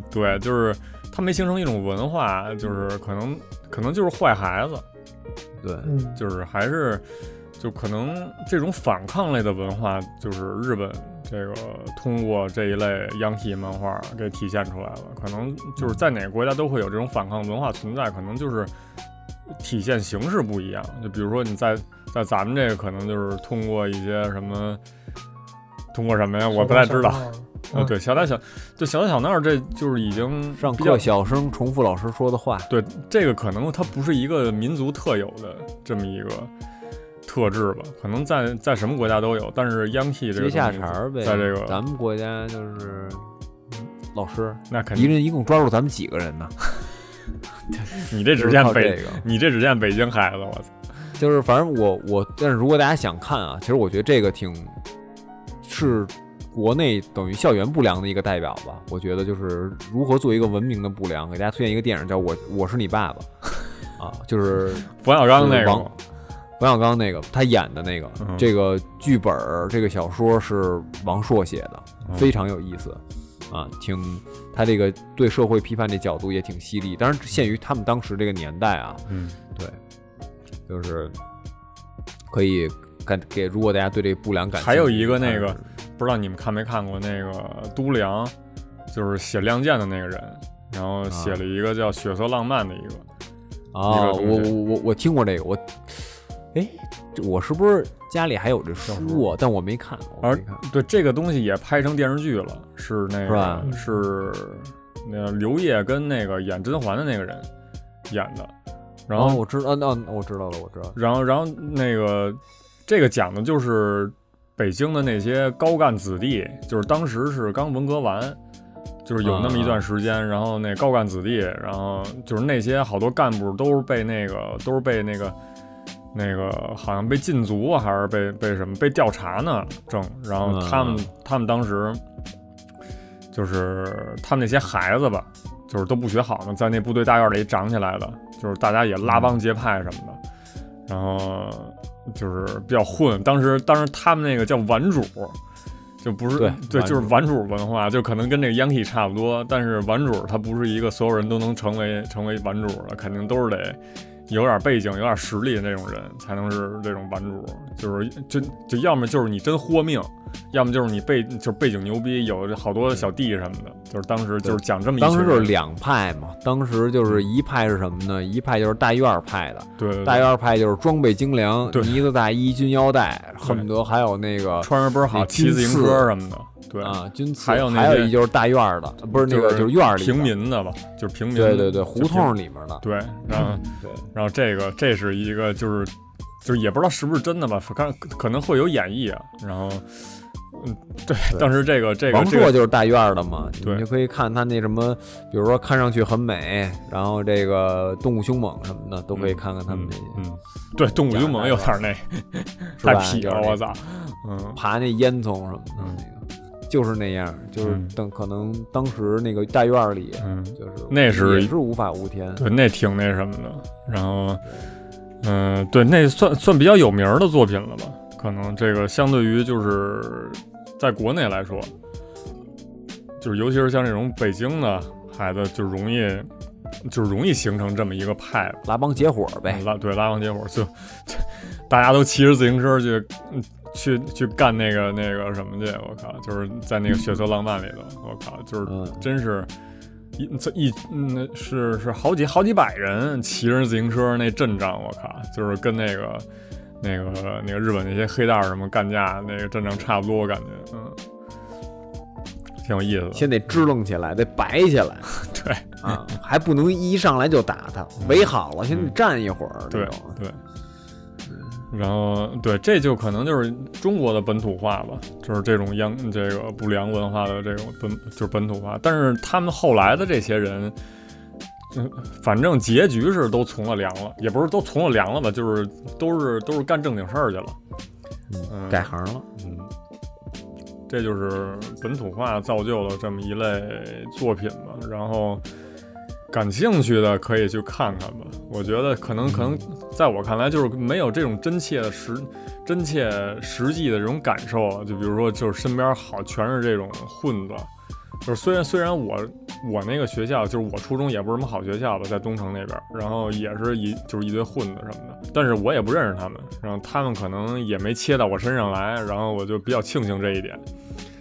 对，就是他没形成一种文化，就是可能可能就是坏孩子，
对，
嗯，
就是还是就可能这种反抗类的文化，就是日本这个通过这一类央体漫画给体现出来了。可能就是在哪个国家都会有这种反抗文化存在，可能就是体现形式不一样。就比如说你在在咱们这个，可能就是通过一些什么。通过什么呀？我不太知道。
嗯
呃，对，小打小，就小打小闹，这就是已经
上
比较
课小声重复老师说的话，
对，这个可能它不是一个民族特有的这么一个特质吧，可能在在什么国家都有，但是央企这
接
个
下
东
茬
西
儿呗。
在这个
咱
嗯
们国家就是老师
那肯
一
定，
人一共抓住咱们几个人呢？
你这只
就
见
靠
北，
这个。
你这只见北京孩子，我操，
就是反正我我，但是如果大家想看啊，其实我觉得这个挺是国内等于校园不良的一个代表吧。我觉得就是如何做一个文明的不良，给大家推荐一个电影叫《我我是你爸爸》啊，就是
冯小刚那
是
个
王
吗，
冯小刚那个他演的那个、
嗯
这个剧本儿，这个小说是王朔写的，
嗯
非常有意思。啊，挺他这个对社会批判这角度也挺犀利，当然限于他们当时这个年代啊，
嗯，
对，就是可以给给，如果大家对这不良感兴趣，
还有一个那
看
个不知道你们看没看过那个都良，就是写《亮剑》的那个人，然后写了一个叫《血色浪漫》的一个，
啊，
个
我
东
我
西
我我听过这个，我，哎，这我是不是家里还有这书啊？但我没看，我
而
没看。
对这个东西也拍成电视剧了，是那
是吧
个是那个刘烨跟那个演甄嬛的那个人演的，然
哦
后
我知道，那、我知道了，我知道了。
然后，然后那个这个讲的就是北京的那些高干子弟，就是当时是刚文革完，就是有那么一段时间，然后那高干子弟，然后就是那些好多干部都是被那个都是被那个那个好像被禁足啊，还是被被什么被调查呢？正，然后他们、
嗯
他们当时就是他们那些孩子吧，就是都不学好嘛，在那部队大院里长起来的，就是大家也拉帮结派什么的，然后就是比较混。当时当时他们那个叫玩主，就不是
对
对，
玩
就是
主
玩主文化，就可能跟这个 Yankee 差不多，但是玩主他不是一个所有人都能成为成为玩主的，肯定都是得。有点背景、有点实力的那种人才能是这种玩主，就是就就要么就是你真豁命，要么就是你背就是背景牛逼，有好多小弟什么的，就是当时就是讲这么一
当时
群
就是
人
两派嘛，当时就是一派是什么呢？一派就是大院儿派的，
嗯对对
大
对
院儿派就是装备精良，
对
呢子大衣、军腰带，恨不得还有那个
穿着倍儿好，
那
骑
金
自行
刺
车什么的，对，
啊军刺，
还有那
还有
些
一就是大院儿的，不是那个就是院儿里的
平，民的吧，就是平民，
对对对，胡
就平
同里面的，
对，然后
对
然后这个这是一个就是就是也不知道是不是真的吧，反正可能会有演绎啊，然后嗯，对，
对
当时这个这个
王
这
朔
个
就是大院儿的嘛，
对
你就可以看他那什么，比如说看上去很美，然后这个动物凶猛什么的，都可以看看他们那些，
嗯，嗯对，动物
假
凶猛
的
有点儿那
是
太
吧？
痞
就是
了，
那
我操，嗯。
爬那烟囱什么的，
嗯
那个就是那样，就是
嗯
等可能当时那个大院儿里，
嗯，
就是
那是
也是无法无天，
对，那挺那什么的。然后，嗯、对，那算算比较有名儿的作品了吧？可能这个相对于就是在国内来说，就是尤其是像这种北京的孩子，就容易就容易形成这么一个派吧
拉帮结伙儿呗，
啊拉对拉帮结伙，就大家都骑着自行车去。嗯去去干那个那个什么去，我靠，就是在那个《血色浪漫》里头，我靠，就是
嗯，
真是一这一嗯是是好几好几百人骑着自行车那阵仗，我靠，就是跟那个那个那个日本那些黑道儿什么干架那个阵仗差不多，我感觉嗯，挺有意思的。
先得支棱起来，得摆 起来
对
啊，还不能一上来就打他，围好了先得站一会儿，
嗯对
那种啊
对。然后对，这就可能就是中国的本土化吧，就是这种央这个不良文化的这种本就是本土化。但是他们后来的这些人，嗯，反正结局是都从了良了，也不是都从了良了吧，就是都是都是干正经事儿去了。嗯，
改行了。
嗯，这就是本土化造就了这么一类作品吧。然后感兴趣的可以去看看吧。我觉得可能可能在我看来，就是没有这种真切的实真切实际的这种感受啊。就比如说，就是身边好全是这种混子。就是虽然虽然我我那个学校就是我初中也不是什么好学校吧，在东城那边儿，然后也是一就是一堆混子什么的，但是我也不认识他们，然后他们可能也没切到我身上来，然后我就比较庆幸这一点。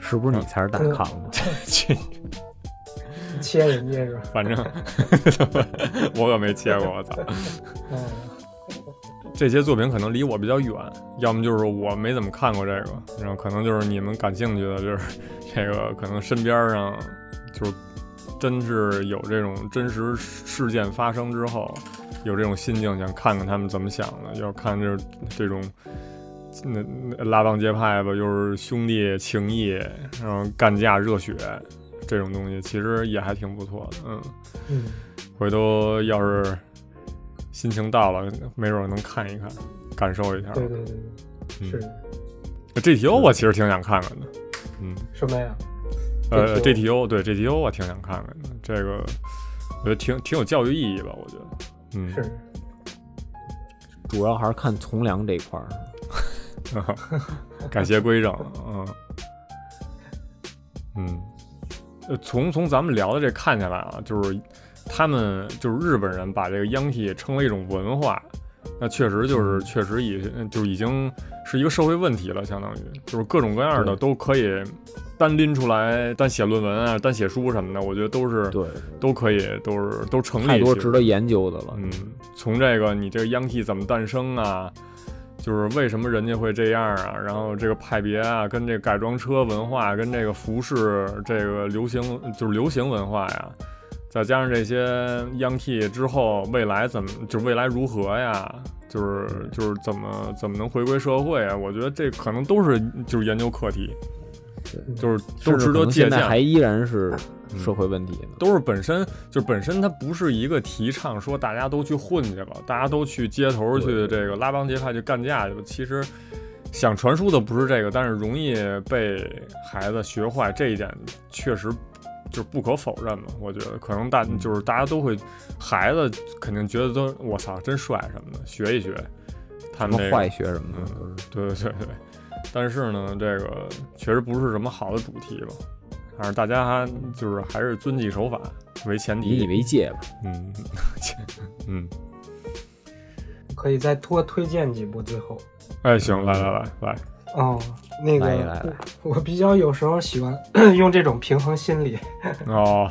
是不是你才是大
嗯
扛子？
切
切人家是吧？
反正我可没切过，我操！
嗯，
这些作品可能离我比较远，要么就是我没怎么看过这个，然后可能就是你们感兴趣的，就是 这个可能身边上就是真是有这种真实事件发生之后，有这种心境，想看看他们怎么想的，要看这这种那那拉帮结派吧，又是兄弟情谊，然后干架热血这种东西，其实也还挺不错的，嗯。
嗯，
回头要是心情到了，没准儿能看一看，感受一下。
对对对
嗯
对，是
GTO 我其实挺想看看的，嗯，
什么呀？
呃
GTO
，GTO 对 GTO 我挺想看看的，这个我觉得挺挺有教育意义吧，我觉得，嗯，
是，
主要还是看从良这一块儿。
感谢规整，嗯，嗯，呃，从从咱们聊的这看下来啊，就是他们就是日本人把这个 Yankee 称为一种文化，那确实
嗯
就是确实已就已经是一个社会问题了，相当于就是各种各样的
对
都可以单拎出来，单写论文啊，单写书什么的，我觉得都是
对，
都可以，都是都成立。
太多
其实
值得研究的了。
嗯，从这个你这个 Yankee 怎么诞生啊，就是为什么人家会这样啊，然后这个派别啊，跟这个改装车文化，跟这个服饰这个流行就是流行文化呀，再加上这些 Yankee 之后未来怎么就是未来如何呀，就是就是怎么怎么能回归社会啊，我觉得这可能都是就是研究课题。就是都
甚
值
至可
得
能
借
现在
鉴，嗯
还依然是社会问题呢。
都是本身就本身它不是一个提倡说大家都去混去吧，大家都去街头去
对
这个拉帮结派去干架去吧。其实想传输的不是这个，但是容易被孩子学坏，这一点确实就是不可否认嘛。我觉得可能大
嗯
就是大家都会，孩子肯定觉得都我操真帅什么的，学一学他们
什么
这个
坏学什
嗯
么的，都是
对对对对，但是呢，这个确实不是什么好的主题吧，还是大家还就是还是遵纪守法为前
以你
提。
为戒吧。
嗯嗯，
可以再多推荐几部最后。
哎，行，来来来来，
哦，那个
来来来
我我比较有时候喜欢 用这种平衡心理，
哦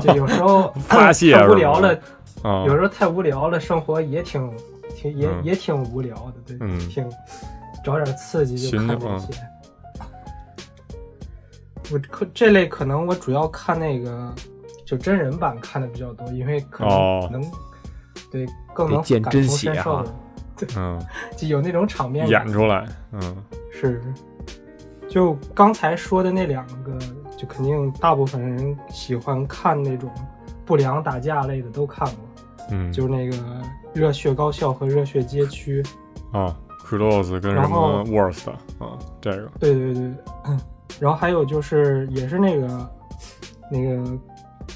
就有时候
发泄
太无
是
聊
吗
了，
哦
有，时候太无聊了，生活也挺挺也、
嗯
也挺无聊的，对，
嗯啊
挺找点刺激就
寻
看
求
这些。我可这类可能我主要看那个就真人版看的比较多，因为可
哦
能能、对更
得
能
见
感
真
同
血
身受
哈
的，
嗯，
就有那种场面感
演出来，嗯
是，就刚才说的那两个，就肯定大部分人喜欢看那种不良打架类的都看过，
嗯，
就是那个《热血高校》和《热血街区》。
啊，close 跟什
然
么
后
worst 啊，这个
对对对，然后还有就是也是那个那个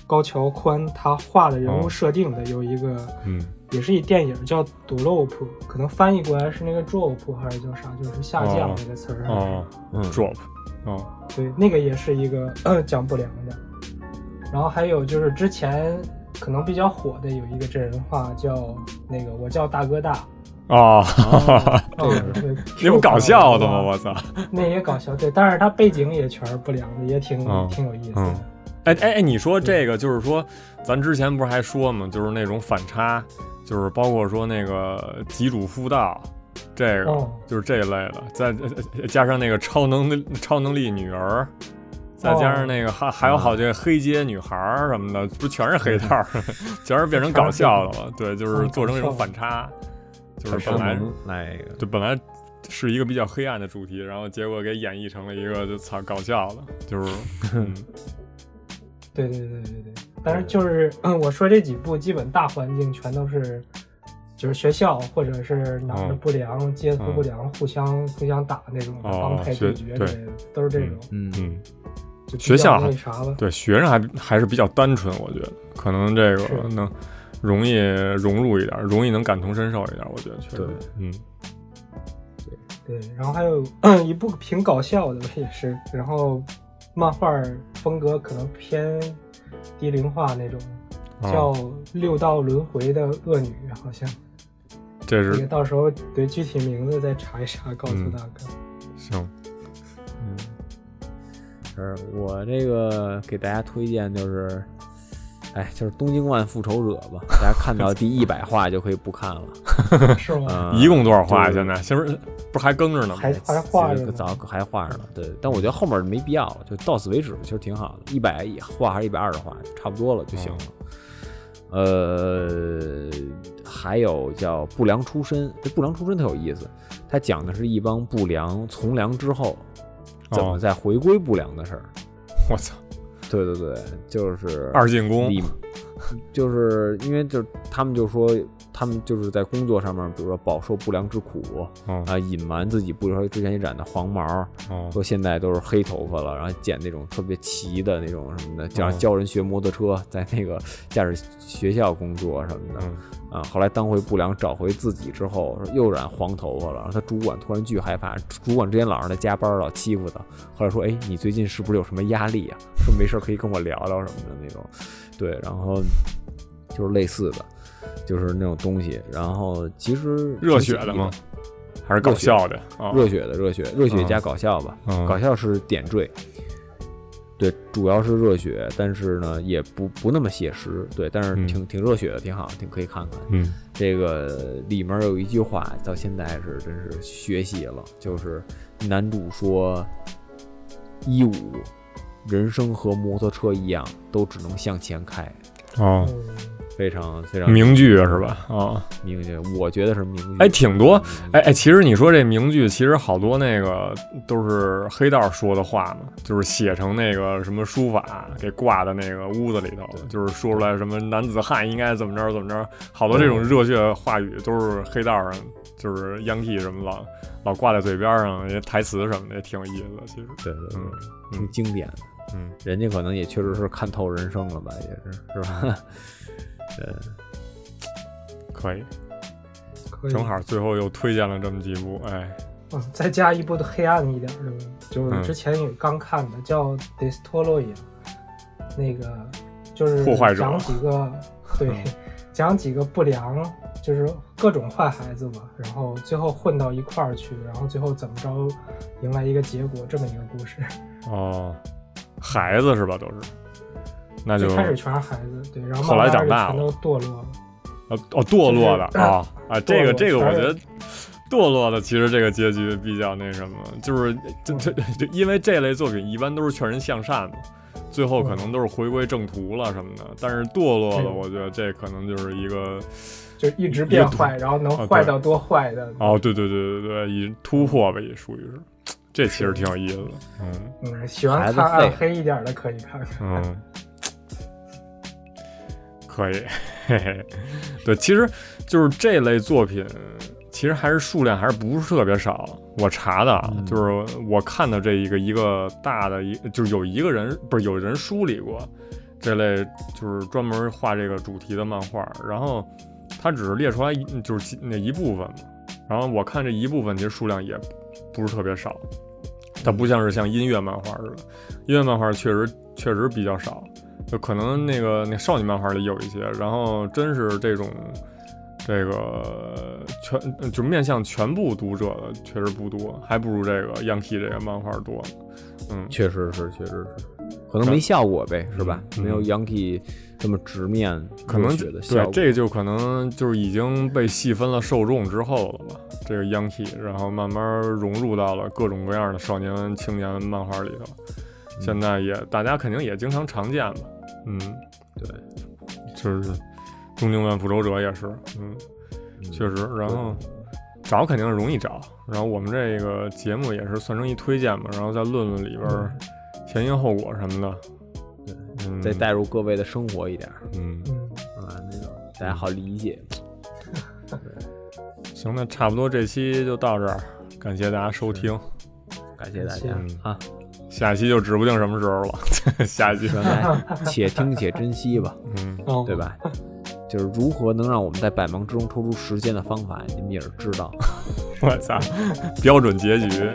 高桥宽他画的人
哦
物设定的有一个，
嗯
也是一电影叫《赌 l o p 可能翻译过来是那个 drop 还是叫啥，就是下降
哦
那个词儿还是什么
哦
嗯，
drop 哦
对，那个也是一个、呃、讲不良的。然后还有就是之前可能比较火的有一个真人化叫那个我叫大哥大，
啊，
这
嗯
个
对，
你不搞笑的 吗？
我
我操！
那也搞笑，对，但是它背景也全是不良的，也挺、
嗯
挺有意思的。
嗯，哎哎哎，你说这个就是说，咱之前不是还说嘛，就是那种反差，就是包括说那个极主妇道，这个、
哦
就是这一类的，再呃加上那个超能力超能力女儿，再加上那个还、还有好这个黑街女孩儿什么的，不全是黑道儿， 全是变成搞笑的了。对，就是
嗯
做成一种哦
搞笑
反差，就是
山
本来
盟来一个，
就本来是一个比较黑暗的主题，然后结果给演绎成了一个就操搞笑的， 就是。嗯
对对对对对对，但是就是、嗯、我说这几部基本大环境全都是，就是学校或者是哪儿的
嗯
不良、街头不
嗯
良，互相互相打那种
哦
帮派
学
对决之
对
类的，都是这种。
嗯，
嗯
就比
学
较
校还
那啥吧，
对，学生还还是比较单纯，我觉得可能这
是
个能容易融入一点，容易能感同身受一点，我觉得确实
对，
嗯，
对，然后还有 一部挺搞笑的也是，然后漫画风格可能偏低龄化那种，
啊
叫《六道轮回的恶女》，好像
这
那个
是
到时候对具体名字再查一查，告诉
嗯
大 哥。
行，
是我这个给大家推荐就是，哎，就是《东京万复仇者》吧，大家看到第一百话就可以不 看了。
是吗？
啊，
一共多少话呀？
就是
现在现在不是不是还更着呢吗？
还还画着
这个
呢，
哎早还画着呢，对，但我觉得后面没必要了，就到此为止，其实挺好的，一百画还是一百二十画，差不多了就行了。
嗯
呃，还有叫不良出身，这不良出身特有意思，它讲的是一帮不良从良之后怎么
哦
再回归不良的事儿。
我操，
对对对，就是
二进宫
里，就是因为就是他们就说他们就是在工作上面，比如说饱受不良之苦
哦
啊，隐瞒自己，不如说之前染的黄毛，
哦
说现在都是黑头发了，然后剪那种特别齐的那种什么的，然
哦
后教人学摩托车，在那个驾驶学校工作什么的。
嗯
啊，后来当回不良，找回自己之后，又染黄头发了。然后他主管突然巨害怕，主管之前老让他加班，老欺负他。后来说：“哎，你最近是不是有什么压力啊？说没事儿可以跟我聊聊什么的那种。”对，然后就是类似的，就是那种东西。然后其实
热
挺
血
解
的
腻
吗？还是搞笑的啊？
热血的热血，热血加搞笑吧，
嗯
搞笑是点缀。对，主要是热血，但是呢，也不不那么写实。对，但是
嗯
挺、挺热血的，挺好，挺可以看看。
嗯
这个里面有一句话，到现在是真是学习了，就是男主说：“一五，人生和摩托车一样，都只能向前开。
哦，
嗯，”
非常非常
名句是吧？啊，
明确，我觉得是明确。
哎，挺多。
嗯
哎哎，其实你说这名句，其实好多那个都是黑道说的话嘛，就是写成那个什么书法给挂在那个屋子里头，就是说出来什么男子汉应该怎么着怎么着，好多这种热血话语都是黑道上，就是 Yankee 什么老老挂在嘴边上，也台词什么的也挺有意思的。其实，
对对对
嗯，
挺经典的。
嗯，
人家可能也确实是看透人生了吧，也是是吧？
可以，
可以
正好最后又推荐了这么几部，哎，
嗯，再加一部的黑暗一点儿的，就是
嗯
之前也刚看的，叫《Dystoloia》，那个就是
破坏者嗯
讲几 个对，讲几个不良，就是各种坏孩子吧，然后最后混到一块儿去，然后最后怎么着迎来一个结果，这么一个故事。
哦，孩子是吧？都是，那就
最开始全是孩子，对，然后
后来
慢
长
慢
大
就全
了
都堕落了。
哦哦，堕落的
就是
啊啊，这个
堕落哎
这个，我
当然
觉得堕落的其实这个结局比较那什么，就是这这这，因为这类作品一般都是劝人向善嘛，最后
嗯
可能都是回归正途了什么的，但是堕落的，
对
我觉得这可能就是一个
就一直
一
变
个毒
坏，然后
啊
哦
能坏
对
到多坏的，
哦，对对对对对，以突破吧，也属于是，这其实挺有意思的，嗯
嗯，喜欢
孩子
看暗
废
黑一点儿的可以看看。
嗯。可以， 嘿嘿，对，其实就是这类作品，其实还是数量还是不是特别少。我查的啊，
嗯
就是我看的这一个一个大的一，就是有一个人不是有人梳理过这类，就是专门画这个主题的漫画，然后他只是列出来一就是其那一部分嘛。然后我看这一部分其实数量也不是特别少，它不像是像音乐漫画似的，音乐漫画确实确实比较少。就可能那个那少女漫画里有一些，然后真是这种这个全就面向全部读者的确实不多，还不如这个 Yankee 这个漫画多呢。嗯，
确实是，确实是，可能没效果呗，是吧？
嗯
没有 Yankee 这么直面
可能这
热血的效
对
果。
这就可能就是已经被细分了受众之后了吧，这个 Yankee，然后慢慢融入到了各种各样的少年青年漫画里头。
嗯
现在也大家肯定也经常常见吧，嗯，
对，
就是《东京万复仇者》也是，嗯，确
实，
实，然后找肯定是容易找，然后我们这个节目也是算成一推荐嘛，然后在论论里边儿前因后果什么的，嗯，
嗯再带入各位的生活一点儿
嗯，
嗯，
啊，那种大家好理解。
行，那差不多这期就到这儿，感谢大家收听，
感谢大家
感
谢
啊，
下一期就指不定什么时候了， 下一期，
大家且听且珍惜吧，
嗯，
哦
对？吧？ 就是如何能让我们在百忙之中抽出时间的方法，你们也是知道。
我操，标准结局，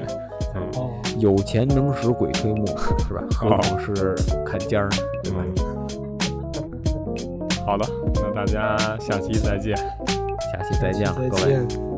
嗯，
哦，
有钱能使鬼推磨，是吧？何况是砍尖儿呢，对吧？
嗯好的，那大家下期再见。
下期再见了，
再
各位。
见。